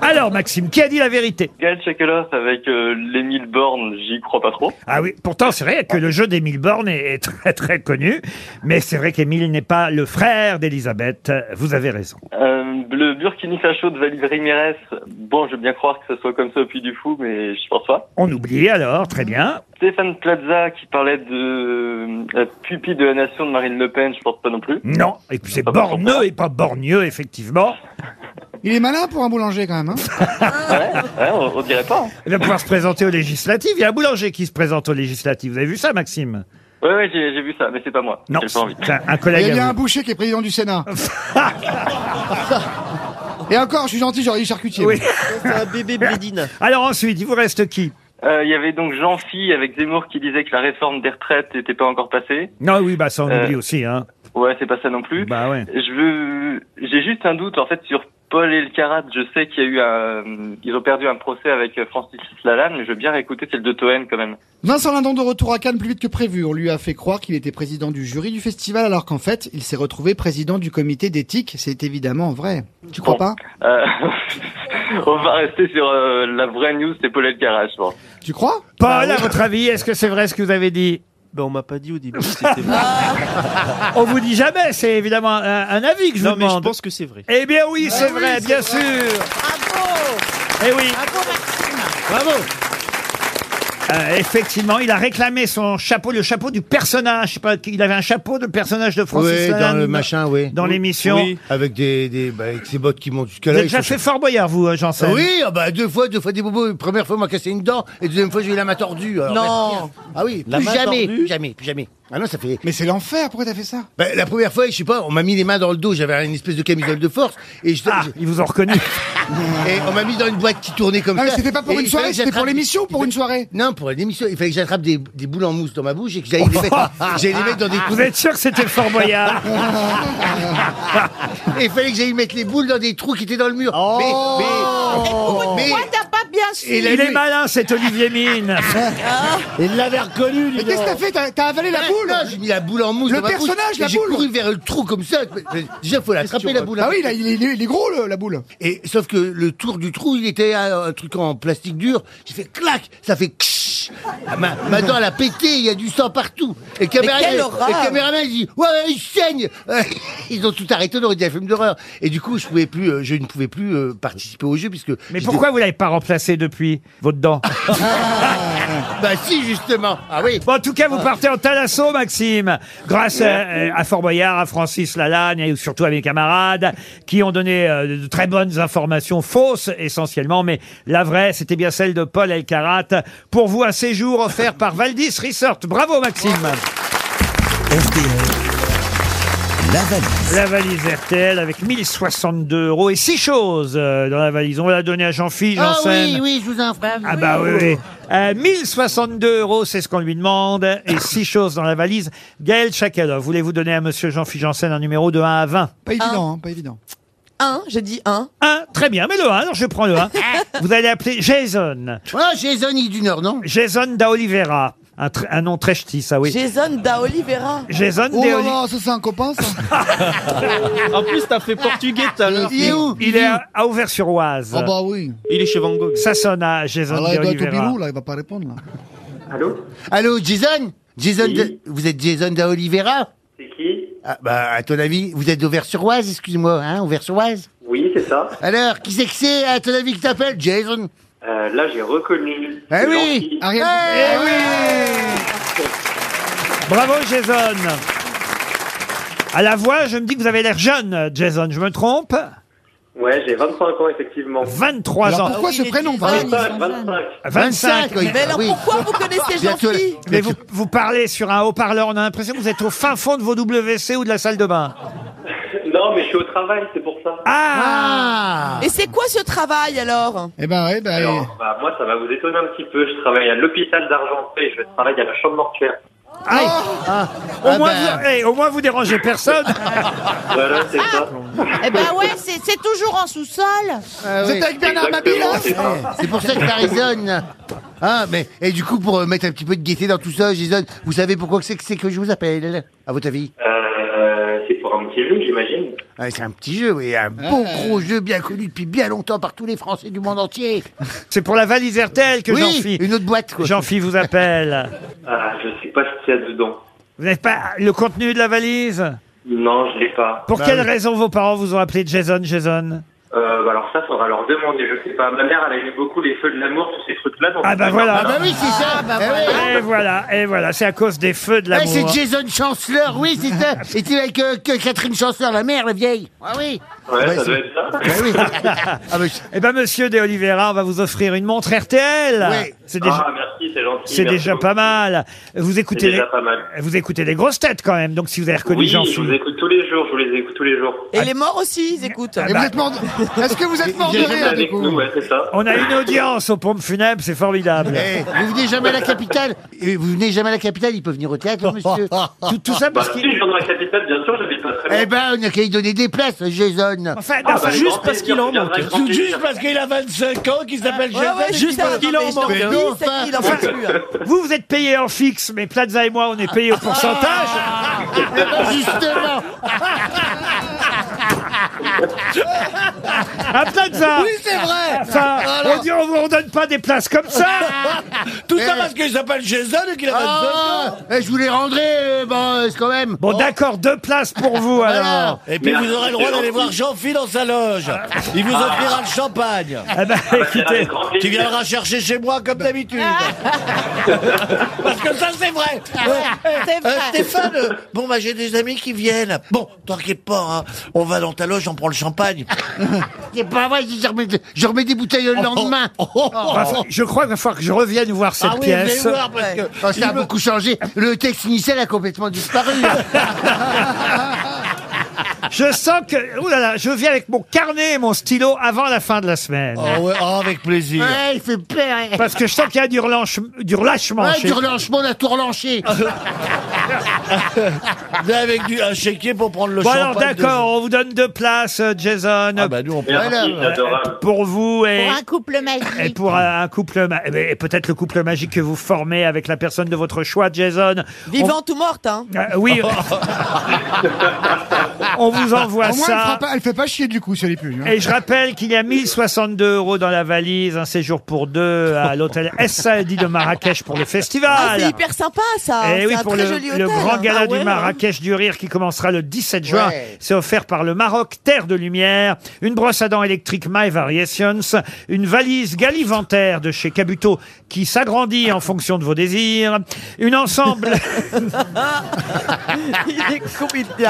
B: Alors, Maxime, qui a dit la vérité
N: Gaël Chakalov avec euh, l'Émile Borne, j'y crois pas trop.
B: Ah oui, pourtant c'est vrai que le jeu d'Émile Borne est, est très très connu, mais c'est vrai qu'Émile n'est pas le frère d'Elisabeth. Vous avez raison.
N: Euh, le Burkini Facho de Valérie Mérès, bon, je veux bien croire que ce soit comme ça au Puy du Fou, mais je pense pas.
B: On oublie alors, très bien.
N: Stéphane Plaza qui parlait de euh, la pupille de la nation de Marine Le Pen, je pense pas non plus.
B: Non, et puis c'est borneux et pas borgneux, effectivement.
C: Il est malin pour un boulanger quand même. hein.
N: Ouais, on, on dirait pas. hein.
B: Il va pouvoir se présenter aux législatives. Il y a un boulanger qui se présente aux législatives. Vous avez vu ça, Maxime
N: Ouais, ouais, j'ai j'ai vu ça, mais c'est pas moi.
B: Non,
N: J'ai
B: c'est
N: pas envie.
B: un, un
G: Ah,
C: Il y
B: collègue.
C: a bien
B: à
C: un
B: vous.
C: boucher qui est président du Sénat. Et encore, je suis gentil, j'aurais dit charcutier.
B: Oui.
F: Un bébé Blédine.
B: Alors ensuite, il vous reste qui
N: Euh, Il y avait donc Jean-Phi avec Zemmour qui disait que la réforme des retraites n'était pas encore passée.
B: Non, oui, bah ça on
N: Euh,
B: oublie aussi. Hein.
N: Ouais, c'est pas ça non plus.
B: Bah ouais.
N: Je veux, j'ai juste un doute en fait sur Paul Elkarat. Je sais qu'il y a eu un, ils ont perdu un procès avec Francis Lalanne, mais je veux bien réécouter celle de Toen quand même.
C: Vincent Lindon de retour à Cannes plus vite que prévu. On lui a fait croire qu'il était président du jury du festival alors qu'en fait, il s'est retrouvé président du comité d'éthique. C'est évidemment vrai. Tu crois
N: Bon.
C: pas
N: Euh, on va rester sur euh, la vraie news, c'est Paul Elkarat, je pense.
C: Tu crois
B: Paul, à votre avis, est-ce que c'est vrai ce que vous avez dit
F: Ben, Ah on m'a pas dit au début si c'était vrai.
B: On vous dit jamais, c'est évidemment un, un avis que je
F: Non,
B: vous
F: mais je
B: demande.
F: pense que c'est vrai.
B: Eh bien oui, c'est vrai, bien sûr. Eh oui.
D: Bravo
B: Euh, effectivement, il a réclamé son chapeau, le chapeau du personnage. Je sais pas, il avait un chapeau de personnage de Francis
D: Oui, dans
B: Lalanne.
D: le machin, oui.
B: dans l'émission.
D: Oui. Avec des, des bah, avec ces bottes qui montent jusqu'à
B: Vous
D: là.
B: avez
D: ils
B: déjà
D: sont-
B: fait Fort Boyard, vous, euh, Janssen
D: Oui, ah bah deux fois, deux fois des bobos. Première fois, on m'a cassé une dent, et deuxième fois, j'ai eu la main tordue. Alors,
G: Non.
D: bah, Ah oui,
K: La
D: plus
K: main
D: jamais,
K: tordue
D: plus jamais, plus jamais. Ah non, ça fait.
C: Mais c'est l'enfer, pourquoi t'as fait ça
D: Bah, la première fois, je sais pas, on m'a mis les mains dans le dos, j'avais une espèce de camisole de force, et je.
B: Ah, ils vous ont reconnu.
D: Et on m'a mis dans une boîte qui tournait comme
C: Ah, mais
D: ça.
C: c'était pas pour
D: Et
C: une
D: il
C: soirée,
D: fallait que
C: c'était pour
D: j'attrape-
C: l'émission ou pour une soirée
D: Non, pour l'émission. Il fallait que j'attrape des, des boules en mousse dans ma bouche et que j'aille les, mettre- j'aille les mettre dans des
B: Oh, Vous
D: trous.
B: êtes sûr que c'était le Fort Boyard
D: Et il fallait que j'aille mettre les boules dans des trous qui étaient dans le mur. mais, mais,
E: Oh. Pourquoi
D: mais,
E: t'as pas bien su
D: Et
B: Oh. Il
D: la
B: est
D: nuit-
B: malin, cet Olivier Mine.
K: Il l'avait reconnu, lui
C: Mais qu'est-ce que t'as fait T'as- T'as avalé la
D: Ouais,
C: boule
D: non, J'ai mis la boule en mousse.
C: Le
D: dans ma bouche,
C: personnage,
D: et
C: la
D: J'ai
C: boule.
D: couru vers le trou comme ça. Déjà, faut l'attraper la boule.
C: Ah oui, il a- il est, il est- il est gros le- la boule.
D: Et sauf que le tour du trou, il était euh, un truc en plastique dur. J'ai fait clac, ça fait ksh. Ah, Ma, ma dent, elle a pété, il y a du sang partout. Et le caméraman,
G: quelle horreur
D: et le caméraman, il dit ouais, il saigne. Ils ont tout arrêté, on aurait dit un film d'horreur. Et du coup, je pouvais plus, euh, je ne pouvais plus euh, participer au jeu puisque.
B: Mais
D: j'étais-
B: pourquoi vous l'avez pas remplacé depuis votre dent
D: Bah si, justement. Ah oui.
B: Bon, en tout cas, vous partez en Talasso, Maxime, grâce à, à Fort Boyard, à Francis Lalanne et surtout à mes camarades qui ont donné euh, de très bonnes informations, fausses essentiellement, mais la vraie, c'était bien celle de Paul Elkarat. Pour vous, un séjour offert par Valdis Resort. Bravo, Maxime. La valise. La valise RTL avec 1062 euros et six choses euh, dans la valise. On l'a donné à Jean-Philippe,
D: Ah
B: Janssen.
D: oui, oui, je vous en prie.
B: Ah bah oui, oui. Euh, 1062 euros, c'est ce qu'on lui demande. Et six choses dans la valise. Gaël Chakalov, voulez-vous donner à Monsieur Jean-Philippe Janssen un numéro de 1 à 20
C: Pas évident, hein, pas évident.
G: Un, j'ai dit un.
B: Un, très bien, mais le 1, alors je prends le 1. Vous allez appeler Jason.
D: Ah, Jason, il est du Nord, non
B: Jason da Oliveira. Un, tr- un nom très ch'ti, ça oui.
G: Jason da Oliveira.
B: Jason
C: Oh
B: de
C: là
B: Oli-
C: là, ça c'est un copain ça
F: en plus, t'as fait portugais tout à l'heure.
B: Il est à, à Auvers-sur-Oise.
C: Ah bah oui.
F: Il est chez Van Gogh.
B: Ça sonne à Jason
C: Ah là,
B: de
C: il doit être au
B: Oliveira.
C: bureau, là, il va pas répondre, là.
D: Allô Allô, Jason Jason,
F: Oui.
D: de- vous êtes Jason da Oliveira
N: C'est qui
D: ah, bah, à ton avis, vous êtes d'Auvers-sur-Oise, excuse-moi, hein, Auvers-sur-Oise
N: Oui, c'est ça.
D: Alors, qui c'est que c'est, à ton avis, que t'appelles Jason
N: Euh, là, j'ai reconnu.
D: Eh
N: C'est
D: oui
N: gentil.
B: Ah,
D: Ariel- Eh
B: Bravo Jason. À la voix, je me dis que vous avez l'air jeune, Jason. Je me trompe
N: Ouais, j'ai 25 ans, effectivement.
B: 23 ans.
N: prénom,
B: par
N: 25, 25.
B: 25, oui. Ah
G: Mais
D: Ah
G: alors
B: Oui.
G: pourquoi vous connaissez
B: Bientôt la-
G: Jean-Phi
B: Mais vous, vous parlez sur un haut-parleur, on a l'impression que vous êtes au fin fond de vos WC ou de la salle de bain.
N: Non, mais je suis au travail, c'est pour ça.
B: Ah
G: Et c'est quoi ce travail alors
C: Eh ben ouais, ben...
N: Alors, bah, moi, ça va vous étonner un petit peu. Je travaille à l'hôpital d'Argenteuil, je travaille à la chambre mortuaire.
D: Ah
B: Aïe. Ah. au, moins
D: ben.
B: vous, eh, au moins vous dérangez personne.
N: Voilà, c'est ça.
E: Eh ben ouais, c'est c'est toujours en sous-sol.
B: Ah
D: Vous oui. êtes avec Bernard Mabille, là
N: Exactement,
D: Eh, C'est pour ça que ça résonne. Ah, mais, et du coup, pour euh, mettre un petit peu de gaieté dans tout ça, Jason, vous savez pourquoi que c'est que, c'est que je vous appelle, à votre avis
N: Euh, c'est pour un petit jeu, j'imagine.
D: Ah, C'est un petit jeu, oui, un bon
B: Ah.
D: gros jeu bien connu depuis bien longtemps par tous les Français du monde entier.
B: C'est pour la valise RTL que
D: Oui,
B: Jean-Phi.
D: une autre boîte, quoi.
B: Jean-Phi vous appelle.
N: Ah, je sais pas ce qu'il y a dedans.
B: Vous n'avez pas le contenu de la valise
N: Non, je l'ai pas.
D: Bah
B: Pour
C: Bah,
B: quelle raison vos parents vous ont appelé Jason, Jason
N: Euh, bah, alors ça, faudra leur demander, je sais pas. Ma mère, elle aimait beaucoup les feux de l'amour, tous ces trucs-là. donc-
B: Ah bah voilà.
D: c'est
G: Ah
D: ça.
G: bah
D: Eh
B: Et voilà, et voilà, c'est à cause des feux de
D: Ah,
B: l'amour.
D: c'est Jason Chancellor, oui, c'est ça. Et c'est avec euh, que Catherine Chancellor, la mère, la vieille. Ah oui.
N: Ouais, ça
D: c'est-
N: doit être ça.
D: Eh Ah
B: Eh ben, monsieur De Oliveira, on va vous offrir une montre RTL.
N: Oui.
B: C'est déjà,
N: Ah, merci, c'est gentil.
B: c'est
N: merci
B: déjà
N: beaucoup.
B: pas mal. Vous écoutez
N: C'est déjà
B: les,
N: pas mal.
B: vous écoutez les grosses têtes quand même. Donc si vous avez reconnu
N: Oui, je vous
B: Jean-Philippe.
N: écoute tous les jours, je vous les écoute tous les jours.
G: Et les morts aussi, ils écoutent.
B: Et vous bah- êtes
C: morts de- Est-ce que vous êtes morts de
N: Ils écoutent
C: rire, du
N: avec
C: coup
N: nous, ouais, c'est ça.
B: On a une audience aux pompes funèbres, c'est formidable.
D: Eh, vous venez jamais à la capitale Et Vous venez jamais à la capitale Il peut venir au théâtre, monsieur.
B: Tout, tout ça
N: Bah,
B: parce
N: si,
B: qu'il.
N: je viens dans la capitale, bien sûr, j'habite pas très loin.
D: Eh ben, on a qu'à lui donner des places, Jason.
B: Enfin,
N: Ah, bah, juste parce qu'il en manque.
K: Juste parce qu'il a 25 ans, qu'il s'appelle
G: Ah, Ouais,
K: Jason,
G: ouais,
K: Ah juste
G: putain,
K: parce qu'il en
G: attendez,
K: manque.
G: je t'en
K: hein.
G: prie, c'est qu'il en manque plus, hein.
B: Vous, vous êtes payé en fixe, mais Plaza et moi, on est payé au pourcentage.
K: Ah.
D: Eh ben, justement.
B: Ah, Plaza
K: Oui, c'est vrai.
B: Enfin, on dit, on vous redonne pas des places comme ça
K: Tout
D: Eh
K: ça parce qu'il s'appelle Jason et qu'il a 25 ans.
D: Ah, eh, je vous les rendrai, euh, bon, euh, c'est quand même.
B: Bon, d'accord, deux places pour vous, alors.
K: Et puis
N: Merci,
K: vous aurez le droit
N: c'est
K: d'aller
N: gentil.
K: voir Jean-Phil dans sa loge. Il vous offrira le champagne. Ah,
B: Eh ben, écoutez,
N: Avec grand plaisir.
K: Tu viendras chercher chez moi comme d'habitude. Parce que ça c'est vrai. Euh,
E: C'est
K: euh,
E: vrai.
K: Stéphane, euh, bon bah j'ai des amis qui viennent. Bon, t'inquiète pas, hein, on va dans ta loge, on prend le champagne.
D: C'est pas vrai, je remets, je remets des bouteilles le
B: Oh,
D: lendemain. Oh.
B: enfin, je crois qu'il va falloir que je revienne voir cette
K: ah oui,
B: pièce.
K: venez voir parce que
D: Oh, ça a beaucoup changé. Le texte initial a complètement disparu.
B: Je sens que. Ouh là là, je viens avec mon carnet et mon stylo avant la fin de la semaine.
K: Oh, ouais, oh, avec plaisir.
D: ouais, il fait peur. hein.
B: Parce que je sens qu'il y a du, relanche- du relâchement.
D: Ouais,
B: chez-
D: du relancement, on a tout relancé.
K: Venez avec du un chéquier pour prendre le
B: Bon,
K: champagne.
B: alors d'accord, on vous donne deux places, euh, Jason.
K: Ah bah nous on prend.
N: Merci,
D: Voilà,
N: c'est adorable.
B: Pour vous et.
E: Pour un couple magique.
B: Et pour un un couple, ma- eh ben, et peut-être le couple magique que vous formez avec la personne de votre choix, Jason. On-
G: Vivante ou morte, hein
B: Euh, oui. on vous envoie
C: Au moins, elle,
B: ça.
C: fera pas- elle fait pas chier, du coup, si elle est plus. hein.
B: Et je rappelle qu'il y a 1062 euros dans la valise, un séjour pour deux à l'hôtel S Saadi de Marrakech pour le
G: Ah,
B: festival.
G: c'est hyper sympa ça.
B: Eh
G: C'est
B: oui,
G: un
B: pour
G: très
B: le,
G: joli
B: le
G: hôtel.
B: le grand gala
G: Ah ouais,
B: du Marrakech du Rire qui commencera le 17 juin.
G: Ouais.
B: C'est offert par le Maroc, Terre de Lumière, une brosse à dents électrique My Variations, une valise galivantaire de chez Cabuto qui s'agrandit en fonction de vos désirs, une ensemble...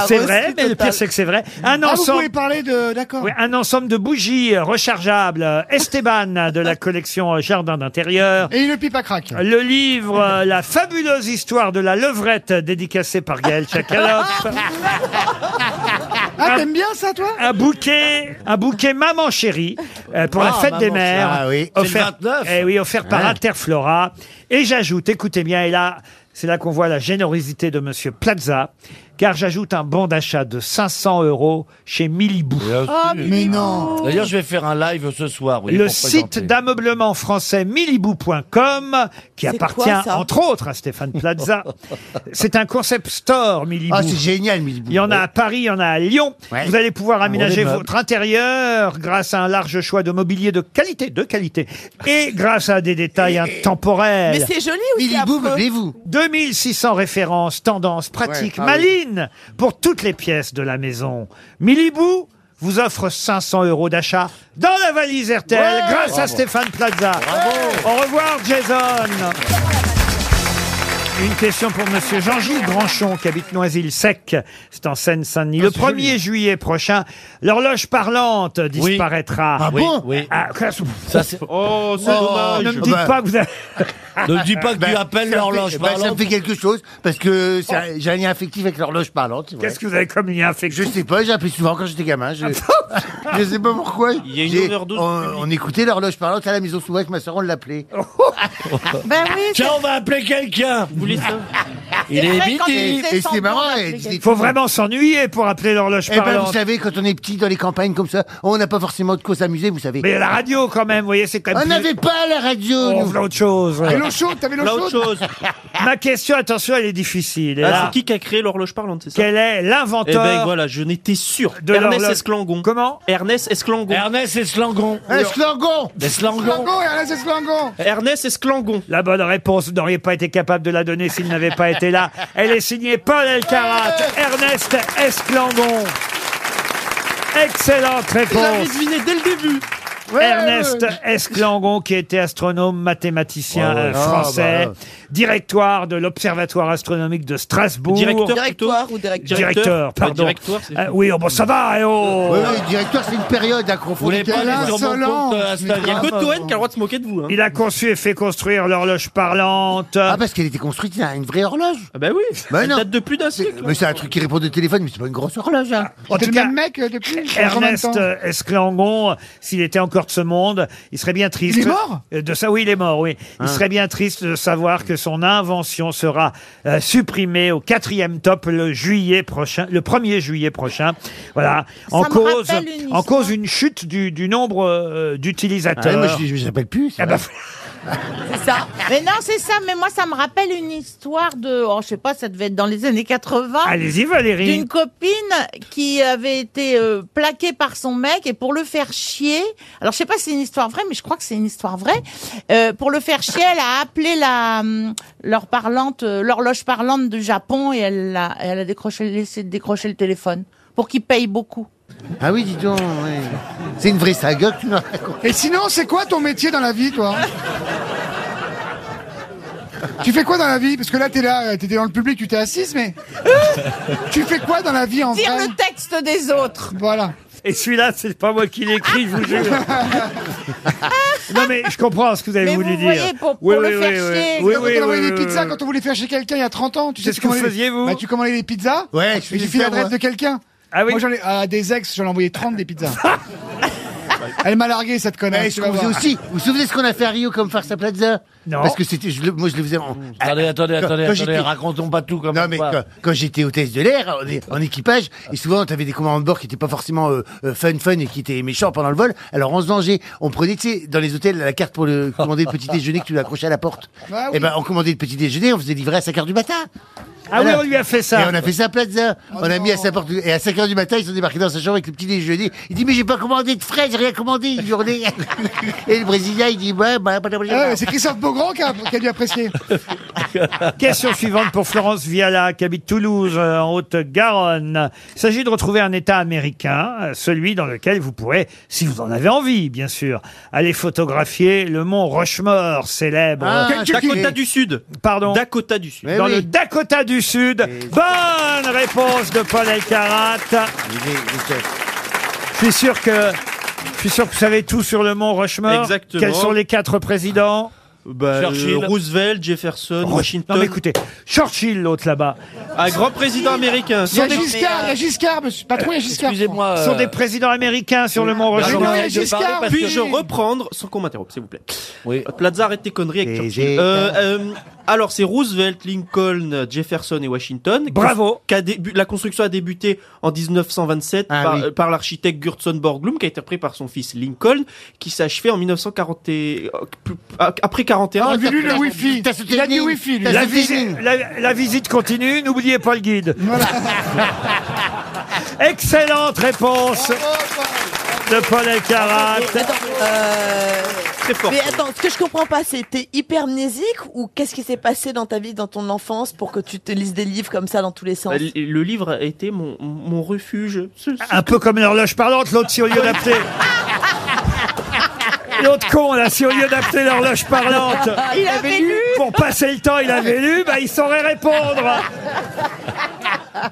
B: C'est vrai, mais le pire c'est que c'est vrai. Un
C: Ah, vous
B: ensemble...
C: pouvez parler de. D'accord.
B: Oui, un ensemble de bougies rechargeables euh, Esteban de la collection euh, Jardin d'intérieur.
C: Et une pipe à craque.
B: Le livre euh, La fabuleuse histoire de la levrette dédicacé par Gaël Chakalov.
C: Ah, t'aimes bien ça, toi
B: Un bouquet, un bouquet Maman Chérie euh, pour la
C: Ah,
B: fête des
C: Maman
B: mères.
C: Chérie. Ah oui, c'est le
B: offert,
C: 29.
B: eh oui, offert par
C: Ouais.
B: Interflora. Et j'ajoute, écoutez bien, et là, c'est là qu'on voit la générosité de Monsieur Plaza, car j'ajoute un bon d'achat de 500 euros chez Milibou.
C: Ah,
K: mais non. D'ailleurs, je vais faire un live ce soir. oui,
B: le
K: pour
B: site
K: présenter.
B: d'ameublement français milibou.com, qui
K: C'est
B: appartient
K: quoi, ça
B: entre autres à Stéphane Plaza. c'est un concept store, Milibou.
D: Ah, c'est génial, Milibou. Ah,
B: Il y en a à Paris, il y en a à Lyon. Vous allez pouvoir aménager
D: meubles.
B: votre intérieur grâce à un large choix de mobilier de qualité, de qualité, et grâce à des détails intemporels.
G: Mais c'est joli ou c'est affreux
B: 2600 références, tendances, pratiques,
G: Ouais, ah
B: malines pour toutes les pièces de la maison. Milibou vous offre 500 euros d'achat dans la valise RTL
O: Ouais
B: grâce à
O: Bravo.
B: Stéphane Plaza. Au revoir Jason. Une question pour Monsieur Jean-Gilles Granchon qui habite Noisy-le-Sec, c'est en Seine-Saint-Denis.
O: Ah,
B: Le 1er juillet prochain, l'horloge parlante disparaîtra.
O: Ah Oui, bon oui.
B: Ah,
O: Ça, c'est-
B: Oh,
O: c'est dommage.
L: Ah,
B: Ne me dites
O: Bah.
B: pas que vous avez...
O: Ne me dis pas que tu appelles l'horloge
D: Ben, Ça me
O: parlante.
D: fait quelque chose parce que c'est un- j'ai un lien affectif avec l'horloge parlante.
B: Oh. Qu'est-ce que vous avez comme lien affectif Ah
D: Je sais pas, j'ai appelé souvent quand j'étais gamin. Je, je sais pas pourquoi.
F: Il y a une
D: J'ai-
F: overdose
D: On, on écoutait l'horloge parlante à la maison souvent avec ma soeur, on l'appelait.
B: Oh.
E: Ben oui,
O: Tiens, on va appeler quelqu'un.
D: Il
O: C'est
D: est
O: vrai, quand
D: midi.
O: il fait
D: Et
O: semblant
D: c'est marrant.
O: d'appeler
D: elle-
O: quelqu'un.
B: Faut vraiment s'ennuyer pour appeler l'horloge
D: Eh ben, vous
B: parlante.
D: savez, quand on est petit dans les campagnes comme ça, on n'a pas forcément de quoi s'amuser, vous savez.
B: Mais il y a la radio quand même, vous voyez, c'est quand même. Oh,
D: On n'avait pas la radio.
B: On
D: nous.
B: voulait autre chose.
D: Et l'eau chaude, t'avais l'eau L'eau chaude chaude.
B: Ma question, attention, elle est difficile. Et
F: Ah,
B: là,
F: c'est qui qui a créé l'horloge parlante, c'est ça
B: Quel est
F: Eh
B: l'inventeur
F: ben voilà, je n'étais sûr.
B: de
F: Ernest
B: l'horloge-
F: Esclangon.
B: Comment
F: Ernest Esclangon. Ernest Esclangon.
D: Esclangon.
C: Slangon et Alain Slangon.
B: Ernest Esclangon. La bonne réponse, vous n'auriez pas été capable de la donner s'il n'avait pas été là. Elle est signée Paul Elkarat, Ernest Esclangon. Excellente réponse.
F: deviné dès le début.
B: Ernest Esclangon, qui était astronome, mathématicien
F: Ouais, ouais.
B: euh, français,
F: Ah, bah, ouais.
B: directoire de l'Observatoire astronomique de Strasbourg.
F: Directeur
G: Directoire ou directeur
B: Directeur, pardon.
F: Ouais, directoire, c'est-
B: Euh, oui, oh, bon, ça va, eh oh
D: Oui, oui, directoire, c'est une période à
F: Vous voulez
D: confondre.
F: pas aller sur mon compte euh, Insta- Il y a que Toen qui a le droit de se moquer de vous. hein.
B: Il a conçu et fait construire l'horloge parlante. Ah,
D: parce qu'elle était construite, c'est une vraie horloge.
F: Ah bah oui,
D: Bah
F: elle
D: non.
F: date de plus d'un siècle. hein.
D: Mais c'est un truc qui répond au téléphone, mais c'est pas une grosse horloge. Hein.
B: Ah, En
C: C'est
B: tout
C: le
B: cas,
C: même mec euh, depuis ils sont en même
B: Ernest
C: temps.
B: euh, Esclangon, s'il était encore de ce monde, il serait bien triste.
C: Il est mort
B: Euh, De ça, oui, il est mort, oui.
D: Ah.
B: Il serait bien triste de savoir que son invention sera euh, supprimée au quatrième top le juillet prochain, le 1er juillet prochain. Voilà. en
O: me
B: cause,
O: rappelle une
B: en cause une chute du, du nombre euh, d'utilisateurs.
D: Ah ouais, moi, je- je me rappelle plus.
B: Ah bah,
E: C'est ça. Mais non, c'est ça. Mais moi, ça me rappelle une histoire de. Oh, je sais pas, ça devait être dans les années 80.
B: Allez-y, Valérie.
E: D'une copine qui avait été euh, plaquée par son mec et pour le faire chier. Alors, je sais pas si c'est une histoire vraie, mais je crois que c'est une histoire vraie. Euh, pour le faire chier, elle a appelé la hum, leur parlante, euh, l'horloge parlante du Japon et elle l'a- elle a décroché, laissé décrocher le téléphone pour qu'il paye beaucoup.
D: Ah oui, dis donc, ouais. c'est une vraie saga que tu m'as racontée.
C: Et sinon, c'est quoi ton métier dans la vie, toi Tu fais quoi dans la vie Parce que là, t'es là, euh, t'étais dans le public, tu t'es assise, mais. tu fais quoi dans la vie en
E: Dire
C: vrai
E: le texte des autres.
C: Voilà.
B: Et celui-là, c'est pas moi qui l'écris, je vous jure. non mais je comprends ce que vous avez
C: Mais
B: voulu
C: vous
B: dire.
C: voyez, pour-
B: Oui,
C: pour le
B: oui,
C: faire
B: oui, oui.
C: chier.
B: Oui,
C: Quand
B: oui,
C: on envoyait
B: oui,
C: des
B: oui,
C: pizzas,
B: oui.
C: quand on voulait faire chez quelqu'un il y a 30 ans, tu sais
B: C'est ce que vous
C: commandais-
B: faisiez, vous
C: Bah, Tu commandais les pizzas
D: Ouais, je
C: Et
D: faisais
C: tu files
D: ça,
C: l'adresse
D: moi.
C: de quelqu'un.
B: Ah oui
C: Moi, j'en ai, à des ex, j'en ai envoyé 30 des pizzas. Elle m'a largué, cette
D: Mais
C: connasse.
D: je
C: tu vas
D: faisais
C: voir.
D: aussi. Vous vous souvenez de ce qu'on a fait à Rio comme farce à Plaza
B: Non.
D: Parce que c'était, je le- moi je le faisais en.
K: Attendez, attendez,
D: Ah, Quand-
K: attendez,
D: quand
K: attendez,
D: j'étais-
K: racontons pas tout comme
D: Non mais
K: ça.
D: quand, quand j'étais hôtesse de l'air on est- en, équipage et souvent t'avais des commandants de bord qui étaient pas forcément euh, euh, fun fun et qui étaient méchants pendant le vol. Alors on se danger, on prenait tu sais dans les hôtels la carte pour le commander le petit déjeuner que tu accrochais à la porte.
B: Bah
C: Ah
D: Et ben on commandait le petit déjeuner, on faisait livrer à 5 heures du matin.
B: Ah oui, on lui a fait ça. Oh
D: Et on a fait ça à Plaza. on a mis à sa porte. Et à 5 heures du matin, ils sont débarqués dans sa chambre avec le petit déjeuner. Il dit, mais j'ai pas commandé de fraises, j'ai rien commandé. demandé une journée. Et le Brésilien, il dit, ouais, bah,
B: Ah,
D: bah, bah, bah.
C: Ouais, c'est Christophe Beaugrand qui a, qui a dû apprécier.
B: Question suivante pour Florence Viala, qui habite Toulouse, euh, en Haute-Garonne. Il s'agit de retrouver un État américain, euh, celui dans lequel vous pourrez, si vous en avez envie, bien sûr, aller photographier le mont Rushmore, célèbre.
F: Ah, Dakota du Sud. Eh
B: Pardon.
F: Dakota du Sud.
B: Dans le Dakota du Sud.
F: Eh
B: Bonne réponse de Paul Elkarat. Je suis sûr que, je suis sûr que vous savez tout sur le mont Rushmore.
F: Exactement.
B: Quels sont les quatre présidents
F: Bah, Churchill. euh, Roosevelt, Jefferson, Washington.
B: Oh. Non mais écoutez, Churchill l'autre là-bas.
F: Un grand président américain.
C: Il y a Giscard, il y a Giscard, monsieur. Patron, il y a Giscard.
B: Ce sont des présidents américains sur le Mont
F: Pardon,
B: Rushmore.
F: mais Puis-je reprendre sans qu'on m'interrompe, s'il vous plaît Hop, Plaza, arrête tes conneries avec Churchill. Euh, euh, alors, c'est Roosevelt, Lincoln, Jefferson et Washington.
B: Bravo.
F: Qu'a débu- La construction a débuté en 1927 par,
B: Ah oui.
F: euh, par l'architecte Gurdson Borglum, qui a été repris par son fils Lincoln, qui s'achevait en 1940 et- euh, plus- a- après 41.
C: Ah, lui, le wifi. Il a du wifi, lui.
B: La, visite, la- la visite continue, n'oubliez pas le guide. Excellente réponse de Paul Elkarat.
G: Mais attends, ce que je comprends pas, c'est t'es hypermnésique ou qu'est-ce qui s'est passé dans ta vie, dans ton enfance, pour que tu te lises des livres comme ça dans tous les sens
F: Bah, le- Le livre a été mon, mon refuge. Ce- ce-
B: Un peu comme l'horloge parlante, l'autre si au lieu d'appeler. L'autre con, là, si au lieu d'appeler l'horloge parlante,
E: Il avait lu.
B: pour passer le temps, il avait lu, bah, il saurait répondre.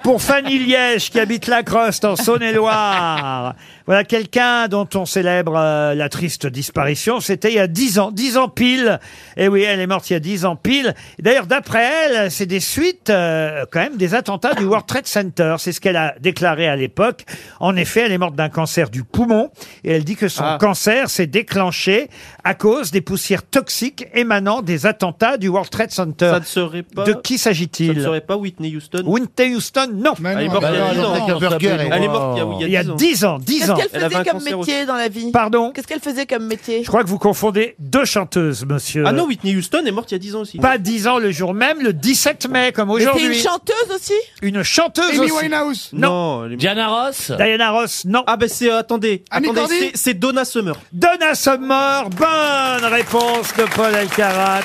B: Pour Fanny Liège, qui habite la Croste, en Saône-et-Loire. Voilà quelqu'un dont on célèbre euh, la triste disparition. C'était il y a dix ans, dix ans pile. Et oui, elle est morte il y a dix ans pile. Et D'ailleurs, d'après elle, c'est des suites, euh, quand même, des attentats du World Trade Center. C'est ce qu'elle a déclaré à l'époque. En effet, elle est morte d'un cancer du poumon. Et elle dit que son
F: Ah.
B: cancer s'est déclenché à cause des poussières toxiques émanant des attentats du World Trade Center.
F: Ça ne serait pas-
B: De qui s'agit-il
F: Ça ne serait pas Whitney Houston
B: Whitney Houston, non.
F: bah Elle est morte il y a 10 ans. Elle est morte il y a- oui,
B: Il y a 10 ans. 10
G: Qu'est-ce
B: ans.
G: qu'elle faisait comme métier dans la vie
B: Pardon
G: Qu'est-ce qu'elle faisait comme métier
B: Je crois que vous confondez deux chanteuses, monsieur.
F: Ah non, Whitney Houston est morte il y a 10 ans aussi.
B: Pas 10 ans le jour même, le 17 mai, comme
G: Mais t'es
B: aujourd'hui.
G: une chanteuse aussi
B: Une chanteuse
G: Amy
B: aussi.
G: Winehouse
B: Non.
F: Diana Ross
B: Diana Ross, non.
F: Ah ben c'est, euh, attendez,
B: Annie
F: attendez
B: Cordy
F: c'est- c'est Donna Summer.
B: Donna Summer, bonne réponse de Paul Alcarat.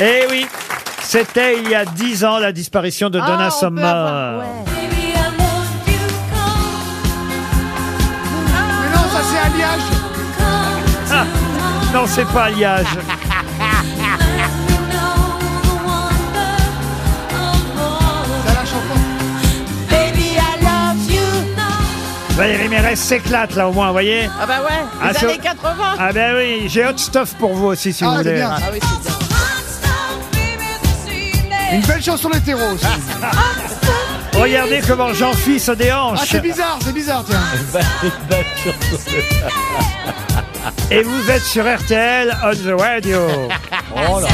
B: Eh oui, c'était il y a 10 ans la disparition
G: Ah,
B: de Donna Summer.
C: Mais non, ça c'est alliage.
B: Ah, non, c'est pas alliage.
G: Baby, I love you.
B: Valérie Mérès s'éclate là au moins, vous voyez
E: Ah bah ouais,
B: Ah,
E: les
B: c'est-
E: années 80.
B: Ah ben oui, j'ai hot stuff pour vous aussi si vous voulez.
E: Ah oui, c'est bien.
C: Une belle chanson d'hétéro aussi.
B: Ah. Regardez comment jean phil se déhanche.
C: Ah, c'est bizarre, c'est bizarre, tiens.
B: Et vous êtes sur RTL on the radio.
L: Oh là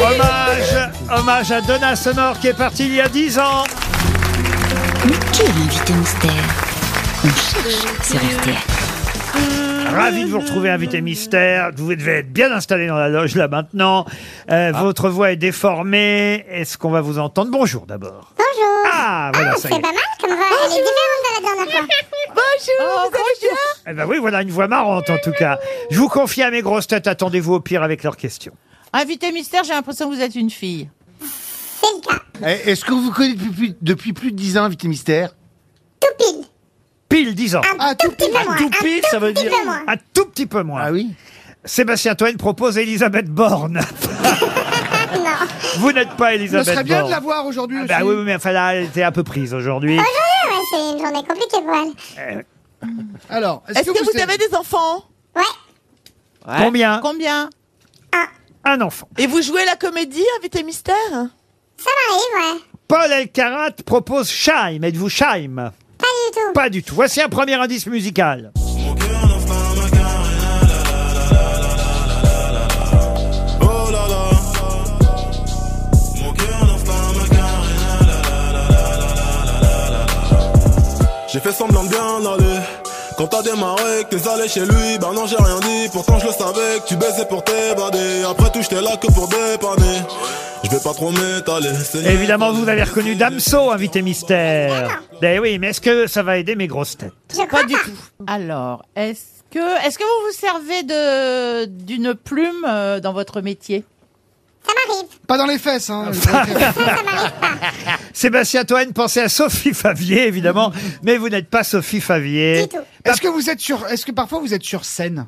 B: Hommage, hommage à Donna Summer qui est partie il y a 10 ans.
J: Mais qui est l'invité mystère On cherche sur RTL.
B: Ravi de vous retrouver, invité mystère. Vous devez être bien installé dans la loge là maintenant. Euh, Votre voix est déformée. Est-ce qu'on va vous entendre Bonjour d'abord.
L: Bonjour.
B: Ah, voilà, ça y
L: c'est
B: est.
L: pas mal comme voix. Elle est différente de la dernière fois. Oh, Bonjour,
B: Eh ben oui, voilà une voix marrante en tout cas. Je vous confie à mes grosses têtes. Attendez-vous au pire avec leurs questions.
E: Invité mystère, j'ai l'impression que vous êtes une fille.
D: Eh, Est-ce que vous connaissez depuis, plus- depuis plus de 10 ans, Invité Mystère
B: Pile Ah, bah, 10 ans.
L: Un tout petit peu moins. Un
B: ça veut
L: dire- peu moins.
B: Un tout petit peu moins. Ah oui Sébastien Toen propose Elisabeth Borne. Vous n'êtes pas
C: Ce
B: Elisabeth
C: serait bien de
B: Borne.
C: la voir aujourd'hui
B: Ah
C: aussi.
B: bah oui, oui, mais enfin là, elle était un peu prise aujourd'hui.
L: Aujourd'hui, Oh ouais, c'est une journée compliquée pour elle.
B: Euh,
C: Alors,
G: Est-ce que, vous, avez des enfants
L: Ouais.
B: Combien
G: Combien
B: Un enfant.
G: Et vous jouez la comédie, invité mystère
L: Ça m'arrive, ouais.
B: Paul Elkarat propose Scheim. Êtes-vous Scheim
L: Pas du tout.
B: Pas du tout. Voici un premier indice musical.
P: Oh J'ai fait semblant de bien aller Quand t'as démarré, que t'es allé chez lui, bah non j'ai rien dit, pourtant je le savais que tu baisais pour t'évader. Après tout j'étais là que pour dépanner. Je vais pas trop m'étaler. c'est nul.
B: Évidemment, vous avez reconnu Damso, invité mystère. Ben oui, mais est-ce que ça va aider mes grosses têtes
E: Pas du tout. Alors, est-ce que, est-ce que vous vous servez de, d'une plume euh, dans votre métier
C: Pas dans les fesses, hein.
B: Sébastien Toen, pensez à Sophie Favier, évidemment, mais vous n'êtes pas Sophie Favier.
C: Est-ce que vous êtes sur, est-ce que parfois vous êtes sur scène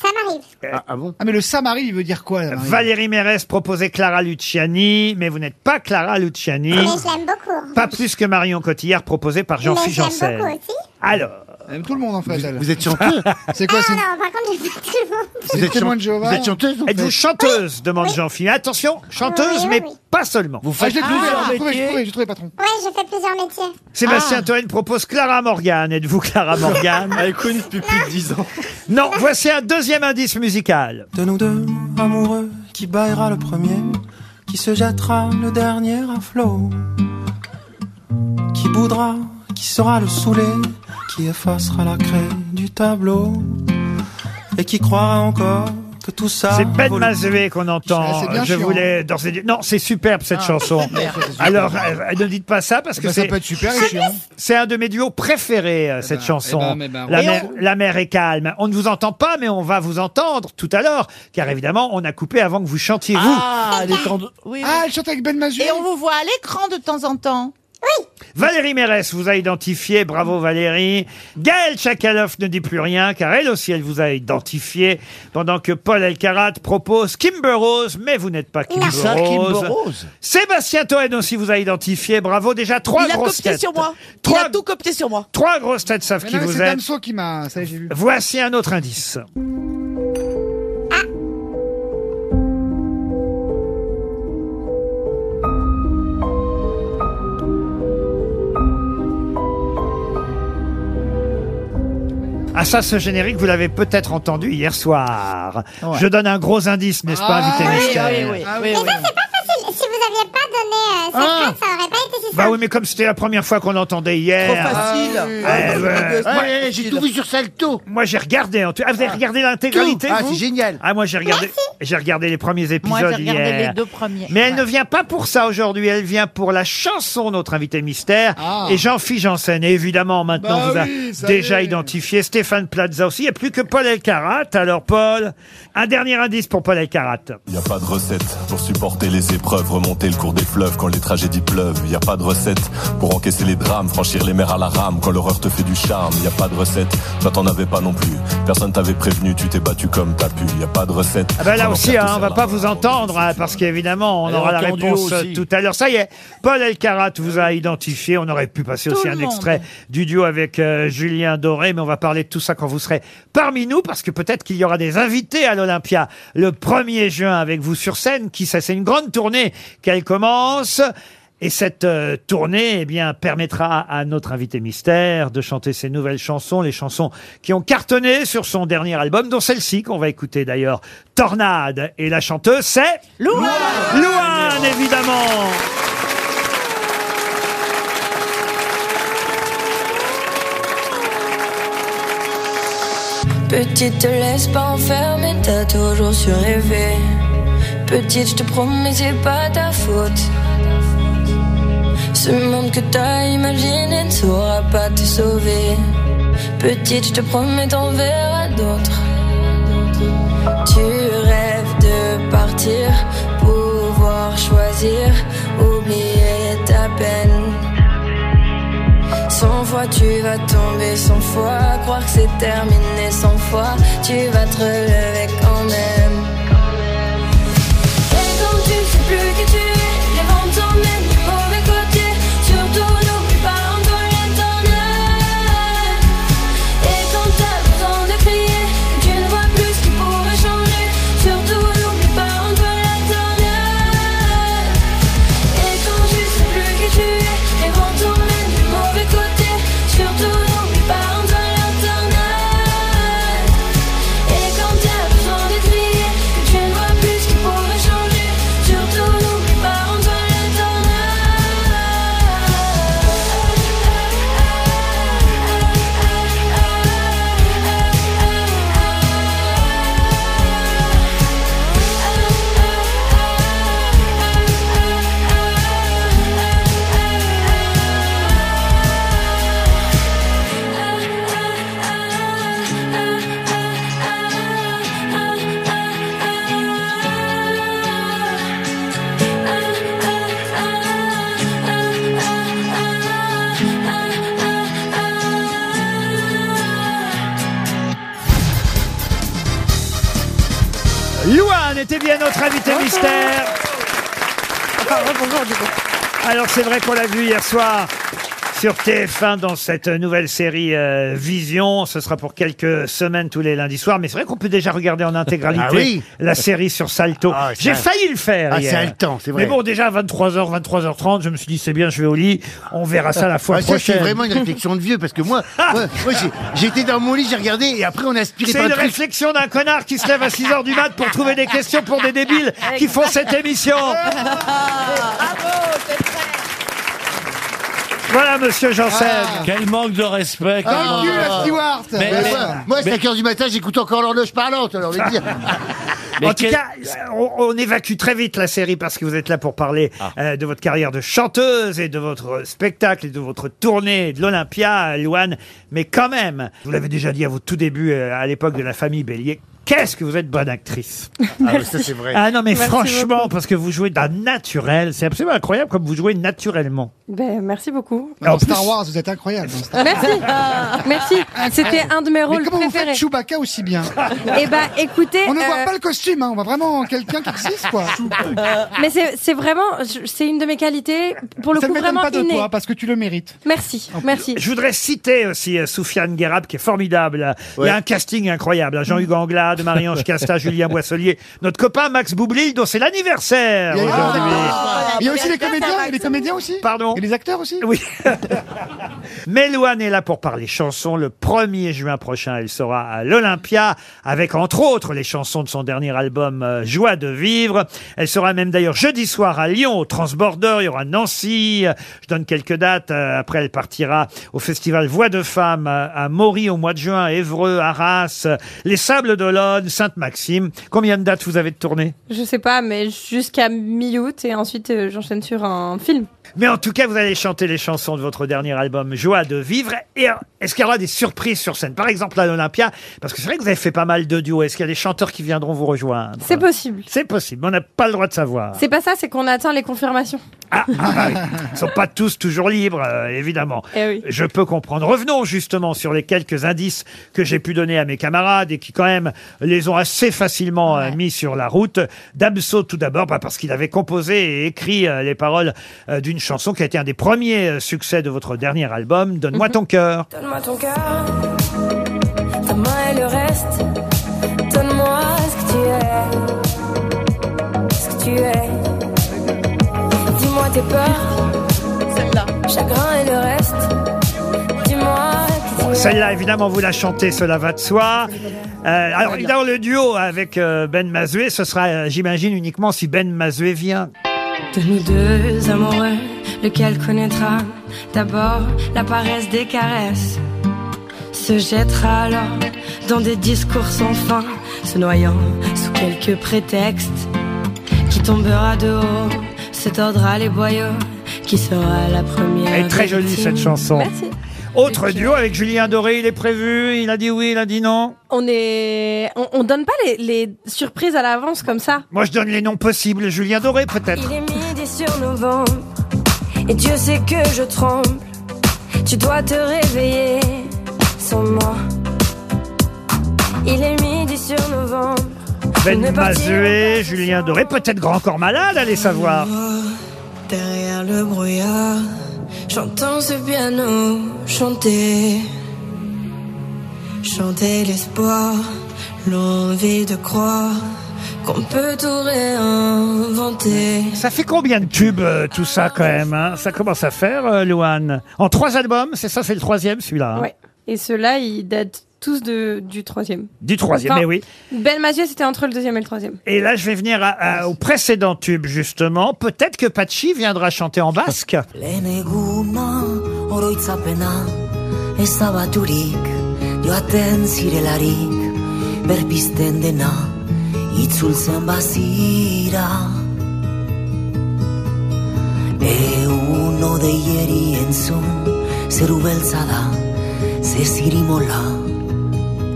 L: Ça m'arrive.
B: Ah, bon
C: Ah mais le ça m'arrive, il veut dire quoi là, Marie
B: Valérie Mérès proposait Clara Luciani, mais vous n'êtes pas Clara Luciani.
L: Ah, Mais je l'aime beaucoup.
B: Pas plus que Marion Cotillard proposée par
L: mais
B: Jean-Philippe
L: je l'aime beaucoup
B: Janssen.
L: aussi.
B: Alors.
C: Aime tout le monde en fait. Vous,
B: êtes chanteuse
C: C'est quoi
L: ah
C: c'est une-
L: non, par contre, je pas tout le monde.
C: C'est témoin de Jéhovah.
B: vous êtes chanteuse euh,
C: en
B: Êtes-vous
C: fait.
B: chanteuse demande Jean-Philippe. Attention, chanteuse,
L: Oui, oui,
B: mais
L: oui.
B: pas seulement. Vous
C: Ah, je l'ai trouvé, je l'ai trouvé, je l'ai trouvé, je l'ai trouvé, patron.
L: Ouais, j'ai fait plusieurs métiers.
B: Ah.
L: Ah.
B: Sébastien Toen propose Clara Morgan. Êtes-vous Clara Morgan Elle connu Ah, depuis plus de 10 ans. Non, voici un deuxième indice musical.
Q: De nous deux, amoureux, qui baillera le premier, qui se jettera le dernier à flot, qui boudra, qui sera le saoulé, qui effacera la craie du tableau, et qui croira encore que tout ça.
B: C'est Ben Mazoué qu'on
Q: Ah,
B: entend.
Q: c'est bien
B: Je
Q: chiant.
B: voulais d'ores et déjà- Non, c'est superbe cette
Q: Ah,
B: chanson.
Q: merde.
B: Alors, euh, ne dites pas ça parce
Q: Eh
B: que
Q: ben, ça
B: c'est.
Q: peut être super et
B: c'est-
Q: chiant.
B: C'est un de mes duos préférés, euh, cette chanson.
Q: eh ben, eh ben,
B: la,
Q: oui.
B: mer,
Q: Et
B: la mer est calme. On ne vous entend pas, mais on va vous entendre tout à l'heure, car évidemment, on a coupé avant que vous chantiez vous.
E: Ah,
C: Ah, elle chante avec Ben Mazur.
E: Et on vous voit à l'écran de temps en temps.
B: Valérie Mérès vous a identifié, bravo Valérie. Gaël Tchakaloff ne dit plus rien car elle aussi elle vous a identifié pendant que Paul Elkarat propose Kimber Rose, mais vous n'êtes pas Kimber
O: Qui ça, Kimber Rose
B: Sébastien Toen aussi vous a identifié, bravo déjà trois
G: Il a
B: grosses
G: copié
B: têtes.
G: sur moi.
B: Trois,
G: Il a tout copié sur moi.
B: trois grosses têtes savent
C: Mais
B: qui
C: non, mais
B: vous
C: c'est
B: êtes.
C: Damso qui m'a. Ça y est, j'ai vu.
B: Voici un autre indice. Ah ça, ce générique, vous l'avez peut-être entendu hier soir.
E: Ouais.
B: Je donne un gros
C: Ah.
B: indice, n'est-ce
L: Ah,
B: pas, invité mystère
L: Mais ça, c'est pas facile. Si vous aviez pas donné euh, cette
B: Ah.
L: phrase, ça aurait pas été si
B: Bah
L: simple.
B: oui, mais comme c'était la première fois qu'on l'entendait hier.
L: Trop facile.
B: Ah oui.
L: Ah,
B: Eh
L: oui,
B: ouais.
L: oui, oui.
B: Moi-
L: Ouais,
D: j'ai tout vu sur Salto.
B: Moi, j'ai regardé. En tout... Ah, vous avez regardé l'intégralité
D: Tout. Ah,
B: vous
D: c'est génial.
B: Ah, moi, j'ai regardé. J'ai regardé les premiers épisodes
E: Moi, j'ai regardé
B: hier.
E: les deux premiers.
B: Mais elle ne vient pas pour ça aujourd'hui. Elle vient pour la janson, notre invité mystère.
E: Ah.
B: Et Jean-Philippe Janssen. Et évidemment, maintenant,
E: Bah
B: vous a
E: oui, ça
B: déjà
E: y est.
B: identifié Stéphane Plaza aussi. Il n'y a plus que Paul Elkarat. Alors, Paul, un dernier indice pour Paul Elkarat.
P: Y a pas de recette pour supporter les épreuves, remonter le cours des fleuves quand les tragédies pleuvent. Y a pas de recette pour encaisser les drames, franchir les mers à la rame quand l'horreur te fait du charme. Y a pas de recette, toi t'en avais pas non plus. Personne t'avait prévenu, tu t'es battu comme t'as pu. Y a pas de recette.
B: Ah bah là
P: Quand
B: aussi,
P: l'enfer te
B: hein, on va pas vous entendre, hein, parce qu'évidemment, on
P: Elle
B: aura
P: est
B: la
P: en duo
B: réponse euh,
P: aussi.
B: tout à l'heure. Ça y est, Paul Elkarat vous a identifié. On aurait pu passer aussi
O: le
B: un
O: monde.
B: extrait du duo avec euh, Julien Doré, mais on va parler de tout ça quand vous serez parmi nous, parce que peut-être qu'il y aura des invités à l'Olympia le 1er juin avec vous sur scène. Qui ça, c'est une grande tournée qu'elle commence. Et cette euh, tournée, eh bien, permettra à notre invité mystère de chanter ses nouvelles chansons, les chansons qui ont cartonné sur son dernier album, dont celle-ci qu'on va écouter d'ailleurs, Tornade. Et la chanteuse, c'est Louane. Louane, évidemment.
R: Petite, te laisse pas enfermer, t'as toujours su rêver. Petite, je te promets, c'est pas ta faute. Ce monde que t'as imaginé ne saura pas te sauver. Petite, je te promets, t'en verras d'autres. Tu rêves de partir, pouvoir choisir, oublier ta peine. Sans voix, tu vas tomber sans foi. Croire que c'est terminé sans foi. Tu vas te relever quand même. Et quand tu sais plus qui tu es, les vents t'emmènent du mauvais côté. Surtout, n'oublie pas un peu les tonnerres. Et quand t'as besoin de crier, tu ne vois plus ce qui pourrait changer. Surtout, n'oublie pas un peu les tonnerres. Et quand tu sais plus qui tu es, les vents t'emmènent du mauvais côté. Surtout n'oublie pas un peu l'internet. Et quand t'as besoin de crier,
B: Notre invité mystère. Alors c'est vrai qu'on l'a vu hier soir sur TF1 dans cette nouvelle série euh, Vision. Ce sera pour quelques semaines tous les lundis soirs. Mais c'est vrai qu'on peut déjà regarder en intégralité
D: Ah oui.
B: la série sur Salto.
D: Ah, c'est
B: J'ai
D: un-
B: failli le faire.
D: Ah,
B: hier.
D: c'est haletant, c'est vrai.
B: Mais bon, déjà à 23h, 23h30, je me suis dit c'est bien, je vais au lit. On verra ça la fois
D: Ah, ça,
B: prochaine.
D: C'est vraiment une réflexion de vieux parce que moi, moi, moi, j'ai- j'étais dans mon lit, j'ai regardé et après on a aspiré
B: C'est
D: par
B: une
D: le truc.
B: réflexion d'un connard qui se lève à 6h du mat pour trouver des questions pour des débiles
L: Ah,
B: qui font cette émission. Voilà, monsieur Janssen.
K: Ah. Quel manque de respect. quel
D: Ah,
K: manque de-
D: cul, la steward
K: Mais-
D: Mais
K: mais-
D: moi, moi, à
K: mais-
D: 5h du matin, j'écoute encore l'horloge parlante, alors je vais te dire.
B: en tout cas, on, on évacue très vite la série parce que vous êtes là pour parler
D: Ah.
B: euh, de votre carrière de chanteuse et de votre spectacle et de votre tournée et de l'Olympia, euh, Louane. Mais quand même, je vous l'avez déjà dit à vos tout débuts, euh, à l'époque de la famille Bélier, qu'est-ce que vous êtes bonne actrice
D: Ah oui, ça, c'est vrai.
B: Ah non, mais
S: Merci
B: franchement, parce que vous jouez d'un naturel, c'est absolument incroyable comme vous jouez naturellement.
S: Ben, merci beaucoup.
B: En plus-
C: Star Wars, vous êtes incroyable. hein, dans Star Wars.
S: Merci.
B: Ah.
S: Merci. C'était un de mes
C: Mais
S: rôles
C: comment
S: préférés.
C: vous faites Chewbacca aussi bien
S: Eh ben, écoutez,
C: On ne voit
S: euh,
C: pas le costume, hein, on voit vraiment quelqu'un qui existe, quoi.
S: Mais c'est c'est vraiment, je- c'est une de mes qualités, pour le
C: Ça ne
S: coup,
C: m'étonne
S: vraiment
C: pas de
S: innée.
C: toi, parce que tu le mérites.
S: Merci, merci.
B: Je voudrais citer aussi euh, Soufiane Guérab, qui est formidable. Il y a un casting incroyable. hein. Jean-Hugues Anglade, Marie-Ange Casta, Julien Boisselier, notre copain Max Boublil, dont c'est l'anniversaire
C: Il y a- Ah,
B: aujourd'hui.
C: Il y a aussi les comédiens, et les comédiens aussi.
B: Pardon.
C: Et les acteurs aussi.
B: Oui. Méloane est là pour parler chansons. Le 1er juin prochain, elle sera à l'Olympia avec entre autres les chansons de son dernier album euh, Joie de vivre. Elle sera même d'ailleurs jeudi soir à Lyon au Transborder. Il y aura Nancy. Euh, Je donne quelques dates. Euh, Après, elle partira au festival Voix de Femmes euh, à Maury au mois de juin, à Évreux, Arras, euh, les Sables d'Olonne, Sainte-Maxime. Combien de dates vous avez de tournée
S: Je sais pas, mais jusqu'à mi-août, et ensuite, euh, j'enchaîne sur un film.
B: Mais en tout cas, vous allez chanter les chansons de votre dernier album, Joie de vivre. Et euh, est-ce qu'il y aura des surprises sur scène Par exemple, à l'Olympia, parce que c'est vrai que vous avez fait pas mal de duos. Est-ce qu'il y a des chanteurs qui viendront vous rejoindre
S: C'est possible.
B: C'est possible, mais on n'a pas le droit de savoir.
S: C'est pas ça, c'est qu'on attend les confirmations.
B: Ah bah oui, Ils ne sont pas tous toujours libres, euh, évidemment.
S: Eh oui.
B: Je peux comprendre. Revenons justement sur les quelques indices que j'ai pu donner à mes camarades et qui quand même les ont assez facilement euh, mis sur la route. Damso tout d'abord, bah, parce qu'il avait composé et écrit euh, les paroles euh, d'une chanson qui a été un des premiers euh, succès de votre dernier album,
S: Mhm.
B: Donne-moi ton cœur.
R: Donne-moi ton cœur, ta main et le reste. Donne-moi ce que tu es, ce que tu es. Dis-moi tes peurs, celle-là. Chagrin et le reste. Dis-moi qui tu es.
B: Celle-là, évidemment, vous la chantez, cela va de soi. Euh, alors, dans le duo avec euh, Ben Mazué, ce sera, euh, j'imagine, uniquement si Ben Mazué vient.
R: De nous deux amoureux, lequel connaîtra d'abord la paresse des caresses Se jettera alors dans des discours sans fin, se noyant sous quelques prétextes Qui tombera de haut, se tordra les boyaux, qui sera la première
B: Elle est très jolie
R: victime
B: cette chanson. Autre duo avec Julien Doré, il est prévu, il a dit oui, il a dit non.
S: On est, on, on donne pas les, les surprises à l'avance comme ça.
B: Moi je donne les noms possibles, Julien Doré peut-être.
R: Il est midi sur novembre et Dieu sait que je tremble. Tu dois te réveiller sans moi. Il est midi sur novembre.
B: Ben Mazué, Julien Doré, peut-être grand corps malade, allez savoir.
R: Derrière le brouillard, j'entends ce piano chanter. Chanter l'espoir, l'envie de croire qu'on peut tout réinventer.
B: Ça fait combien de tubes euh, tout ça quand même hein Ça commence à faire, euh, Louane. En trois albums, c'est ça, c'est le troisième celui-là. hein
S: Ouais. Et ceux-là, ils datent tous de, du troisième.
B: Du troisième,
S: Enfin,
B: mais oui.
S: Belle Magie, c'était entre le deuxième et le troisième.
B: Et là, je vais venir à- à- au précédent tube, justement. Peut-être que Pachi viendra chanter en basque.
T: Leneguna oroitzapena ez da baturik joaten zirelarik berpisten dena itzultzen bazira Egun odeieri entzun zeru beltza da ze zirimola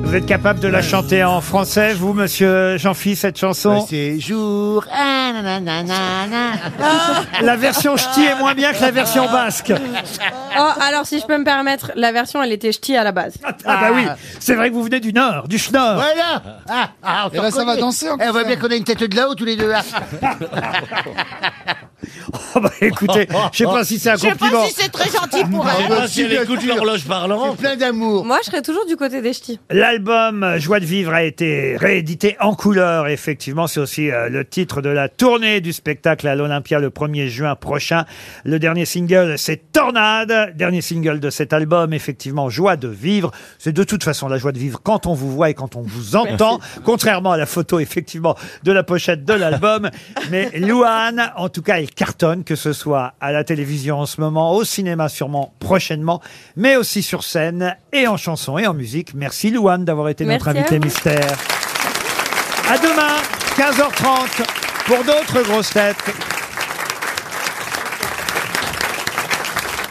B: Vous êtes capable de la chanter en français, vous, monsieur Jean-Philippe, cette chanson
D: Euh, C'est jour. Ah, nanana. Ah.
B: La version ch'ti est moins bien que la version basque.
S: Oh, alors si je peux me permettre, la version, elle était ch'ti à la base.
B: Ah bah oui, c'est vrai que vous venez du Nord, du Schnorr.
D: Voilà ah, ah, on
B: Eh
D: s'en
B: ben, ça
D: reconnaît.
B: va danser, en
D: Eh, On
B: plus,
D: voit
B: ça.
D: bien qu'on a une tête de là-haut tous les deux. ah.
B: Oh bah écoutez, je sais pas si c'est un compliment.
D: Ah, bah, parlante. plein d'amour.
S: Moi, je serais toujours du côté des ch'tis.
B: L'album Joie de vivre a été réédité en couleur. Effectivement, c'est aussi euh, le titre de la tournée du spectacle à l'Olympia le 1er juin prochain. Le dernier single, c'est Tornade. Dernier single de cet album, effectivement, Joie de vivre. C'est de toute façon la joie de vivre quand on vous voit et quand on vous entend. Contrairement à la photo, effectivement, de la pochette de l'album. Mais Louane, en tout cas, elle cartonne, que ce soit à la télévision en ce moment, au cinéma sûrement prochainement, mais aussi sur scène et en chanson et en musique. Merci Louane d'avoir été notre
S: Merci à
B: invité
S: vous.
B: mystère. À demain, 15h30, pour d'autres grosses têtes.